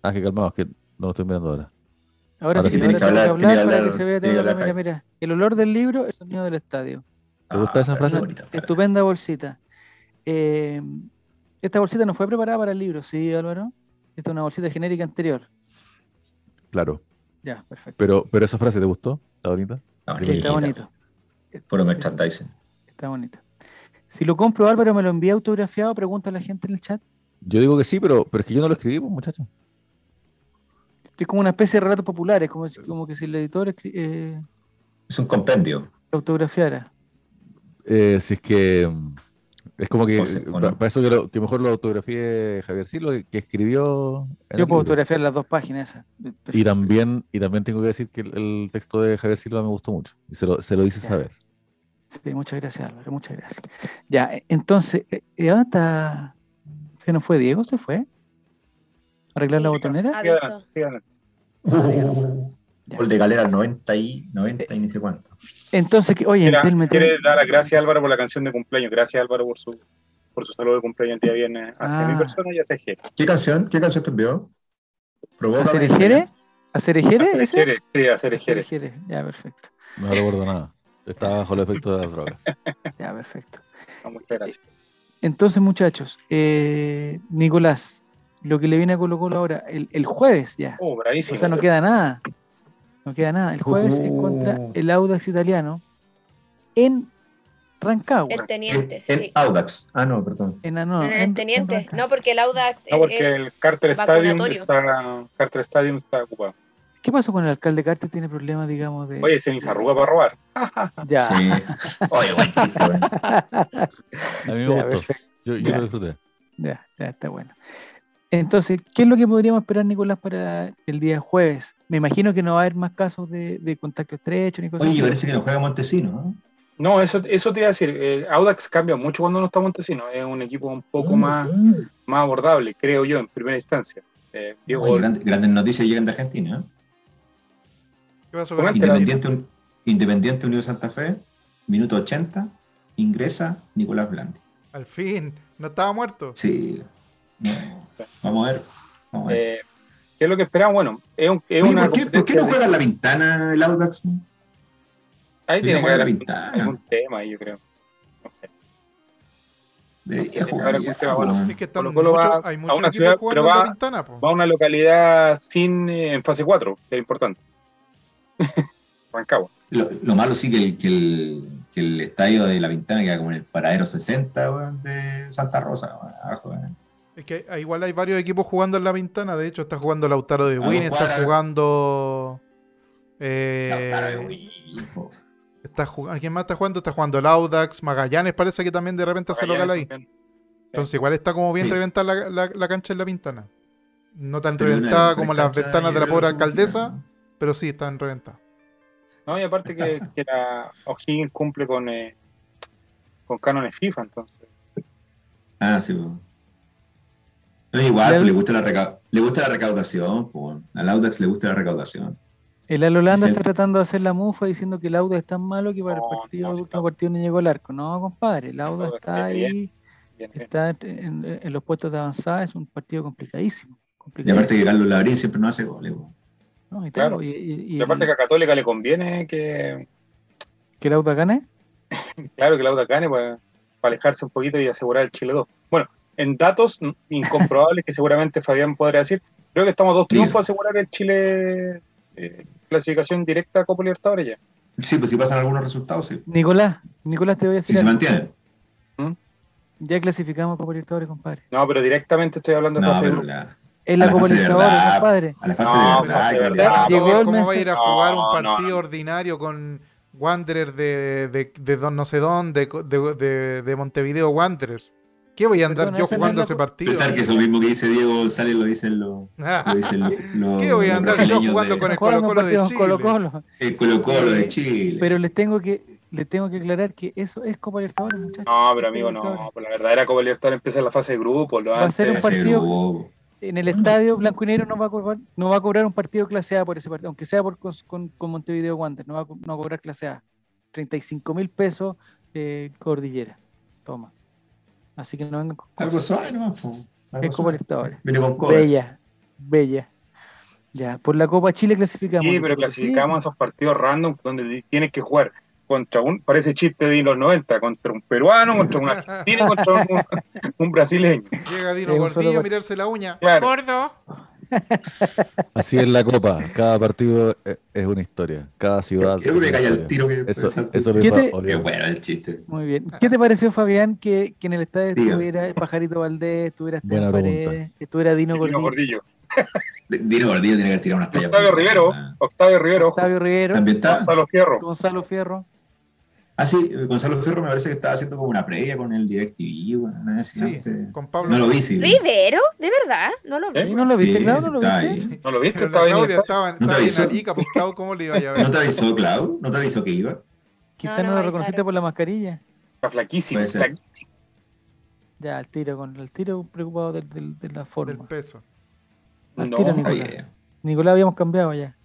Speaker 6: Ah, que calmados, que no lo estoy mirando ahora.
Speaker 1: Ahora,
Speaker 6: Ahora
Speaker 1: sí,
Speaker 6: sí
Speaker 1: ahora
Speaker 2: tienes que hablar,
Speaker 1: tengo que
Speaker 2: tienes que
Speaker 1: hablar para que
Speaker 2: hablar,
Speaker 1: se vea
Speaker 2: tienes que
Speaker 1: todo.
Speaker 2: hablar,
Speaker 1: Mira, mira. El olor del libro, el sonido del estadio.
Speaker 6: ¿Te gusta esa
Speaker 2: qué
Speaker 6: frase?
Speaker 2: Ah, bonita frase.
Speaker 1: Estupenda bolsita. Eh, esta bolsita no fue preparada para el libro, ¿sí, Álvaro? Esta es una bolsita genérica anterior.
Speaker 6: Claro.
Speaker 1: Ya, perfecto.
Speaker 6: Pero, pero esa frase, ¿te gustó? ¿Está bonita?
Speaker 2: Ah,
Speaker 6: Sí,
Speaker 1: Sí,
Speaker 2: bonita.
Speaker 1: está bonito.
Speaker 2: Puro merchandising.
Speaker 1: Está bonito. Si lo compro, Álvaro, ¿me lo envía autografiado? Pregunta a la gente en el chat.
Speaker 6: Yo digo que sí, pero, pero es que yo no lo escribí, pues, muchachos.
Speaker 1: Estoy como una especie de relatos populares, como, si- como que si el editor escri- eh,
Speaker 2: Es un compendio.
Speaker 1: lo autografiara.
Speaker 6: Eh, si es que. mm, Es como que.
Speaker 2: O sea, ¿o
Speaker 6: pa-
Speaker 2: no?
Speaker 6: Para eso que, lo- que mejor lo autografié Javier Silva, que, que escribió.
Speaker 1: Yo
Speaker 6: en el
Speaker 1: puedo
Speaker 6: libro.
Speaker 1: autografiar las dos páginas esas.
Speaker 6: Y también, y también tengo que decir que el, el texto de Javier Silva me gustó mucho. Y se lo, se lo hice
Speaker 1: Ya.
Speaker 6: saber.
Speaker 1: Sí, muchas gracias, Álvaro, muchas gracias. Ya, eh, entonces, eh, eh, ¿dónde está? ¿Se nos fue Diego? ¿Se fue? ¿Arreglar la
Speaker 5: Sí,
Speaker 1: botonera?
Speaker 3: Sigue
Speaker 5: Avisó.
Speaker 3: adelante, sigue adelante.
Speaker 6: Uh.
Speaker 1: Ya.
Speaker 2: Gol de galera al 90 y 90 y ni sé cuánto.
Speaker 1: Entonces, que- oye,
Speaker 3: Mira,
Speaker 1: Telme,
Speaker 3: quiere
Speaker 1: Telme-
Speaker 3: dar las gracias Álvaro por la canción de cumpleaños. Gracias Álvaro por su, por su saludo de cumpleaños el día viernes hacia
Speaker 1: Ah.
Speaker 3: mi persona y hacia Jere.
Speaker 2: ¿Qué canción? ¿Qué canción te envió? ¿Provoca?
Speaker 1: ¿Hacer
Speaker 2: María
Speaker 1: ejere?
Speaker 2: Eugenia?
Speaker 1: ¿Hacer ejere?
Speaker 3: Hacia
Speaker 1: ese?
Speaker 3: Jere, sí, hacia
Speaker 1: Hacer
Speaker 3: Jere.
Speaker 1: ejere, Ya, perfecto.
Speaker 6: No recuerdo nada. Estaba bajo el efecto de las drogas.
Speaker 1: Ya, perfecto.
Speaker 3: No, Muchas gracias.
Speaker 2: Eh,
Speaker 1: Entonces, muchachos, eh, Nicolás, lo que le viene a Colo Colo ahora, el, el jueves ya.
Speaker 3: Oh,
Speaker 1: O
Speaker 3: bravísimo.
Speaker 1: sea, no queda nada. No queda nada. El jueves es contra
Speaker 2: Ujú.
Speaker 1: el Audax italiano en Rancagua.
Speaker 5: El teniente,
Speaker 2: En, en
Speaker 5: sí.
Speaker 2: Audax. Ah, no, perdón.
Speaker 1: En, ah, no,
Speaker 5: En
Speaker 1: en- en
Speaker 5: el teniente.
Speaker 1: Rancagua.
Speaker 5: No, porque el Audax
Speaker 3: No,
Speaker 5: es-
Speaker 3: porque el
Speaker 5: es
Speaker 3: Carter Stadium,
Speaker 5: vacunatorio.
Speaker 3: está, Carter Stadium está ocupado.
Speaker 1: ¿Qué pasó con el alcalde Carter? Tiene problemas, digamos, de.
Speaker 3: Oye, se arruga para robar.
Speaker 1: ya.
Speaker 2: Sí. Oye, buen chiste, bueno.
Speaker 6: A mí me
Speaker 1: Ya,
Speaker 6: gustó.
Speaker 1: perfecto.
Speaker 6: Yo, yo
Speaker 1: Ya.
Speaker 6: lo disfruté.
Speaker 1: Ya, ya está bueno. Entonces, ¿qué es lo que podríamos esperar, Nicolás, para el día jueves? Me imagino que no va a haber más casos de, de contacto estrecho ni cosas
Speaker 2: Oye,
Speaker 1: así.
Speaker 2: parece que no juega Montesino, ¿no?
Speaker 3: No, eso, eso te iba a decir. eh, Audax cambia mucho cuando no está Montesino. Es un equipo un poco
Speaker 2: Mm,
Speaker 3: más,
Speaker 2: mm.
Speaker 3: más abordable, creo yo, en primera instancia. Eh, Diego,
Speaker 2: Oye, grande- grandes noticias llegan de Argentina.
Speaker 3: Ah,
Speaker 2: ¿eh?
Speaker 4: ¿Qué pasó con
Speaker 3: Comenta.
Speaker 4: Argentina?
Speaker 2: Independiente, un- Independiente Unido Santa Fe, minuto 80, ingresa Nicolás Blandi.
Speaker 4: Al fin, no estaba muerto.
Speaker 2: Sí. No, Vamos a ver. Vamos a ver.
Speaker 3: eh, ¿Qué es lo que esperamos? Bueno, es, un- es
Speaker 2: Oye,
Speaker 3: una.
Speaker 2: ¿por, qué, por qué no
Speaker 3: competencia
Speaker 2: juega la ventana el Audax?
Speaker 3: de- Ahí
Speaker 2: Debería
Speaker 3: tiene que
Speaker 2: jugar la
Speaker 3: haber
Speaker 2: ventana.
Speaker 3: algún tema, ahí, yo creo. No sé.
Speaker 2: Debería
Speaker 3: que haber
Speaker 2: jugar.
Speaker 3: algún
Speaker 2: ya,
Speaker 3: tema, bueno.
Speaker 2: weón.
Speaker 4: Es que están
Speaker 3: Colo-Colo
Speaker 4: muchos-
Speaker 3: va
Speaker 4: hay
Speaker 3: a
Speaker 4: muchos
Speaker 3: una
Speaker 4: equipos
Speaker 3: ciudad, pero
Speaker 4: jugando en
Speaker 3: va-
Speaker 4: la ventana, po.
Speaker 3: Va a una localidad sin eh, en fase 4, que es importante. Rancagua.
Speaker 2: Lo, lo malo sí que el, que, el, que el estadio de la ventana queda como en el paradero 60 weón, de Santa Rosa. weón, abajo, weón.
Speaker 4: Es que hay- igual hay varios equipos jugando en la ventana. De hecho, está jugando Lautaro de
Speaker 2: dos
Speaker 4: Win, está
Speaker 2: cuadras.
Speaker 4: jugando. eh,
Speaker 2: Lautaro de Wii, po.
Speaker 4: está jug- ¿a ¿Quién más está jugando? Está jugando el Audax. Magallanes parece que también de repente hace local ahí.
Speaker 3: Magallanes también.
Speaker 4: Entonces, igual está como bien
Speaker 2: Sí.
Speaker 4: reventada la, la- la cancha en la ventana. No tan
Speaker 2: Pero una de
Speaker 4: reventada
Speaker 2: las
Speaker 4: como las
Speaker 2: mejores
Speaker 4: ventanas
Speaker 2: canchas,
Speaker 4: de
Speaker 2: yo
Speaker 4: la
Speaker 2: creo,
Speaker 4: pobre
Speaker 2: del fútbol
Speaker 4: alcaldesa,
Speaker 2: chileno,
Speaker 4: pero sí están reventadas.
Speaker 3: No, y aparte que, que la O'Higgins cumple con, eh, con cánones FIFA, entonces.
Speaker 2: ¿no? Ah, sí, po. No, igual,
Speaker 1: Le-
Speaker 2: pues, le gusta, la recau- le gusta la recaudación. po, weón. Al Audax le gusta la recaudación.
Speaker 1: El Alolanda
Speaker 2: Es el-
Speaker 1: está tratando de hacer la mufa diciendo que el Auda es tan malo que para
Speaker 3: No,
Speaker 1: el partido,
Speaker 3: Oh, no,
Speaker 1: el
Speaker 3: sí,
Speaker 1: último
Speaker 3: no.
Speaker 1: partido no llegó al arco. No, compadre, el Auda
Speaker 3: Audax
Speaker 1: está
Speaker 3: está bien.
Speaker 1: ahí,
Speaker 3: Bien, bien.
Speaker 1: está en, en- en los puestos de avanzada, es un partido complicadísimo.
Speaker 2: Y aparte que Carlos Labrín siempre no hace goles. weón.
Speaker 1: No, y,
Speaker 3: Claro.
Speaker 1: todo, y- y- y-
Speaker 3: Y aparte que a Católica le conviene que,
Speaker 1: que el Auda gane.
Speaker 3: claro, que Lauda gane para, pues, para alejarse un poquito y asegurar el Chile 2. Bueno, en datos incomprobables que seguramente Fabián podrá decir, creo que estamos a dos triunfos a asegurar el Chile eh, clasificación directa a Copa Libertadores ya.
Speaker 2: Sí, pues si pasan algunos resultados, sí.
Speaker 1: Nicolás, Nicolás, te voy a
Speaker 2: Si
Speaker 1: decir.
Speaker 2: se
Speaker 1: algo.
Speaker 2: mantienen.
Speaker 1: Ya clasificamos a Copa Libertadores, compadre.
Speaker 3: No, pero directamente estoy hablando de
Speaker 2: No,
Speaker 3: fase de
Speaker 2: pero
Speaker 3: grupo.
Speaker 2: la-
Speaker 1: Es
Speaker 2: A
Speaker 1: la
Speaker 2: la
Speaker 1: Copa
Speaker 2: fase de
Speaker 1: Libertadores,
Speaker 2: verdad.
Speaker 1: compadre.
Speaker 2: a la fase
Speaker 3: No,
Speaker 2: de verdad.
Speaker 3: fase de
Speaker 2: Carlos.
Speaker 3: verdad.
Speaker 1: llegó
Speaker 4: Salvador,
Speaker 1: el
Speaker 4: ¿Cómo va Ah, a
Speaker 1: Messi.
Speaker 4: ir a jugar un
Speaker 3: No, no,
Speaker 4: partido
Speaker 3: no.
Speaker 4: ordinario con Wanderers de, de, de don- no sé dónde, co- de, de- de Montevideo Wanderers? ¿Qué voy a andar
Speaker 1: Perdona,
Speaker 4: yo
Speaker 1: esa
Speaker 2: no es
Speaker 4: jugando
Speaker 1: la
Speaker 4: ese
Speaker 1: cu-
Speaker 4: partido? Ah,
Speaker 2: Pensar que eso mismo que dice Diego González lo dicen los. Lo dicen los, los-
Speaker 4: ¿Qué voy a
Speaker 2: los
Speaker 4: andar yo
Speaker 2: brasileños
Speaker 4: jugando
Speaker 2: de-
Speaker 4: con el
Speaker 1: Juegan un
Speaker 4: Colo-Colo de
Speaker 1: partido con
Speaker 4: Chile?
Speaker 1: Colo-Colo.
Speaker 2: el Colo Colo de Chile.
Speaker 1: Pero les tengo que les tengo que aclarar que eso es Copa Libertadores, muchachos.
Speaker 3: No, pero amigo,
Speaker 1: Libertadores.
Speaker 3: no. pues La verdadera Copa Libertadores empieza en la fase de grupo. Lo
Speaker 1: Va a ser un
Speaker 3: antes.
Speaker 2: Ese
Speaker 1: partido-
Speaker 2: grupo.
Speaker 1: En el estadio Blanco y Negro no va a cobrar, no va a cobrar un partido clase A por ese partido, aunque sea por, con, con- con Montevideo Wanderers, no va a, co- no va a cobrar clase A. 35 mil pesos eh, Cordillera. Toma. Así que no vengan con
Speaker 2: Algo
Speaker 1: cosas.
Speaker 2: suave, ¿no? Po. Algo
Speaker 1: Es Copa
Speaker 2: suave.
Speaker 1: Libertadores.
Speaker 2: Viene con cobre.
Speaker 1: Bella, bella. Ya, por la Copa Chile clasificamos.
Speaker 3: Sí, pero
Speaker 1: nosotros, sí.
Speaker 3: clasificamos a esos partidos random donde tienes que jugar contra un, parece chiste de los 90, contra un peruano, contra un argentino, y contra un, un brasileño.
Speaker 4: Llega Dino
Speaker 1: Es un solo
Speaker 4: Gordillo a
Speaker 1: gol.
Speaker 4: mirarse la uña.
Speaker 3: Claro.
Speaker 4: ¡Gordo!
Speaker 6: Así es la copa. Cada partido e- es una historia. Cada ciudad.
Speaker 2: Creo que
Speaker 6: es
Speaker 2: me
Speaker 6: una
Speaker 2: calla el
Speaker 6: historia.
Speaker 2: tiro que.
Speaker 6: Eso,
Speaker 2: pensar-
Speaker 6: eso lo
Speaker 1: ¿Qué
Speaker 6: hizo
Speaker 1: te-
Speaker 2: Qué
Speaker 6: Oliver.
Speaker 2: bueno el chiste.
Speaker 1: Muy bien. ¿Qué te pareció, Fabián, que, que en el estadio
Speaker 2: Dígame.
Speaker 1: estuviera el Pajarito Valdés, estuviera Esteban
Speaker 6: Buena
Speaker 1: Paredes,
Speaker 6: pregunta.
Speaker 1: estuviera Dino
Speaker 3: Gordillo.
Speaker 1: Gordillo,
Speaker 3: Gordillo.
Speaker 2: Dino Gordillo tiene que tirar unas tallas.
Speaker 3: Octavio Rivero,
Speaker 2: ah.
Speaker 3: Octavio Rivero, ojo,
Speaker 1: Octavio Rivero,
Speaker 2: También está.
Speaker 3: Gonzalo Fierro.
Speaker 1: Gonzalo Fierro?
Speaker 2: Ah, sí, Gonzalo Ferro me parece que estaba haciendo como una previa con el DirecTV. bueno, una vez,
Speaker 4: Sí,
Speaker 2: ¿no? Este,
Speaker 4: con Pablo.
Speaker 2: No lo vi, sí.
Speaker 5: ¿Rivero? ¿De verdad? No lo vi.
Speaker 3: ¿Eh?
Speaker 1: ¿Y no lo
Speaker 2: Sí,
Speaker 1: viste, claro? ¿No lo
Speaker 2: está
Speaker 1: viste?
Speaker 2: ahí.
Speaker 3: ¿No lo viste?
Speaker 4: Pero
Speaker 3: Estaba
Speaker 4: la
Speaker 3: ahí en el
Speaker 4: Claudia
Speaker 3: estadio.
Speaker 4: estaba,
Speaker 2: te
Speaker 4: estaba en
Speaker 2: avisó.
Speaker 4: Arica, pues, Clau, ¿cómo le iba a
Speaker 2: ¿No
Speaker 4: ver?
Speaker 2: te avisó, Clau? ¿No te avisó que iba?
Speaker 1: Quizás
Speaker 5: No,
Speaker 1: no,
Speaker 5: no me
Speaker 1: lo reconociste
Speaker 5: avisaron.
Speaker 1: por la mascarilla.
Speaker 3: Está flaquísimo,
Speaker 2: Puede ser.
Speaker 3: flaquísimo.
Speaker 1: Ya, al tiro, con el tiro preocupado del- del- de, la
Speaker 4: Del
Speaker 1: forma.
Speaker 4: peso.
Speaker 1: Al
Speaker 3: No,
Speaker 1: tiro,
Speaker 2: Está
Speaker 1: Nicolás.
Speaker 2: bien.
Speaker 1: Nicolás, habíamos cambiado ya.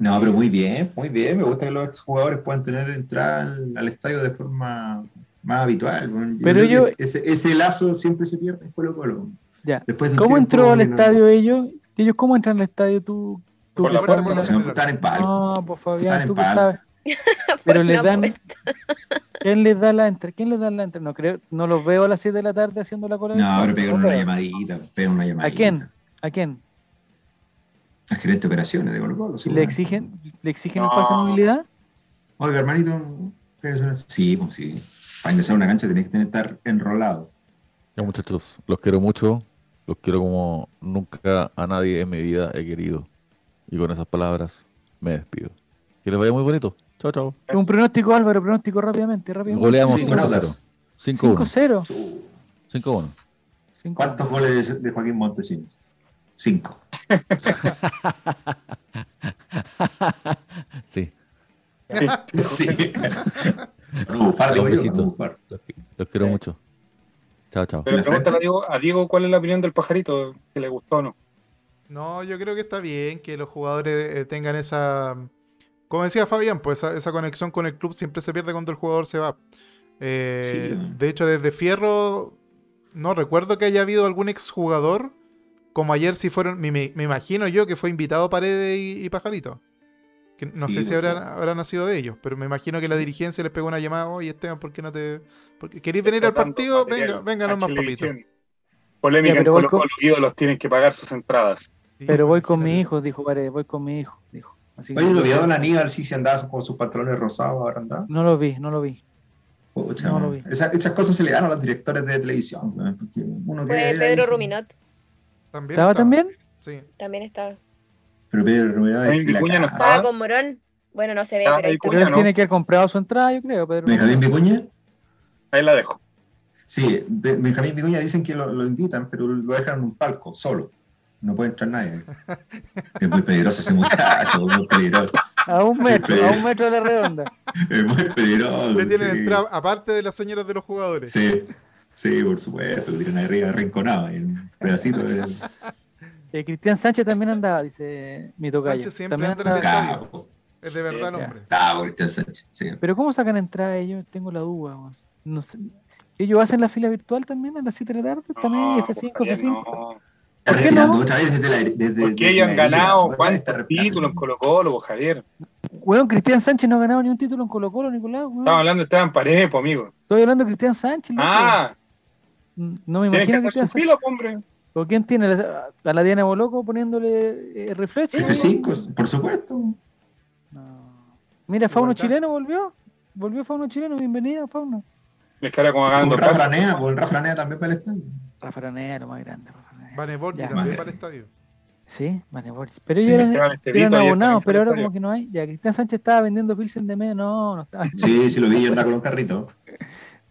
Speaker 2: No, pero muy bien, muy bien. Me gusta que los exjugadores puedan tener entrada al, al estadio de forma más habitual. bueno. Yo
Speaker 1: Pero
Speaker 2: creo que
Speaker 1: yo-
Speaker 2: es- ese, ese lazo siempre se pierde en Colo Colo.
Speaker 1: Ya.
Speaker 2: Después de un
Speaker 1: ¿Cómo
Speaker 2: tiempo,
Speaker 1: entró al
Speaker 2: no-
Speaker 1: estadio ellos? ¿Ellos cómo entran al estadio tú? tú
Speaker 3: Por
Speaker 1: que
Speaker 3: la puerta,
Speaker 1: sabes
Speaker 4: por la
Speaker 2: O sea, están en palco.
Speaker 1: No, pues Fabián,
Speaker 2: Están en
Speaker 1: tú que
Speaker 2: palo.
Speaker 1: sabes.
Speaker 5: Por
Speaker 1: Pero les
Speaker 5: la
Speaker 1: dan,
Speaker 5: puerta.
Speaker 1: ¿quién les da la entrada? ¿Quién les da la entrada? No creo, no los veo a las 7 de la tarde haciendo la cola. del
Speaker 2: No, pero
Speaker 1: estadio.
Speaker 2: pegaron una llamadita, pegaron una llamadita.
Speaker 1: ¿A quién? ¿A quién?
Speaker 2: Al gerente de operaciones de Colo Colo.
Speaker 1: ¿Le
Speaker 2: seguramente.
Speaker 1: exigen, le exigen el
Speaker 3: No.
Speaker 1: pase de movilidad?
Speaker 2: Oiga, hermanito, ¿pegas una- sí, pues sí. Para ingresar a una cancha tenés que tener- estar enrolado.
Speaker 6: Ya, muchachos, los quiero mucho. Los quiero como nunca a nadie en mi vida he querido. Y con esas palabras me despido. Que les vaya muy bonito. Chao, chao.
Speaker 1: Un pronóstico, Álvaro, pronóstico rápidamente, rápidamente.
Speaker 6: Goleamos
Speaker 2: Sí,
Speaker 6: 5-0. 5-1.
Speaker 1: 5-0.
Speaker 2: Uh,
Speaker 6: 5-1.
Speaker 1: Cinco-
Speaker 2: ¿Cuántos goles de- de Joaquín Montesinos? Cinco.
Speaker 6: sí.
Speaker 3: Sí.
Speaker 2: Sí. Para no bufar, digo yo, para no bufar.
Speaker 6: Los, qui- los quiero
Speaker 3: Sí.
Speaker 6: mucho. Chao, chao.
Speaker 3: Pero
Speaker 2: La
Speaker 3: pregúntale a
Speaker 2: frente.
Speaker 3: Diego, a Diego cuál es la opinión del pajarito, si le gustó o no.
Speaker 4: No, yo creo que está bien que los jugadores eh, tengan esa. Como decía Fabián, pues esa, esa conexión con el club siempre se pierde cuando el jugador se va. Eh,
Speaker 2: Sí.
Speaker 4: de hecho, desde Fierro, no recuerdo que haya habido algún exjugador como ayer, si fueron. Me, me- me imagino yo que fue invitado Paredes y, y Pajarito. Que no
Speaker 2: Sí,
Speaker 4: sé si
Speaker 2: pues,
Speaker 4: habrán,
Speaker 2: sí.
Speaker 4: habrán nacido de ellos, pero me imagino que la dirigencia les pegó una llamada. Oye, Esteban, ¿por qué no te.? Porque ¿Queréis venir al
Speaker 3: Tratando
Speaker 4: partido?
Speaker 3: material
Speaker 4: Venga, venga,
Speaker 3: a
Speaker 4: nomás, papito.
Speaker 3: Chilevisión. Polémica
Speaker 1: Ya,
Speaker 3: en
Speaker 1: pero
Speaker 3: Colo
Speaker 1: voy
Speaker 3: Colo, ídolos tienen que pagar sus entradas.
Speaker 4: Sí, pues,
Speaker 1: Pero voy con mi
Speaker 4: imagínate.
Speaker 1: hijo, dijo Paredes, voy con mi hijo, dijo. Así que
Speaker 2: Oye,
Speaker 1: no,
Speaker 2: lo vieron a Aníbal sí se andaba con sus pantalones rosados ahora andaba.
Speaker 1: no lo vi, no lo vi.
Speaker 2: Pucha,
Speaker 1: No lo
Speaker 2: man.
Speaker 1: vi.
Speaker 2: Esa- esas cosas se le dan a los directores de televisión. man, porque uno quiere
Speaker 5: Fue
Speaker 2: ver ahí,
Speaker 5: Pues Pedro
Speaker 2: sí.
Speaker 5: Ruminot,
Speaker 4: También
Speaker 1: ¿Estaba también?
Speaker 4: Sí.
Speaker 5: también estaba.
Speaker 2: Pero Pedro Ruminot es
Speaker 3: Ay,
Speaker 2: que la
Speaker 3: Vicuña no
Speaker 2: casa.
Speaker 3: Ah.
Speaker 5: Estaba con Morón. Bueno, no se ve,
Speaker 3: Ah,
Speaker 5: pero ahí
Speaker 3: ahí
Speaker 5: está.
Speaker 1: Pero
Speaker 3: Cuña,
Speaker 1: él
Speaker 3: ¿no?
Speaker 1: tiene que haber comprado su entrada, yo creo. Pedro.
Speaker 2: ¿Benjamín Vicuña?
Speaker 3: Ahí la dejo.
Speaker 2: Sí, Be- Benjamín Vicuña dicen que lo, lo invitan, pero lo dejan en un palco, solo. No puede entrar nadie. Es muy peligroso ese muchacho, es muy peligroso.
Speaker 1: A un metro, a un metro de la redonda.
Speaker 2: Es muy peligroso.
Speaker 4: Le tienen
Speaker 2: sí.
Speaker 4: entrada, aparte de las señoras de los jugadores.
Speaker 2: Sí, sí, por supuesto, lo tiran ahí arriba, arrinconado, ahí en un pedacito de
Speaker 1: Eh, Cristian Sánchez también andaba, dice mi tocayo.
Speaker 4: Sánchez siempre
Speaker 1: También
Speaker 4: anda en el
Speaker 1: andaba.
Speaker 4: estadio.
Speaker 2: cabo.
Speaker 4: Es de verdad el
Speaker 1: ya.
Speaker 4: hombre.
Speaker 2: Cabo, Cristian Sánchez. Sí.
Speaker 1: Pero ¿cómo sacan entrada ellos? Tengo la duda. weón. No sé. ¿Ellos hacen la fila virtual también a las 7 de la tarde? ¿Están ahí
Speaker 3: No,
Speaker 1: F5,
Speaker 3: pues, Fabián,
Speaker 1: F5?
Speaker 3: no.
Speaker 1: ¿Por qué no?
Speaker 2: Otra vez desde la- desde-
Speaker 3: Porque
Speaker 2: desde
Speaker 3: ellos han
Speaker 2: la herida,
Speaker 3: ganado
Speaker 2: otra vez está
Speaker 3: cuántos
Speaker 2: reemplazando.
Speaker 3: títulos en Colo Colo, Javier.
Speaker 1: Weón, Cristian Sánchez no ha ganado ni un título en Colo Colo, Nicolás. weón.
Speaker 3: Estamos hablando de Esteban Paredes, po, amigo.
Speaker 1: Estoy hablando de Cristian Sánchez. loco. Mm,
Speaker 3: Ah,
Speaker 1: no me
Speaker 3: tienes que
Speaker 1: imagino
Speaker 3: hacer
Speaker 1: Cristian
Speaker 3: su
Speaker 1: Sánchez.
Speaker 3: filo, po, hombre.
Speaker 1: ¿O quién tiene a la- a la Diana Boloco poniéndole eh, reflejo?
Speaker 2: F5, por supuesto.
Speaker 1: No. Mira, Fauno
Speaker 4: Igualdad.
Speaker 1: chileno volvió. Volvió Fauno chileno, bienvenido Fauno.
Speaker 3: Es que ahora como
Speaker 2: Con
Speaker 3: ganando
Speaker 2: Rafa
Speaker 3: plata.
Speaker 2: Ranea, con Rafa Ranea también para el estadio.
Speaker 1: Rafa Araneda, lo más grande. Rafa Araneda.
Speaker 4: Vane Borghi
Speaker 1: Ya.
Speaker 4: también
Speaker 2: Vale.
Speaker 4: para el estadio.
Speaker 1: Sí, vale, Borges. Pero
Speaker 2: Sí,
Speaker 1: ellos eran,
Speaker 3: Esteban Estevito
Speaker 1: eran
Speaker 3: ayer
Speaker 1: abonados,
Speaker 3: también fue
Speaker 1: pero
Speaker 3: al
Speaker 1: ahora
Speaker 3: estadio.
Speaker 1: como que no hay. Ya, Cristian Sánchez estaba vendiendo Pilsen de medio. No, no estaba.
Speaker 2: Sí, sí, lo vi, yo andaba con un carrito.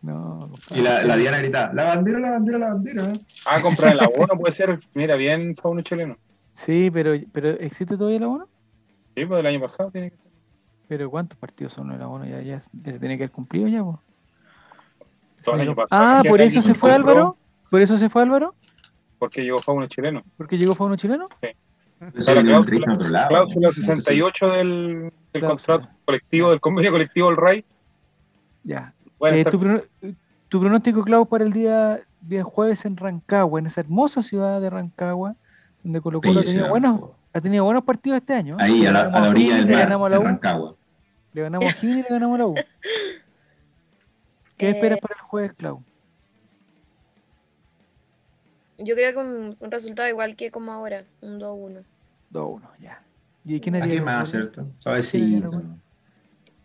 Speaker 1: No,
Speaker 2: Y
Speaker 1: Ah,
Speaker 2: la, la Diana gritaba, la bandera, la bandera, la bandera.
Speaker 3: Ah, comprar el abono puede ser. Mira, bien, Fauno Chileno.
Speaker 1: Sí, pero, pero ¿existe todavía el abono?
Speaker 3: Sí, pues del año pasado tiene que ser.
Speaker 1: Pero ¿cuántos partidos son el abono? Ya, ya, ya se tiene que haber cumplido ya. po.
Speaker 3: Todo el año pasado.
Speaker 1: ah,
Speaker 3: Porque
Speaker 1: por
Speaker 3: el
Speaker 1: eso
Speaker 3: año
Speaker 1: se fue
Speaker 3: compró,
Speaker 1: Álvaro. ¿Por eso se fue Álvaro?
Speaker 3: Porque llegó Fauno Chileno.
Speaker 1: ¿Porque llegó Fauno chileno?
Speaker 2: Eso
Speaker 3: la
Speaker 2: es un
Speaker 3: cláusula-
Speaker 2: ritmo a otro lado.
Speaker 3: Cláusula 68 del, del
Speaker 1: Cláusula.
Speaker 3: contrato colectivo, del convenio colectivo del RAI.
Speaker 1: Ya.
Speaker 3: Bueno,
Speaker 1: Eh,
Speaker 3: está-
Speaker 1: tu, prono- tu pronóstico, Clau, para el día, día jueves en Rancagua, en esa hermosa ciudad de Rancagua, donde Colo Colo ha tenido,
Speaker 2: Bellísima.
Speaker 1: buenos, ha tenido buenos partidos este año. ¿eh?
Speaker 2: Ahí, a la, a la orilla del
Speaker 1: Le
Speaker 2: mar,
Speaker 1: ganamos a la
Speaker 2: en
Speaker 1: U.
Speaker 2: Rancagua.
Speaker 1: Le ganamos a Gil y le ganamos a la U. ¿Qué
Speaker 5: Eh,
Speaker 1: esperas para el jueves, Clau?
Speaker 5: Yo creo que un, un resultado igual que como ahora, un 2-1.
Speaker 1: 2-1, ya. ¿Y quién
Speaker 2: ¿A
Speaker 1: haría
Speaker 2: qué
Speaker 1: el
Speaker 2: más,
Speaker 1: gol?
Speaker 2: cierto? Suavecito. ¿no?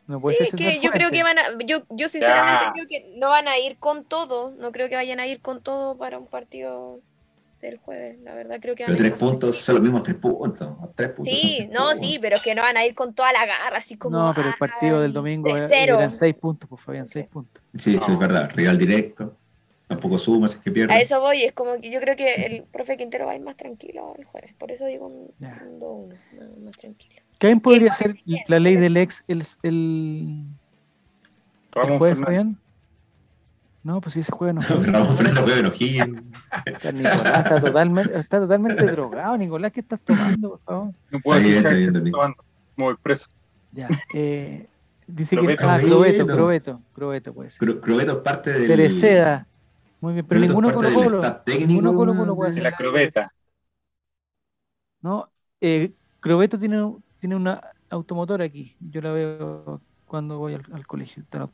Speaker 1: No puede
Speaker 5: Sí,
Speaker 1: ser
Speaker 5: es que
Speaker 1: César
Speaker 5: yo creo
Speaker 1: Fuentes.
Speaker 5: que van a, yo, yo sinceramente
Speaker 3: Ya.
Speaker 5: creo que no van a ir con todo, no creo que vayan a ir con todo para un partido del jueves, la verdad creo que van
Speaker 2: Pero
Speaker 5: a
Speaker 2: tres
Speaker 5: ir con-
Speaker 2: puntos son los mismos tres puntos. Tres puntos son
Speaker 5: Sí,
Speaker 2: tres
Speaker 5: no,
Speaker 2: puntos.
Speaker 5: sí, pero es que no van a ir con toda la garra, así como
Speaker 1: No, pero el partido del
Speaker 5: "Ay,
Speaker 1: domingo era-
Speaker 5: 3-0".
Speaker 1: eran 6 puntos, pues Fabián, 6 puntos.
Speaker 2: Sí, eso
Speaker 3: No.
Speaker 2: es verdad. Rival directo. Tampoco sumas, es que
Speaker 5: A
Speaker 2: pierdes.
Speaker 5: eso voy, es como que yo creo que el profe Quintero va a ir más tranquilo el jueves, por eso digo un,
Speaker 1: Ya.
Speaker 5: un 2-1, más, más tranquilo.
Speaker 1: ¿Quién podría
Speaker 5: igual
Speaker 1: ser
Speaker 5: bien,
Speaker 1: la ley
Speaker 5: pero-
Speaker 1: del ex el, el, el
Speaker 3: Ramón
Speaker 1: jueves,
Speaker 3: Fernández.
Speaker 1: Fabián? No, pues si se juega no juega.
Speaker 2: Ramón Fernando puede enojín.
Speaker 1: Está Nicolás está totalmente, está totalmente drogado, Nicolás, ¿qué estás tomando, por favor?
Speaker 3: No puedo
Speaker 2: Ahí
Speaker 3: decir
Speaker 2: está
Speaker 3: que
Speaker 2: viendo el
Speaker 3: estoy
Speaker 2: link.
Speaker 3: tomando. Como expreso.
Speaker 1: Ya, eh, dice que
Speaker 3: Crobeto.
Speaker 1: ah, Crobeto,
Speaker 2: Crobeto.
Speaker 1: Crobeto, Crobeto puede ser.
Speaker 2: Cro- Crobeto es parte del.
Speaker 1: Cereceda. Muy bien, pero
Speaker 2: Crobeto es
Speaker 1: ninguno
Speaker 2: parte
Speaker 1: Colo
Speaker 2: del
Speaker 1: Colo.
Speaker 2: staff técnico,
Speaker 1: Ninguno Colo Colo
Speaker 2: weón,
Speaker 1: puede
Speaker 2: de-
Speaker 3: De
Speaker 1: hacer
Speaker 3: la
Speaker 1: nada.
Speaker 3: crobeta.
Speaker 1: No, eh, Crobeto tiene, un- tiene una automotora aquí. Yo la veo cuando voy al, al colegio. Está la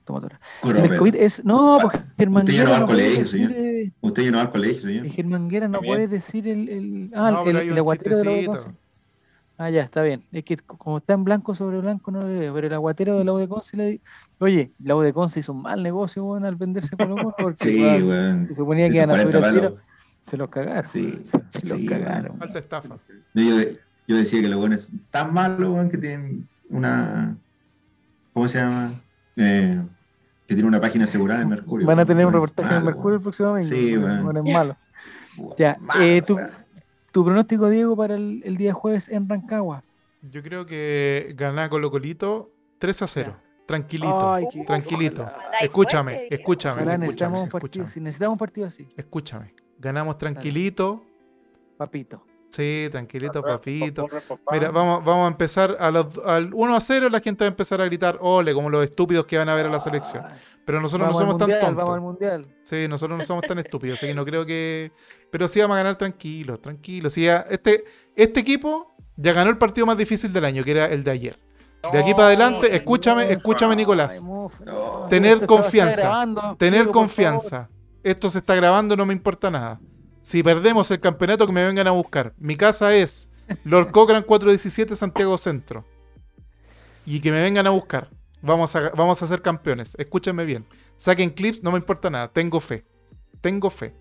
Speaker 1: automotora. El
Speaker 2: Crobeto.
Speaker 1: Escobit es. No, pues Germán
Speaker 2: Usted ya
Speaker 1: Guerra
Speaker 2: no va al
Speaker 1: no puede
Speaker 2: colegio,
Speaker 1: decir,
Speaker 2: señor.
Speaker 1: eh,
Speaker 2: Usted llenó al colegio, señor.
Speaker 1: el Germán Guerra no
Speaker 3: También.
Speaker 1: puede decir el. el ah,
Speaker 4: No,
Speaker 1: el-
Speaker 4: pero hay
Speaker 1: el,
Speaker 4: un
Speaker 1: aguatero de la U de
Speaker 4: chistecito.
Speaker 1: Conce. Ah, ya, está bien. Es que co- como está en blanco sobre blanco, no le veo. Pero el aguatero de la U de Conce le di- Oye, la U de Conce hizo un mal negocio, weón, al venderse Colo Colo, porque
Speaker 2: Sí,
Speaker 1: weón,
Speaker 2: weón.
Speaker 1: se suponía que
Speaker 2: Hizo
Speaker 1: iban a subir
Speaker 2: 40
Speaker 1: al
Speaker 2: palos.
Speaker 1: tiro. Se los cagaron.
Speaker 2: Sí,
Speaker 1: weón, se los
Speaker 2: sí,
Speaker 1: cagaron.
Speaker 2: weón.
Speaker 4: Alta estafa.
Speaker 2: No, Yo, yo decía que los buenos tan malos, weón, que tienen una. ¿Cómo se llama? Eh, que tienen una página asegurada en Mercurio.
Speaker 1: Van a tener un
Speaker 2: Weón,
Speaker 1: reportaje en
Speaker 2: malo,
Speaker 1: Mercurio el próximo domingo.
Speaker 2: Sí,
Speaker 1: weón,
Speaker 2: weón.
Speaker 1: bueno, es malo.
Speaker 2: weón.
Speaker 1: Ya,
Speaker 2: Malo,
Speaker 1: eh, tú-
Speaker 2: weón.
Speaker 1: Tu pronóstico, Diego, para el, el día jueves en Rancagua.
Speaker 4: Yo creo que gana Colo Colito 3 a 0. Tranquilito.
Speaker 1: Ay, qué-
Speaker 4: tranquilito.
Speaker 1: Ojalá,
Speaker 5: Ay,
Speaker 4: escúchame,
Speaker 5: fuerte, que-
Speaker 4: escúchame.
Speaker 1: ojalá necesitamos un
Speaker 4: escúchame,
Speaker 1: partido
Speaker 4: escúchame,
Speaker 1: así. Necesitamos un partido así,
Speaker 4: escúchame. Ganamos tranquilito.
Speaker 1: papito.
Speaker 4: Sí, tranquilito, papito.
Speaker 3: Papá, papá.
Speaker 4: Mira, vamos, vamos a empezar a los- al 1 a 0. La gente va a empezar a gritar, ole, como los estúpidos que van a ver a la selección.
Speaker 1: Ah,
Speaker 4: Pero nosotros
Speaker 1: vamos
Speaker 4: no
Speaker 1: al
Speaker 4: somos tan
Speaker 1: mundial,
Speaker 4: tontos.
Speaker 1: Vamos al mundial.
Speaker 4: Sí, nosotros no somos tan estúpidos, así que no creo que. Pero sí vamos a ganar tranquilos, tranquilos. Sí, ya- este, este equipo ya ganó el partido más difícil del año, que era el de ayer. De aquí para adelante, escúchame, escúchame, Nicolás.
Speaker 1: Ay, mofa.
Speaker 2: No.
Speaker 1: Esto se va
Speaker 4: Tener
Speaker 1: a estar
Speaker 4: confianza,
Speaker 1: grabando,
Speaker 4: Tener
Speaker 1: Diego, por
Speaker 4: confianza. Esto se está grabando, no me importa nada. Si perdemos el campeonato, que me vengan a buscar. Mi casa es Lord Cochran 417 Santiago Centro. Y que me vengan a buscar. Vamos a, vamos a ser campeones. Escúchenme bien. Saquen clips, no me importa nada. Tengo fe. Tengo fe.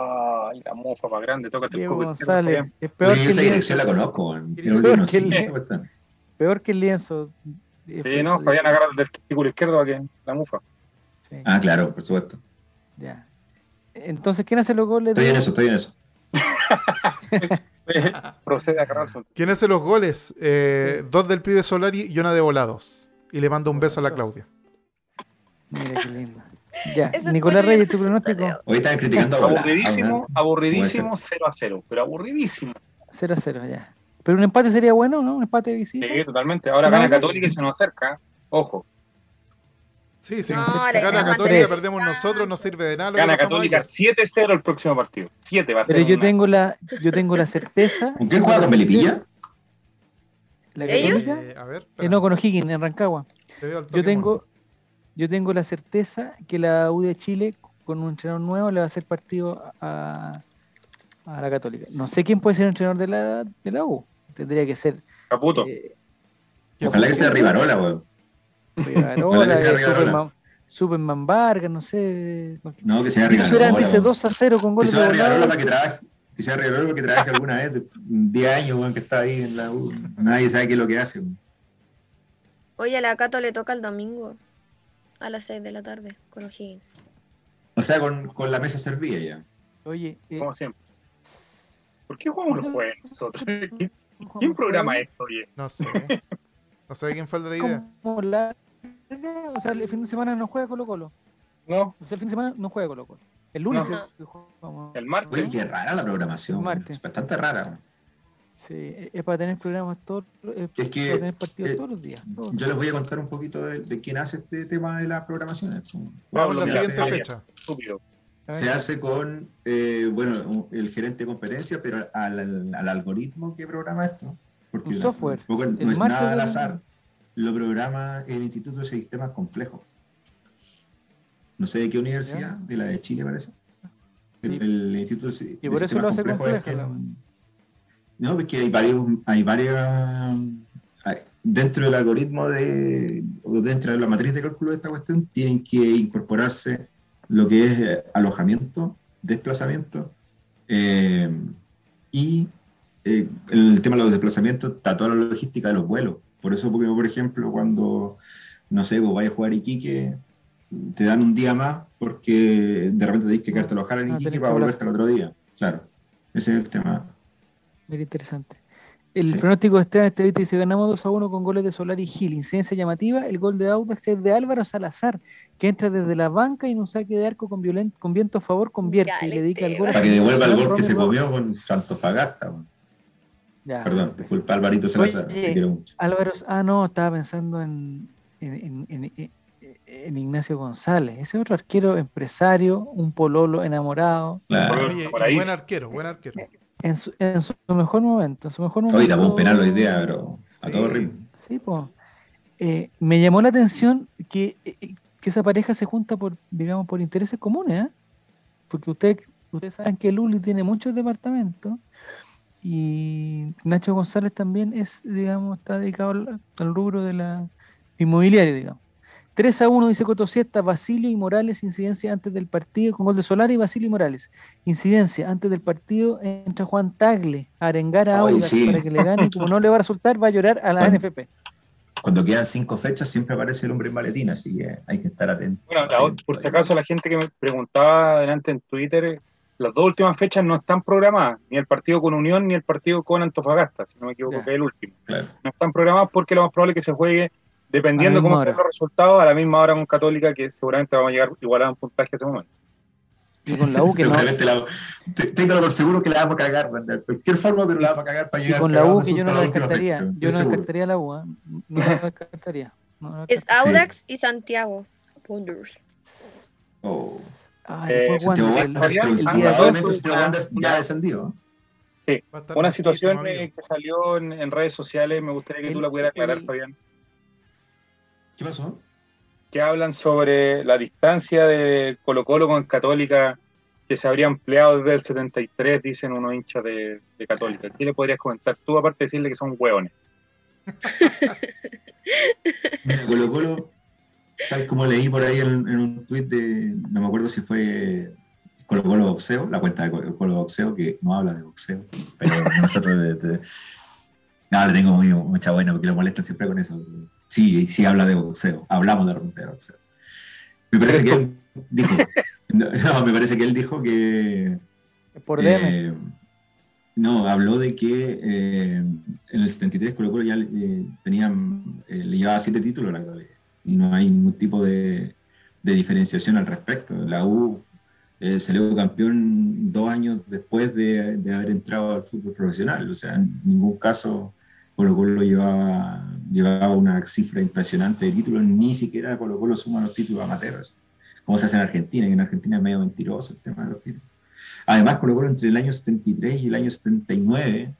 Speaker 3: Ay, la mofa más grande.
Speaker 1: favor.
Speaker 3: Tócate el
Speaker 1: Diego
Speaker 3: coco izquierdo,
Speaker 1: González.
Speaker 3: Fabián.
Speaker 1: Es peor
Speaker 2: Oye,
Speaker 1: que,
Speaker 2: esa
Speaker 1: el lienzo,
Speaker 2: dirección la conozco, weón.
Speaker 4: Peor
Speaker 2: Era un libro,
Speaker 1: que
Speaker 2: sí,
Speaker 1: el-
Speaker 2: esta cuestión.
Speaker 1: peor que el lienzo. Eh,
Speaker 3: Sí,
Speaker 1: fue
Speaker 3: no,
Speaker 1: eso,
Speaker 3: Fabián
Speaker 1: Diego.
Speaker 3: agarra del testículo izquierdo para que la mufa.
Speaker 1: Sí,
Speaker 2: Ah, claro, por supuesto.
Speaker 1: ya. Entonces, ¿quién hace los goles?
Speaker 2: Estoy en
Speaker 1: Diego?
Speaker 2: eso, estoy en eso.
Speaker 3: Procede a agarrar su.
Speaker 4: ¿Quién hace los goles? Eh, Dos del pibe Solari y una de volados. Y le mando un beso a la
Speaker 1: Volados.
Speaker 4: Claudia.
Speaker 1: Mira qué lindo. Ya,
Speaker 5: Eso es
Speaker 1: Nicolás
Speaker 5: muy
Speaker 1: Reyes, tu
Speaker 5: lindo,
Speaker 1: pronóstico
Speaker 5: Tadeo.
Speaker 2: Hoy estaban criticando a Bola.
Speaker 3: Aburridísimo,
Speaker 2: Ah,
Speaker 3: aburridísimo 0 a 0. Pero aburridísimo.
Speaker 1: 0 a 0, ya. Pero un empate sería bueno, ¿no? Un empate de visita.
Speaker 3: Sí, totalmente. Ahora
Speaker 1: No,
Speaker 3: gana
Speaker 1: no.
Speaker 3: Católica y se nos acerca. Ojo.
Speaker 4: Sí, sí.
Speaker 5: No,
Speaker 4: si
Speaker 5: la
Speaker 4: gana
Speaker 1: gana
Speaker 4: Católica,
Speaker 1: tres.
Speaker 4: perdemos nosotros, no sirve de nada. lo que
Speaker 3: Gana
Speaker 4: pasamos
Speaker 3: Católica
Speaker 4: ayer.
Speaker 3: 7-0 el próximo partido. 7 va a ser.
Speaker 1: Pero yo
Speaker 3: una-
Speaker 1: tengo la, yo tengo la certeza.
Speaker 2: ¿Con quién juega con Melipilla?
Speaker 1: La
Speaker 5: ¿Ellos?
Speaker 1: Católica,
Speaker 4: Eh, a ver,
Speaker 1: eh,
Speaker 4: espera,
Speaker 1: no, con O'Higgins, en Rancagua.
Speaker 4: te veo al toque,
Speaker 1: Yo tengo, yo tengo la certeza que la U de Chile, con un entrenador nuevo, le va a hacer partido a, a la Católica. No sé quién puede ser el entrenador de la, de la U. Tendría que ser.
Speaker 3: Caputo.
Speaker 1: eh,
Speaker 2: Ojalá que sea Rivarola, weón.
Speaker 1: Rivarola,
Speaker 2: Ojalá que sea
Speaker 1: eh,
Speaker 2: Rivarola.
Speaker 1: Superman, Superman Vargas, no sé. cualquier-
Speaker 2: No, que sea
Speaker 1: Durán
Speaker 2: Rivarola.
Speaker 1: dice
Speaker 2: weón.
Speaker 1: 2 a 0 con
Speaker 2: Que
Speaker 1: goles de
Speaker 2: sea Rivarola
Speaker 1: volado.
Speaker 2: para que trabaje. Que sea Rivarola para que trabaje alguna vez. de- 10 años, weón, que está ahí en la U. Nadie sabe qué es lo que hace. weón.
Speaker 5: Oye, a la Cato le toca el domingo a las 6 de la tarde con O'Higgins.
Speaker 2: O sea, con, con la mesa servida ya.
Speaker 1: Oye, eh,
Speaker 3: Como siempre. ¿Por qué jugamos los jueves nosotros? ¿Qui- ¿Quién
Speaker 1: Juan
Speaker 3: programa
Speaker 1: Manuel,
Speaker 3: esto, oye?
Speaker 4: No sé. ¿eh? No sé quién fue el de la idea.
Speaker 1: ¿cómo la- O sea, el fin de semana no juega Colo Colo.
Speaker 3: No,
Speaker 1: O sea, el fin de semana no juega Colo Colo. El lunes
Speaker 3: No.
Speaker 1: creo que jugamos.
Speaker 3: El martes.
Speaker 2: Oye, qué rara la programación. weón.
Speaker 1: Marte.
Speaker 2: Es bastante rara. weón.
Speaker 1: Sí, e, es para tener programas todos, es
Speaker 2: Es que,
Speaker 1: para tener partidos
Speaker 2: eh,
Speaker 1: todos los días. Oh, todos.
Speaker 2: Yo les voy a contar un poquito de, de quién hace este tema de las programaciones.
Speaker 4: Vamos a
Speaker 3: Pablo
Speaker 4: la
Speaker 2: Se
Speaker 3: Piazza.
Speaker 4: siguiente
Speaker 2: hace-
Speaker 4: fecha.
Speaker 3: estúpido.
Speaker 1: A ver,
Speaker 2: Se hace con, eh, bueno, un- el gerente de competencia, pero al, al- al algoritmo que programa esto. Porque
Speaker 1: Un
Speaker 2: la-
Speaker 1: software.
Speaker 2: tampoco no
Speaker 1: El
Speaker 2: es
Speaker 1: marco
Speaker 2: nada al
Speaker 1: del-
Speaker 2: azar. Lo programa el Instituto de Sistemas Complejos. No sé de qué universidad, de la de Chile parece. El,
Speaker 1: Sí.
Speaker 2: el Instituto de Si-
Speaker 1: Y
Speaker 2: de
Speaker 1: por eso lo hace
Speaker 2: Sistemas Complejos es
Speaker 1: complejo,
Speaker 2: que- No, porque hay varios, hay varios, hay- dentro del algoritmo de, o dentro de la matriz de cálculo de esta cuestión, tienen que incorporarse lo que es eh, alojamiento, desplazamiento, eh, y eh, el tema de los desplazamientos está toda la logística de los vuelos. Por eso, porque, por ejemplo, cuando, no sé, vos vais a jugar a Iquique, te dan un día más porque de repente tenés que quedarte a alojar en
Speaker 1: Ah,
Speaker 2: Iquique
Speaker 1: tenés
Speaker 2: para
Speaker 1: que volar.
Speaker 2: volverte al otro día. Claro, ese es el tema.
Speaker 1: mira, interesante. El
Speaker 2: Sí.
Speaker 1: pronóstico de Esteban Estevita dice: ganamos 2 a 1 con goles de Solar y Gil. Incidencia llamativa: el gol de Audax es de Álvaro Salazar, que entra desde la banca y en un saque de arco con, violen- con viento a favor convierte
Speaker 5: Ya,
Speaker 1: y le
Speaker 5: el
Speaker 1: dedica el
Speaker 5: Esteban.
Speaker 1: gol a
Speaker 2: Para que devuelva el gol que se
Speaker 1: Romero.
Speaker 2: comió con Antofagasta. weón.
Speaker 1: Ya,
Speaker 2: Perdón, disculpa Alvarito Salazar,
Speaker 1: Ah, Oye. eh,
Speaker 2: te quiero mucho.
Speaker 1: Álvaro, ah, no, estaba pensando en, en- en- en- en Ignacio González. Ese otro arquero empresario, un pololo enamorado,
Speaker 2: Claro.
Speaker 4: Oye,
Speaker 3: Por ahí
Speaker 4: y buen
Speaker 3: sí.
Speaker 4: arquero, buen arquero.
Speaker 1: en su, en su mejor momento. En su mejor momento.
Speaker 2: Hoy tapó un penal hoy día, pero a
Speaker 4: Sí.
Speaker 2: todo ritmo.
Speaker 1: Sí, po. Eh, me llamó la atención que, eh, que esa pareja se junta por, digamos, por intereses comunes, ¿ah? Porque ustedes, ustedes saben que Luli tiene muchos departamentos y Nacho González también es, digamos, está dedicado al, al rubro de la inmobiliaria, digamos. 3 a 1, dice Coto Siesta, Basilio y Morales, incidencia antes del partido, con gol de Solari, Basilio y Morales. Incidencia, antes del partido entra Juan Tagle a arengar a
Speaker 2: Ay,
Speaker 1: Audax
Speaker 2: sí.
Speaker 1: para que le gane, y como no le va a resultar, va a llorar a la
Speaker 2: Bueno.
Speaker 1: NFP.
Speaker 2: Cuando quedan cinco fechas siempre aparece el hombre en maletín, así que hay que estar atento.
Speaker 3: Bueno, la ot- por si acaso la gente que me preguntaba delante en Twitter, eh, las dos últimas fechas no están programadas, ni el partido con Unión ni el partido con Antofagasta, si no me equivoco
Speaker 1: Ya.
Speaker 3: que es el último.
Speaker 2: Claro.
Speaker 3: No están programadas porque lo más probable es que se juegue,
Speaker 1: A
Speaker 3: dependiendo
Speaker 1: la
Speaker 3: cómo
Speaker 1: misma
Speaker 3: sean
Speaker 1: hora.
Speaker 3: los resultados, a la misma hora con Católica, que seguramente vamos a llegar igual a un puntaje a ese momento.
Speaker 1: Y con la U que no.
Speaker 2: Seguramente la- te- téngalo por seguro que la vamos a cagar, weón, de cualquier forma, pero la vamos a cagar para
Speaker 1: Y
Speaker 2: llegar.
Speaker 1: con la
Speaker 2: cagado
Speaker 1: U que yo no
Speaker 2: hasta
Speaker 1: la
Speaker 2: la última
Speaker 1: descartaría.
Speaker 2: fecha,
Speaker 1: Yo
Speaker 2: estoy
Speaker 1: no
Speaker 2: seguro.
Speaker 1: descartaría la U. ¿eh? No la descartaría. No la
Speaker 5: Es
Speaker 1: descartaría.
Speaker 5: Audax y Santiago. Ponders.
Speaker 2: Oh.
Speaker 1: Ah,
Speaker 3: Eh,
Speaker 1: después
Speaker 2: Santiago
Speaker 1: Wander, el-
Speaker 2: Wanderers,
Speaker 3: Fabián,
Speaker 1: el
Speaker 2: pero
Speaker 1: día de
Speaker 2: probablemente
Speaker 3: hoy,
Speaker 2: Santiago
Speaker 3: una-
Speaker 2: Wanderers ya
Speaker 3: una-
Speaker 2: descendido.
Speaker 4: Va a estar
Speaker 3: Una
Speaker 4: muchísimo
Speaker 3: situación eh,
Speaker 4: amigo.
Speaker 3: que salió en, en redes sociales, me gustaría que tú
Speaker 1: El-
Speaker 3: la pudieras aclarar,
Speaker 1: el-
Speaker 3: Fabián,
Speaker 2: ¿Qué pasó?
Speaker 3: que hablan sobre la distancia de Colo Colo con Católica que se habría ampliado desde el 73, dicen unos hinchas de, de Católica. ¿Qué le podrías comentar tú, aparte de decirle que son hueones?
Speaker 2: Mira, Colo Colo, tal como leí por ahí en, en un tuit de, no me acuerdo si fue Colo Colo Boxeo, la cuenta de Colo Colo Boxeo, que no habla de boxeo, pero nosotros de- de- no, le tengo muy, mucha buena porque lo molestan siempre con eso. Sí, sí habla de boxeo, hablamos de repente de boxeo. Me parece que él dijo, no, no, me parece que él dijo que
Speaker 1: Por DM.
Speaker 2: eh, no, habló de que eh, en el 73 Colo Colo ya eh, tenían, eh, le llevaba siete títulos a la Católica y no hay ningún tipo de, de diferenciación al respecto. La U eh, salió campeón dos años después de, de haber entrado al fútbol profesional, o sea, en ningún caso Colo Colo llevaba, llevaba una cifra impresionante de títulos, ni siquiera Colo Colo suma los títulos amateurs, como se hace en Argentina, que en Argentina es medio mentiroso el tema de los títulos. Además, Colo Colo entre el año 73 y el año 79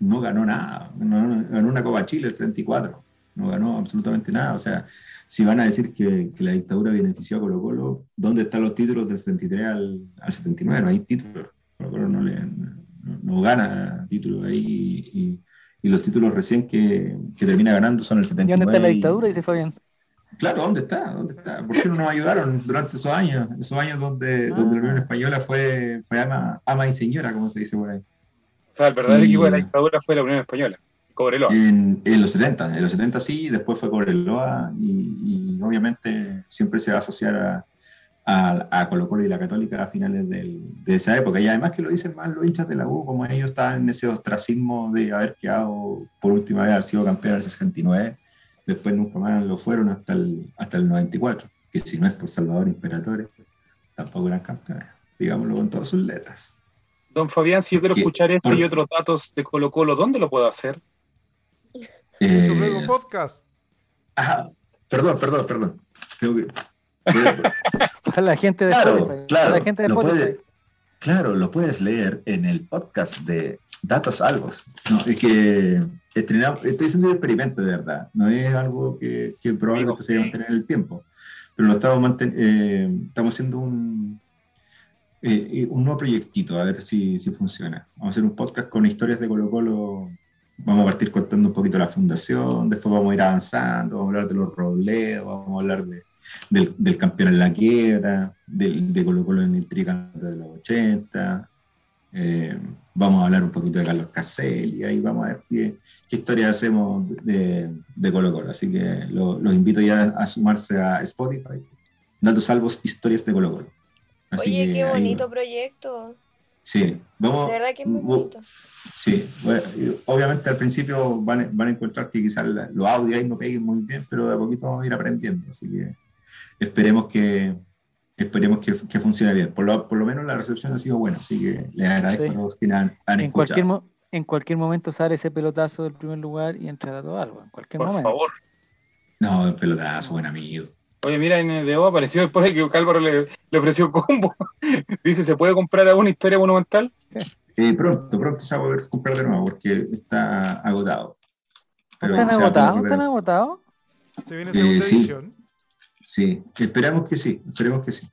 Speaker 2: no ganó nada, no, ganó una Copa Chile el 74, no ganó absolutamente nada, o sea, si van a decir que, que, la dictadura benefició a Colo Colo, ¿dónde están los títulos del 73 al, al 79? No hay títulos. Colo Colo no, le, no, no gana títulos ahí y, y, los títulos recién que, que, termina ganando son el 79.
Speaker 1: ¿Y dónde está la dictadura? Dice Fabián.
Speaker 2: Claro, ¿dónde está? ¿Dónde está? ¿Por qué no nos ayudaron durante esos años? Esos años donde, ah. donde la Unión Española fue, fue ama, ama, y señora, como se dice por ahí.
Speaker 3: O sea, el verdadero y, equipo de la dictadura fue la Unión Española. Cobreloa.
Speaker 2: En, en, los 70, en los 70 sí, después fue Cobreloa y, y obviamente siempre se va a asociar a, a, a, Colo Colo y la Católica a finales del, de esa época. Y además que lo dicen más los hinchas de la U, como ellos estaban en ese ostracismo de haber quedado por última vez, haber sido campeón en el 69, después nunca más lo fueron hasta el, hasta el 94, que si no es por Salvador Imperatore, tampoco eran campeones, digámoslo con todas sus letras.
Speaker 3: Don Fabián, si yo quiero escuchar esto y otros datos de Colo Colo, ¿dónde lo puedo hacer?
Speaker 4: Eh, su nuevo podcast.
Speaker 2: Ah, perdón, perdón, perdón. Tengo que,
Speaker 1: para la gente de
Speaker 2: claro,
Speaker 1: Spotify,
Speaker 2: claro,
Speaker 1: para la gente de eh,
Speaker 2: lo puede, claro, lo puedes leer en el podcast de Datos Alvos. No, es que estrenamos, estoy haciendo un experimento de verdad. No es algo que, que probablemente sí, sí. se vaya a mantener el tiempo. Pero lo estamos, manten, eh, estamos haciendo un, eh, un nuevo proyectito, a ver si, si funciona. Vamos a hacer un podcast con historias de Colo Colo vamos a partir contando un poquito la fundación, después vamos a ir avanzando, vamos a hablar de los Robledos, vamos a hablar de, del, del, campeón en la quiebra, del, de Colo Colo en el tricanto de los 80, eh, vamos a hablar un poquito de Carlos Caselli, ahí vamos a ver qué, qué historia hacemos de, de, Colo Colo. Así que lo, los invito ya a sumarse a Spotify, Datos Salvos, Historias de Colo Colo.
Speaker 5: Así Oye, qué bonito ahí, proyecto.
Speaker 2: Sí, vamos.
Speaker 5: De verdad que es muy bonito.
Speaker 2: Sí, bueno, obviamente al principio van, van, a encontrar que quizás los audios ahí no peguen muy bien, pero de a poquito vamos a ir aprendiendo. Así que esperemos que esperemos que, que funcione bien. Por lo, por lo, menos la recepción ha sido buena, así que les agradezco sí. a los que han, han
Speaker 1: en
Speaker 2: escuchado.
Speaker 1: Cualquier en cualquier momento sale ese pelotazo del primer lugar y entra Dato Alba, en cualquier
Speaker 3: por
Speaker 1: momento.
Speaker 3: favor.
Speaker 2: No, el pelotazo, buen amigo.
Speaker 3: Oye, mira, en el DO apareció después de que Álvaro le, le ofreció combo. Dice, ¿se puede comprar alguna historia monumental?
Speaker 2: Eh, pronto, pronto se va a poder comprar de nuevo porque está agotado.
Speaker 1: Pero ¿Están agotados? ¿Están agotados?
Speaker 4: Se viene segunda eh,
Speaker 2: sí.
Speaker 4: edición.
Speaker 2: Sí, esperamos que sí, esperemos que sí.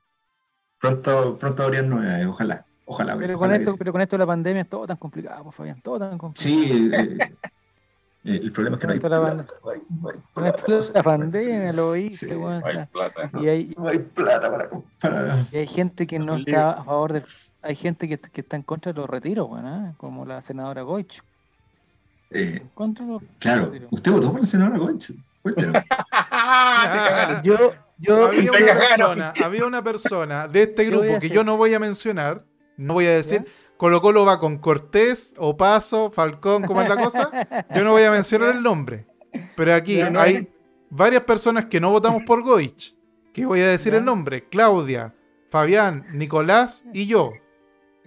Speaker 2: Pronto, pronto habrían novedades, ojalá. Ojalá.
Speaker 1: Pero,
Speaker 2: ojalá
Speaker 1: con esto,
Speaker 2: sí.
Speaker 1: pero con esto de la pandemia es todo tan complicado, pues, Fabián, todo tan complicado.
Speaker 2: Sí, eh, El problema es que no hay plata.
Speaker 1: Con esto la pandemia, lo oíste, sí, bueno,
Speaker 3: hay plata,
Speaker 1: y hay,
Speaker 2: no hay plata para, para
Speaker 1: y hay gente que no está a favor del. Hay gente que, que está en contra de los retiros, bueno, ¿eh? como la senadora Goich.
Speaker 2: Eh, contra los claro, retiros. usted votó por la senadora Goich.
Speaker 4: ah, yo, yo, había, una persona, había una persona de este grupo que yo no voy a mencionar, no voy a decir, ¿Ya? Colo Colo va con Cortés, Opaso, Falcón, ¿cómo es la cosa? Yo no voy a mencionar el nombre. Pero aquí no, no, hay varias personas que no votamos por Goich. Que voy a decir no. el nombre. Claudia, Fabián, Nicolás y yo.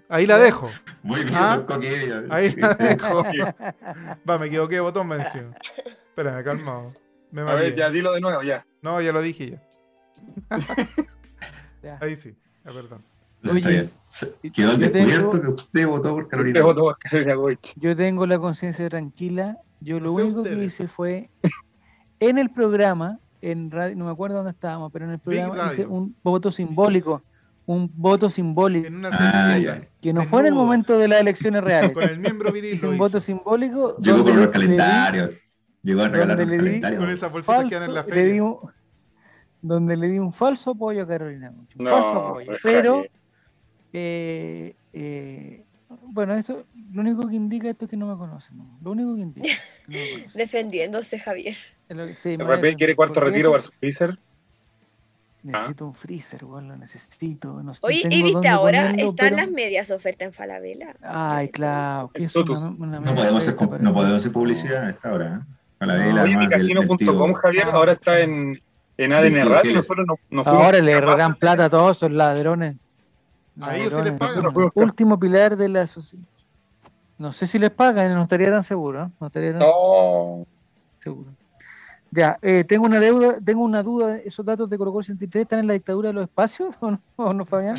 Speaker 4: Ahí la dejo.
Speaker 2: Muy bien, ¿Ah? coquilla,
Speaker 4: Ahí sí, la sí, dejo. Sí. Va, me equivoqué, botón venció. Espérame, calmado.
Speaker 3: Me a ver, ya dilo de nuevo, ya.
Speaker 4: No, ya lo dije ya. Ahí sí, ya, perdón.
Speaker 2: Oye, Está bien. Quedó al descubierto tengo, que usted votó por Carolina.
Speaker 3: Usted votó por Carolina Goich.
Speaker 1: Yo tengo la conciencia tranquila. Yo lo único ustedes? que hice fue en el programa, en radio, no me acuerdo dónde estábamos, pero en el programa hice un voto simbólico. Un voto simbólico.
Speaker 4: En una ah,
Speaker 1: que no Menudo. fue en el momento de las elecciones reales.
Speaker 4: Con el miembro viril.
Speaker 1: Hice un voto simbólico.
Speaker 2: Llegó con los calendarios. Llegó a regalar los calendarios.
Speaker 4: Con esas bolsitas falso, que dan en la feria.
Speaker 1: Le un, donde le di un falso apoyo a Carolina Goich. Un no, falso
Speaker 3: pues,
Speaker 1: apoyo. Pero. Eh, eh, bueno, eso lo único que indica esto es que no me conocen. ¿no? Lo único que indica. No
Speaker 5: Defendiéndose, Javier.
Speaker 3: Que, sí, ¿El quiere cuarto retiro versus freezer?
Speaker 1: Necesito ¿Ah? un freezer, güey, lo necesito. No,
Speaker 5: Oye, ¿y viste ahora? Ponerlo, están pero... las medias ofertas en Falabella.
Speaker 1: Ay, claro. Que es
Speaker 2: una, una no, podemos hacer, no eso. podemos hacer publicidad a esta hora. ¿eh?
Speaker 3: Falabella. Oye, mi casino.com, Javier, ahora está en, en ADN Radio. Nosotros no, no
Speaker 1: Ah, Ahora le rogan plata a todos esos ladrones.
Speaker 4: A ellos se les paga.
Speaker 1: Último pilar de la sociedad. No sé si les pagan, no estaría tan seguro. ¿eh? No estaría tan
Speaker 3: No.
Speaker 1: seguro. Ya, eh, tengo una deuda, tengo una duda, ¿esos datos de Colo Colo 63 están en la dictadura de los espacios o no, o no, Fabián?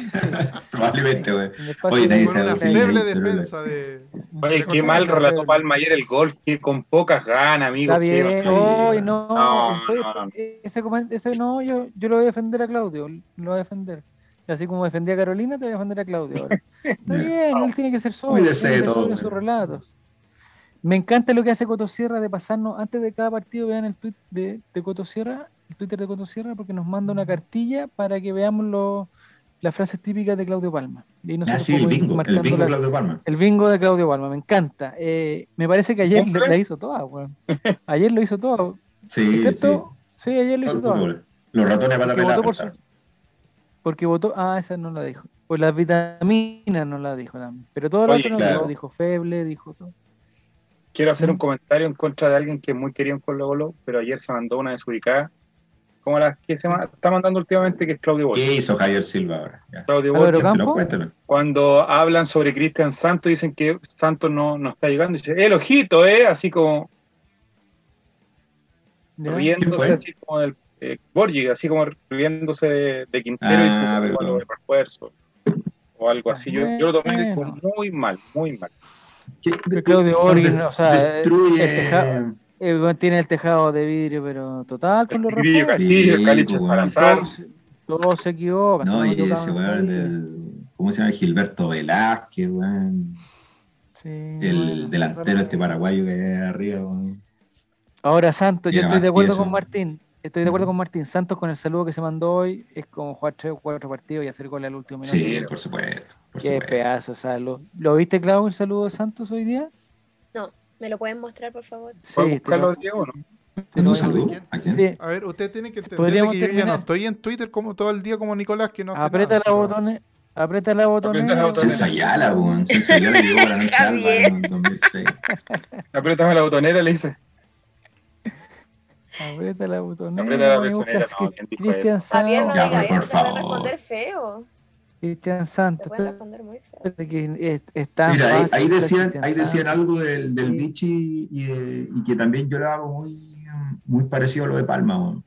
Speaker 2: Probablemente, güey.
Speaker 1: En el espacio
Speaker 2: Oye,
Speaker 1: de-
Speaker 2: nadie
Speaker 4: Con una
Speaker 2: sabe.
Speaker 4: feble
Speaker 2: Sí,
Speaker 4: defensa de.
Speaker 3: Oye, qué mal relató Palma ayer el gol, que con pocas ganas, amigo.
Speaker 1: Está
Speaker 3: qué
Speaker 1: bien,
Speaker 3: basura.
Speaker 1: hoy no,
Speaker 3: No,
Speaker 1: en serio,
Speaker 3: no, no.
Speaker 1: Ese, comen- ese no, yo, yo lo voy a defender a Claudio, lo voy a defender. Y así como defendí a Carolina, te voy a defender a Claudio ahora. Está bien, él tiene que ser solo, tiene que
Speaker 2: Cuídese de
Speaker 1: ser
Speaker 2: todo,
Speaker 1: sobrio en
Speaker 2: güey.
Speaker 1: sus relatos. Me encanta lo que hace Coto Sierra de pasarnos, antes de cada partido vean el tweet de, de Coto Sierra, el Twitter de Coto Sierra, porque nos manda
Speaker 2: Mm.
Speaker 1: una cartilla para que veamos lo- las frases típicas de Claudio Palma. Y ahí
Speaker 2: Ah,
Speaker 1: nosotros
Speaker 2: sí, el
Speaker 1: podemos ir
Speaker 2: bingo. El
Speaker 1: marcando
Speaker 2: bingo
Speaker 1: la-
Speaker 2: Claudio Palma.
Speaker 1: el bingo de Claudio Palma, me encanta. Eh, me parece que ayer
Speaker 3: ¿Hombre?
Speaker 1: le- la hizo toda, weón. Ayer lo hizo todo,
Speaker 2: Sí, sí.
Speaker 1: ¿cierto? Sí, ayer lo
Speaker 2: Todo
Speaker 1: hizo
Speaker 2: el
Speaker 1: todo.
Speaker 2: fútbol. Los ratones van a
Speaker 1: Porque
Speaker 2: pelar.
Speaker 1: votó, por su- porque votó, ah, esa no la dijo. Pues las vitaminas no la dijo también. Pero todo lo
Speaker 3: Oye,
Speaker 1: otro no
Speaker 2: claro.
Speaker 1: dijo. Dijo feble, dijo todo.
Speaker 3: Quiero hacer un comentario en contra de alguien que es muy querido en Colo Colo, pero ayer se mandó una desubicada, como las que se ma- está mandando últimamente, que es Claudio Borges.
Speaker 2: ¿Qué hizo Javier Silva ahora? Ya.
Speaker 3: Claudio
Speaker 1: Álvaro
Speaker 3: Borges,
Speaker 1: Campo.
Speaker 2: Cuéntelo, cuéntelo.
Speaker 3: cuando hablan sobre Cristian Santos, dicen que Santos no, no está llegando. Dice, el ojito, ¿eh? Así como
Speaker 1: ¿Ya?
Speaker 2: ¿Quién
Speaker 3: riéndose,
Speaker 2: fue?
Speaker 3: así como del eh, Borgi, así como riéndose de, de Quintero y
Speaker 2: Ah,
Speaker 3: su
Speaker 2: perdón.
Speaker 3: o de refuerzo o algo así. Yo, yo lo tomé
Speaker 1: Bueno.
Speaker 3: como muy mal, muy mal.
Speaker 1: Pero Claudio Borges, o sea,
Speaker 2: destruye.
Speaker 1: el tejado. Eh, bueno, tiene el tejado de vidrio, pero total con los
Speaker 3: Grillo
Speaker 1: refuerzos.
Speaker 3: Castillo,
Speaker 2: Sí,
Speaker 3: Caliche
Speaker 2: pues,
Speaker 3: Salazar,
Speaker 1: Todos se equivocan.
Speaker 2: No,
Speaker 1: todos
Speaker 2: y
Speaker 1: equivocaban
Speaker 2: ese
Speaker 1: en
Speaker 2: weón,
Speaker 1: todo.
Speaker 2: el- ¿cómo se llama? Gilberto Velázquez, weón.
Speaker 1: Sí,
Speaker 2: El
Speaker 1: bueno,
Speaker 2: delantero
Speaker 1: realmente.
Speaker 2: este paraguayo que es arriba, weón.
Speaker 1: Ahora, Santos, yo
Speaker 2: Mira,
Speaker 1: estoy de acuerdo con
Speaker 2: Martínez.
Speaker 1: Martín. Estoy de acuerdo con Martín. Santos con el saludo que se mandó hoy es como jugar tres o cuatro partidos y hacer gol al último minuto.
Speaker 2: Sí, por supuesto. Por
Speaker 1: Qué
Speaker 2: supuesto.
Speaker 1: pedazo, o sea, ¿lo, ¿lo viste, Clau, el saludo de Santos hoy día?
Speaker 5: ¿Me lo pueden mostrar, por favor?
Speaker 1: Sí,
Speaker 3: ¿puedes
Speaker 1: te
Speaker 3: buscarlo,
Speaker 1: lo-
Speaker 3: Diego? No?
Speaker 1: te lo-
Speaker 2: ¿Un saludo? ¿A quién?
Speaker 1: sí.
Speaker 4: A ver, usted tiene que entender de
Speaker 1: Podríamos
Speaker 4: que yo ya no
Speaker 1: terminar.
Speaker 4: estoy en Twitter como todo el día como Nicolás que no hace
Speaker 1: Aprieta
Speaker 4: nada.
Speaker 1: la botonera, aprieta la botonera.
Speaker 3: la
Speaker 2: Celso
Speaker 3: botonera.
Speaker 2: Ayala, weón. Celso Ayala llegó a la noche
Speaker 5: Javier.
Speaker 2: Álvarez en 2006.
Speaker 3: Le apretas a la botonera, le dice.
Speaker 1: Aprieta la botonera.
Speaker 3: Aprieta la
Speaker 1: me
Speaker 3: botonera,
Speaker 1: buscas
Speaker 3: no,
Speaker 1: que
Speaker 3: ¿quién dijo
Speaker 1: Cristian
Speaker 3: eso?
Speaker 5: Javier,
Speaker 1: Santos.
Speaker 5: no
Speaker 2: Ya,
Speaker 5: diga
Speaker 2: pues, por
Speaker 5: eso, te van a
Speaker 2: favor.
Speaker 5: responder feo.
Speaker 1: Cristian
Speaker 5: Te
Speaker 1: Santos.
Speaker 5: pueden responder muy feo.
Speaker 1: espérate que es, es tan
Speaker 2: Mira, ahí,
Speaker 1: fácil,
Speaker 2: ahí
Speaker 1: está
Speaker 2: decían,
Speaker 1: Cristian
Speaker 2: ahí decían
Speaker 1: Santos.
Speaker 2: algo del, del
Speaker 1: Sí.
Speaker 2: Vichy y, eh, y que también yo lo hago muy, muy parecido a lo de Palma. weón.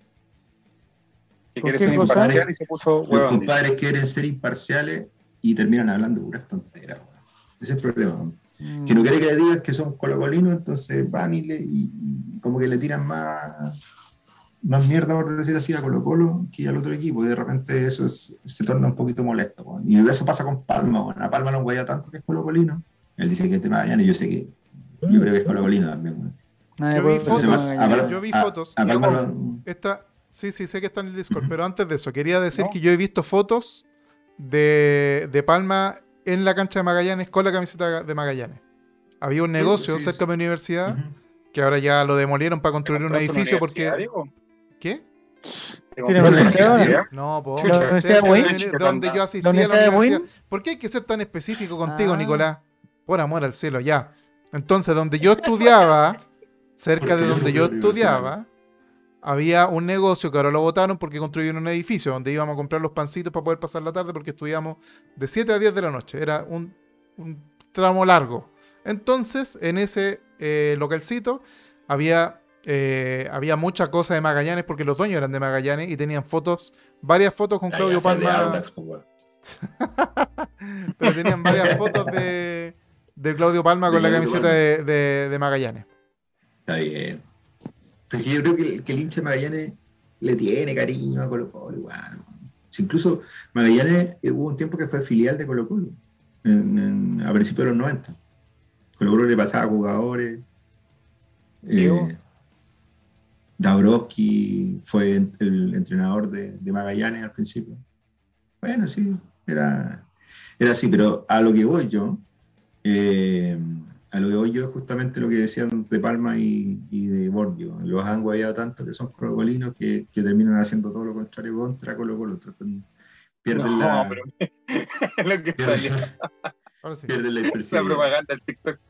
Speaker 3: Que
Speaker 1: ¿Con
Speaker 3: quiere
Speaker 1: qué
Speaker 3: ser
Speaker 1: cosa?
Speaker 3: imparcial y se puso
Speaker 2: Los
Speaker 3: huevón. dice.
Speaker 2: compadres quieren ser imparciales y terminan hablando puras tonteras. weón. Ese es el problema. weón.
Speaker 1: Mm.
Speaker 2: Que no quiere que le digan que son colocolinos, entonces van y, le- y- y como que le tiran más, más mierda, por decir así, a Colo Colo que al otro equipo. Y de repente eso es- se torna un poquito molesto. weón. Y eso pasa con Palma. weón. A Palma lo huella tanto que es colocolino. Él dice que es de Magallanes, yo sé que yo creo que es colocolino también. weón.
Speaker 1: Nadie
Speaker 4: Yo vi
Speaker 1: puede-
Speaker 4: fotos,
Speaker 2: Se va-
Speaker 1: Ay,
Speaker 2: a Pal-
Speaker 4: yo vi
Speaker 2: a-
Speaker 4: fotos.
Speaker 2: a Palma lo-
Speaker 4: Esta, sí, sí, sé que está en el Discord, pero antes de eso, quería decir
Speaker 3: No.
Speaker 4: que yo he visto fotos de, de Palma en la cancha de Magallanes con la camiseta de Magallanes. Había un negocio
Speaker 2: sí,
Speaker 4: cerca de mi universidad
Speaker 2: Ujú.
Speaker 4: que ahora ya lo demolieron para construir un
Speaker 3: ¿Compraste una
Speaker 4: edificio
Speaker 3: universidad, ¿eh?
Speaker 4: porque.
Speaker 3: Diego?
Speaker 4: ¿qué?
Speaker 3: ¿Te
Speaker 1: Tiene
Speaker 2: una
Speaker 3: compraste una
Speaker 2: universidad.
Speaker 3: universidad?
Speaker 4: No, po,
Speaker 3: Chucha.
Speaker 4: cerca
Speaker 3: ¿La
Speaker 1: Universidad de
Speaker 4: de
Speaker 3: Wynn?
Speaker 4: mi- de donde yo asistía
Speaker 1: ¿La
Speaker 4: a la
Speaker 1: Universidad de
Speaker 4: universidad.
Speaker 1: Wynn?
Speaker 4: ¿Por qué hay que ser tan específico contigo,
Speaker 1: Ah.
Speaker 4: Nicolás? Por amor al cielo, ya. Entonces, donde yo estudiaba, cerca de
Speaker 2: Porque
Speaker 4: donde
Speaker 2: yo
Speaker 4: yo
Speaker 2: no fui a la universidad.
Speaker 4: estudiaba, había un negocio que ahora lo votaron porque construyeron un edificio donde íbamos a comprar los pancitos para poder pasar la tarde porque estudiamos de 7 a 10 de la noche. Era un, un tramo largo. Entonces, en ese eh, localcito había, eh, había mucha cosa de Magallanes porque los dueños eran de Magallanes y tenían fotos, varias fotos con
Speaker 2: La
Speaker 4: Claudio
Speaker 2: alianza de
Speaker 4: Palma.
Speaker 2: Audax, po, weón.
Speaker 4: Pero tenían varias fotos de, de Claudio Palma
Speaker 2: De
Speaker 4: con la
Speaker 2: Claudio
Speaker 4: camiseta
Speaker 2: Palma.
Speaker 4: de, de- de Magallanes.
Speaker 2: Está bien. Pero es que yo creo que, que el hincha de Magallanes le tiene cariño a Colo Colo, igual. Si incluso Magallanes eh, hubo un tiempo que fue filial de Colo Colo, en- en- a principios de los 90. Colo Colo le pasaba a jugadores.
Speaker 3: Diego.
Speaker 2: Eh, Dabrowski fue en- el entrenador de, de Magallanes al principio. Bueno, sí, era, era así, pero a lo que voy yo, eh, a lo que voy yo es justamente lo que decían de Palma y, y de Borgio. Los han guayado tanto que son colocolinos que, que terminan haciendo todo lo contrario contra Colo Colo. Tratan- Pierden,
Speaker 3: No,
Speaker 2: la,
Speaker 3: pero lo que salió.
Speaker 2: pierden,
Speaker 4: Ahora sí.
Speaker 2: pierden la
Speaker 3: La
Speaker 2: impresión.
Speaker 3: propaganda del TikTok.
Speaker 7: Pues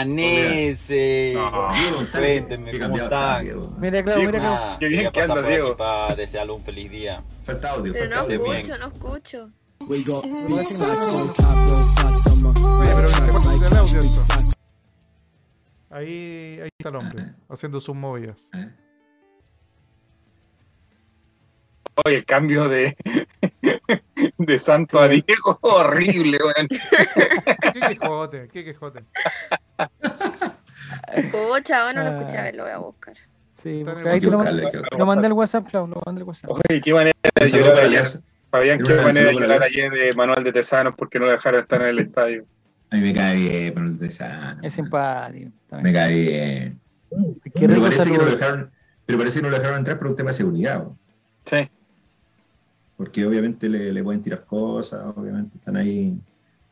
Speaker 7: Anese.
Speaker 3: No.
Speaker 2: Diego González, que-
Speaker 7: Cuéntenme,
Speaker 2: que
Speaker 7: ¿cómo
Speaker 2: cambiado
Speaker 7: están?
Speaker 2: está, Diego.
Speaker 1: Mira, Clau, mira, Clau.
Speaker 7: Nada,
Speaker 3: Qué bien
Speaker 7: quería
Speaker 3: que anda,
Speaker 7: pasar por aquí
Speaker 3: Diego.
Speaker 7: Para desearle un feliz día.
Speaker 2: Falta audio,
Speaker 5: Pero
Speaker 2: falta
Speaker 5: no
Speaker 2: audio.
Speaker 7: bien.
Speaker 5: escucho, no escucho.
Speaker 7: We got beats facts, no cap, no facts. I'm a
Speaker 4: pero
Speaker 7: facts,
Speaker 4: ¿cómo
Speaker 7: like
Speaker 4: se llama el audio
Speaker 7: facts,
Speaker 4: esto?
Speaker 7: facts.
Speaker 4: Ahí, ahí está el hombre, haciendo sus movidas.
Speaker 3: Oye, el cambio de, de santo a Diego, horrible, weón.
Speaker 4: Qué quejote, qué quejote.
Speaker 5: Pucha, oh, no lo
Speaker 1: Ah.
Speaker 5: escuché, a ver, lo voy a buscar.
Speaker 1: Sí,
Speaker 2: pues.
Speaker 4: Está en
Speaker 1: porque ahí te lo,
Speaker 2: Buscarle,
Speaker 1: mandé-
Speaker 2: que-
Speaker 1: lo mandé al WhatsApp, Clau, lo mandé al WhatsApp.
Speaker 3: Oye, qué manera de
Speaker 2: Un saludo
Speaker 3: llorar
Speaker 2: para
Speaker 3: ayer.
Speaker 2: Elias.
Speaker 3: Fabián, qué
Speaker 2: Llorar,
Speaker 3: manera de
Speaker 2: saludo para
Speaker 3: llorar
Speaker 2: Elias.
Speaker 3: ayer de Manuel de Tesanos porque no lo dejaron estar en el estadio.
Speaker 2: A mí me cae bien, pero el de esa-
Speaker 1: Es simpático. también.
Speaker 2: Me cae bien.
Speaker 1: Qué
Speaker 2: pero,
Speaker 1: rico
Speaker 2: parece que no lo
Speaker 1: saludo.
Speaker 2: dejaron, pero parece que no lo dejaron entrar por un tema de seguridad. po.
Speaker 3: Sí.
Speaker 2: Porque obviamente le, le pueden tirar cosas, obviamente están ahí.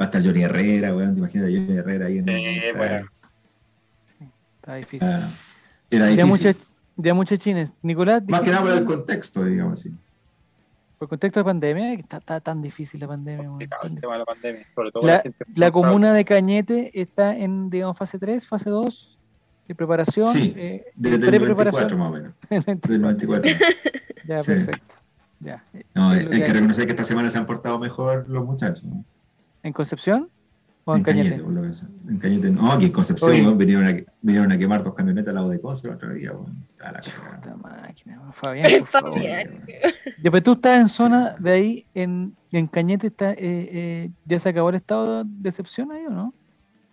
Speaker 2: Va a estar Johnny Herrera, weón. Te imaginas a Johnny Herrera ahí en
Speaker 3: Sí,
Speaker 2: está-
Speaker 3: bueno.
Speaker 1: Está difícil.
Speaker 2: Ah, está- Era
Speaker 1: Ya
Speaker 2: difícil.
Speaker 1: muchas, ya muchas chines. Nicolás,
Speaker 2: Más que
Speaker 1: dijiste-
Speaker 2: nada por el contexto, digamos así.
Speaker 1: por contexto de pandemia, que está, está tan difícil la pandemia. weón.
Speaker 3: Complicado el tema de la pandemia, sobre todo
Speaker 1: La-
Speaker 3: gente
Speaker 1: La
Speaker 3: responsable.
Speaker 1: comuna de Cañete está en, digamos, fase 3, fase 2 de preparación.
Speaker 2: Sí,
Speaker 1: eh,
Speaker 2: Desde el 94
Speaker 1: pre-preparación.
Speaker 2: más o menos. Desde el
Speaker 1: 94.
Speaker 2: 94.
Speaker 1: Ya,
Speaker 2: Sí.
Speaker 1: perfecto. Ya. eh,
Speaker 2: No,
Speaker 1: Es lo que
Speaker 2: hay que
Speaker 1: hay.
Speaker 2: reconocer que esta semana se han portado mejor los muchachos. ¿no?
Speaker 1: ¿En Concepción o en, Cañete?
Speaker 2: por lo menos. En Cañete. No, que en Concepción
Speaker 1: Oye.
Speaker 2: weón, vinieron, a, vinieron a quemar dos camionetas al lado de Conce el otro día. weón. A la cagada.
Speaker 1: Chuta máquina, weón. Fabián, por favor.
Speaker 5: Fabián.
Speaker 1: Ya, pero tú estás en zona de ahí, en, en Cañete, está, eh, eh, ¿ya se acabó el estado de excepción ahí o no?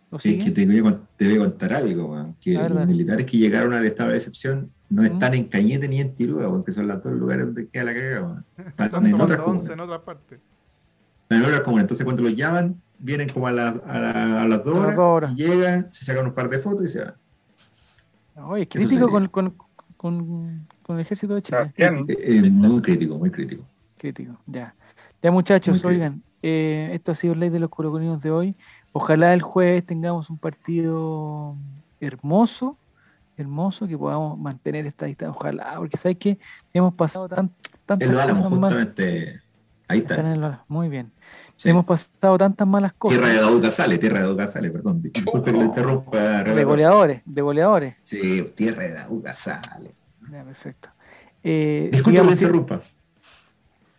Speaker 1: ¿O
Speaker 2: Sí,
Speaker 1: sigue?
Speaker 2: es que te voy, a con- te voy a contar algo, weón, que
Speaker 1: A ver,
Speaker 2: los
Speaker 1: dale.
Speaker 2: militares que llegaron al estado de excepción no
Speaker 1: Ujú.
Speaker 2: están en Cañete ni en Tirúa, weón, que son los dos lugares donde queda la cagada. weón. Están
Speaker 4: Están
Speaker 2: en otras
Speaker 4: tomando once en
Speaker 2: comunas.
Speaker 4: otra parte.
Speaker 2: Están en otras comunas. Entonces cuando los llaman, vienen como a, la- a, la- a las dos
Speaker 1: A las
Speaker 2: horas,
Speaker 1: dos horas.
Speaker 2: llegan, se sacan un par de fotos y se van.
Speaker 1: No, es
Speaker 2: Eso
Speaker 1: crítico con,
Speaker 2: sería.
Speaker 1: con, con, con el ejército de Chile. es
Speaker 3: Fabián.
Speaker 2: Eh, eh, muy crítico, muy crítico.
Speaker 1: Crítico, ya. Ya muchachos,
Speaker 2: Muy crítico.
Speaker 1: oigan, eh, esto ha sido el ley de los colocolinos de hoy. Ojalá el jueves tengamos un partido hermoso, hermoso, que podamos mantener esta distancia. Ojalá, porque sabes que hemos pasado tan, tantas
Speaker 2: En los Álamos,
Speaker 1: cosas malas.
Speaker 2: justamente. Ahí
Speaker 1: Están
Speaker 2: está.
Speaker 1: en el Álamo, Muy bien.
Speaker 2: Sí.
Speaker 1: Hemos pasado tantas malas cosas.
Speaker 2: Tierra de Daud Casale, Tierra de Daud Casale, perdón. Disculpe
Speaker 1: Oh.
Speaker 2: que lo interrumpa.
Speaker 1: de
Speaker 2: relator.
Speaker 1: goleadores, de goleadores.
Speaker 2: Sí, Tierra de Daud Casale.
Speaker 1: Ya, perfecto. Eh,
Speaker 2: Disculpe que lo
Speaker 1: digamos, si,
Speaker 2: interrumpa.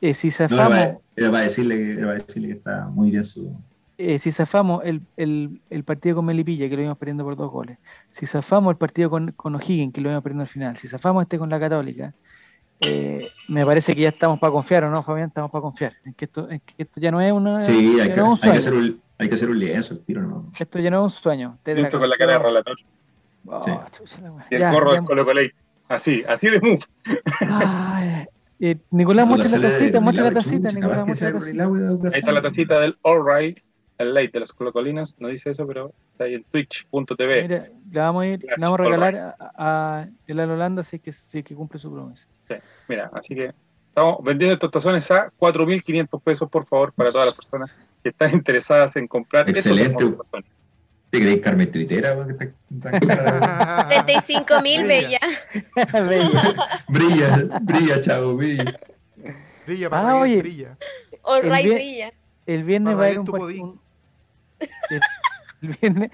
Speaker 1: eh, si
Speaker 2: No, era
Speaker 1: zafamos,
Speaker 2: para, era para decirle, que- era para decirle que está muy bien su.
Speaker 1: eh, si zafamos el, el- el partido con Melipilla, que lo íbamos perdiendo por dos goles, si zafamos el partido con, con O'Higgins, que lo íbamos perdiendo al final, si zafamos este con la Católica, eh, me parece que ya estamos para confiar, ¿o no, Fabián? Estamos para confiar. En que esto, en que esto ya no es una.
Speaker 2: Sí, hay
Speaker 1: ya
Speaker 2: que,
Speaker 1: no
Speaker 2: hay
Speaker 1: es un
Speaker 2: que hacer
Speaker 1: sueño.
Speaker 2: un, hay que hacer un lienzo el tiro, ¿no?
Speaker 1: Esto ya no es un sueño. Te
Speaker 3: Pienso con la cara de relator.
Speaker 1: Oh,
Speaker 2: Sí.
Speaker 1: chucha la wea.
Speaker 3: Y el
Speaker 1: Ya,
Speaker 3: corro
Speaker 1: ya-
Speaker 3: del Colo Colo. Así, así de move.
Speaker 1: Ay, eh, Nicolás,
Speaker 2: No,
Speaker 1: muestra la
Speaker 2: sale de
Speaker 1: tacita, muestra la
Speaker 2: Ruilagüe,
Speaker 1: tacita,
Speaker 2: chucha,
Speaker 1: Nicolás,
Speaker 2: capaz que
Speaker 1: muestra la
Speaker 2: sea
Speaker 1: tacita.
Speaker 2: Ruilagüe de Daud
Speaker 3: Ahí está la
Speaker 2: Casale.
Speaker 3: tacita del All Right, el late de los colocolinas. No dice eso, pero está ahí en twitch.tv.
Speaker 1: Mira, le vamos a, ir, le
Speaker 3: Slash,
Speaker 1: vamos a
Speaker 3: all
Speaker 1: regalar a, a Elal Holanda si es que, si es que cumple su promesa.
Speaker 3: Mira, así que estamos vendiendo estos tazones a 4.500 pesos, por favor, para todas las personas que están interesadas en comprar estos
Speaker 2: Excelente.
Speaker 3: hermosos tazones.
Speaker 2: ¿Te creéis Carmen Tritera? weón, que está- está-
Speaker 5: 35 mil,
Speaker 4: Brilla.
Speaker 5: bella.
Speaker 2: brilla, brilla, chavo, brilla.
Speaker 4: Brilla,
Speaker 1: Ah,
Speaker 4: para ah,
Speaker 1: oye.
Speaker 4: brilla.
Speaker 5: All
Speaker 1: El
Speaker 5: right,
Speaker 1: vie-
Speaker 5: brilla.
Speaker 1: El viernes
Speaker 4: Para
Speaker 1: va a
Speaker 4: ver,
Speaker 1: haber un,
Speaker 4: tú
Speaker 1: par-
Speaker 4: podí.
Speaker 1: un- el, el viernes,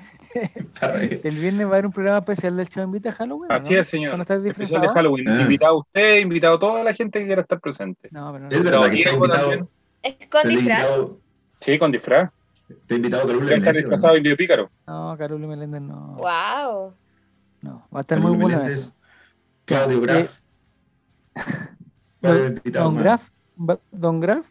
Speaker 1: el viernes va a haber un programa especial del Chavo Invita a Halloween. ¿o
Speaker 3: Así
Speaker 1: no?
Speaker 3: es, señor.
Speaker 1: Van a estar
Speaker 3: Especial de
Speaker 1: disfrazados.
Speaker 3: Halloween.
Speaker 2: Ah.
Speaker 3: Invitado a usted, invitado a toda la gente que quiera estar presente.
Speaker 1: No, pero no.
Speaker 2: Es verdad que está
Speaker 3: Diego
Speaker 2: invitado.
Speaker 3: también.
Speaker 5: Es con
Speaker 2: está
Speaker 5: disfraz.
Speaker 2: invitado-
Speaker 3: Sí, con disfraz.
Speaker 2: Está invitado Carol
Speaker 3: Ya está
Speaker 2: Meléndez,
Speaker 3: disfrazado de Indio Pícaro.
Speaker 1: No, Carolina Meléndez no.
Speaker 5: Wow.
Speaker 1: No, va a estar
Speaker 2: Carol
Speaker 1: muy buena Eh,
Speaker 2: Meléndez,
Speaker 1: eso.
Speaker 2: Claudio Graf. Varios invitados
Speaker 1: Don
Speaker 2: más.
Speaker 1: Graf, va- Don Graf.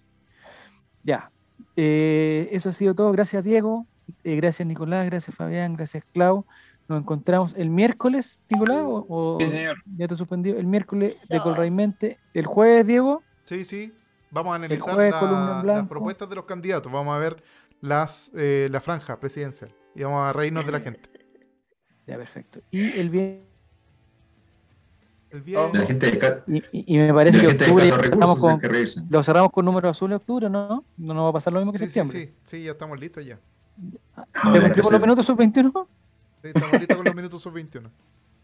Speaker 1: Ya. Eh, eso ha sido todo. Gracias, Diego. Eh, gracias, Nicolás. Gracias, Fabián. Gracias, Clau. Nos encontramos el miércoles, Nicolás. O, o-
Speaker 3: Sí, señor.
Speaker 1: Ya te suspendido. El miércoles de
Speaker 5: Eso.
Speaker 1: Colraimente. El jueves, Diego.
Speaker 4: Sí, sí. Vamos a analizar
Speaker 1: jueves,
Speaker 4: la-
Speaker 1: columna en
Speaker 4: las
Speaker 1: blanco.
Speaker 4: propuestas de los candidatos. Vamos a ver las, eh, la franja presidencial. Y vamos a reírnos de la gente.
Speaker 1: Ya, perfecto. Y el viernes.
Speaker 4: El viernes-
Speaker 2: De la gente de Ca-
Speaker 1: Y, y- y me
Speaker 2: de
Speaker 1: parece
Speaker 2: la
Speaker 1: que
Speaker 2: gente de
Speaker 1: octubre.
Speaker 2: escasos
Speaker 1: ya cerramos
Speaker 2: recursos, hay
Speaker 1: con-
Speaker 2: que reírse.
Speaker 1: lo cerramos con número azul de octubre, ¿no? No nos va a pasar lo mismo que
Speaker 4: sí, sí,
Speaker 1: septiembre.
Speaker 4: sí, sí, ya estamos listos ya.
Speaker 2: No,
Speaker 1: ¿Te
Speaker 2: hay que
Speaker 1: cumplí con los
Speaker 2: hacer-
Speaker 1: minutos sub-21?
Speaker 4: Sí, estamos listos con los minutos sub-21.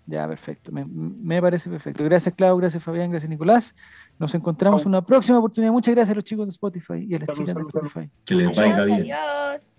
Speaker 1: Ya, perfecto. Me, me parece perfecto. Gracias, Clau. Gracias, Fabián. Gracias, Nicolás. Nos encontramos en una próxima oportunidad. Muchas gracias a los chicos de Spotify y a las
Speaker 3: Salud,
Speaker 1: chicas de
Speaker 3: salud, salud.
Speaker 1: Spotify.
Speaker 2: Que les
Speaker 5: Adiós,
Speaker 2: vaya bien.
Speaker 5: adiós.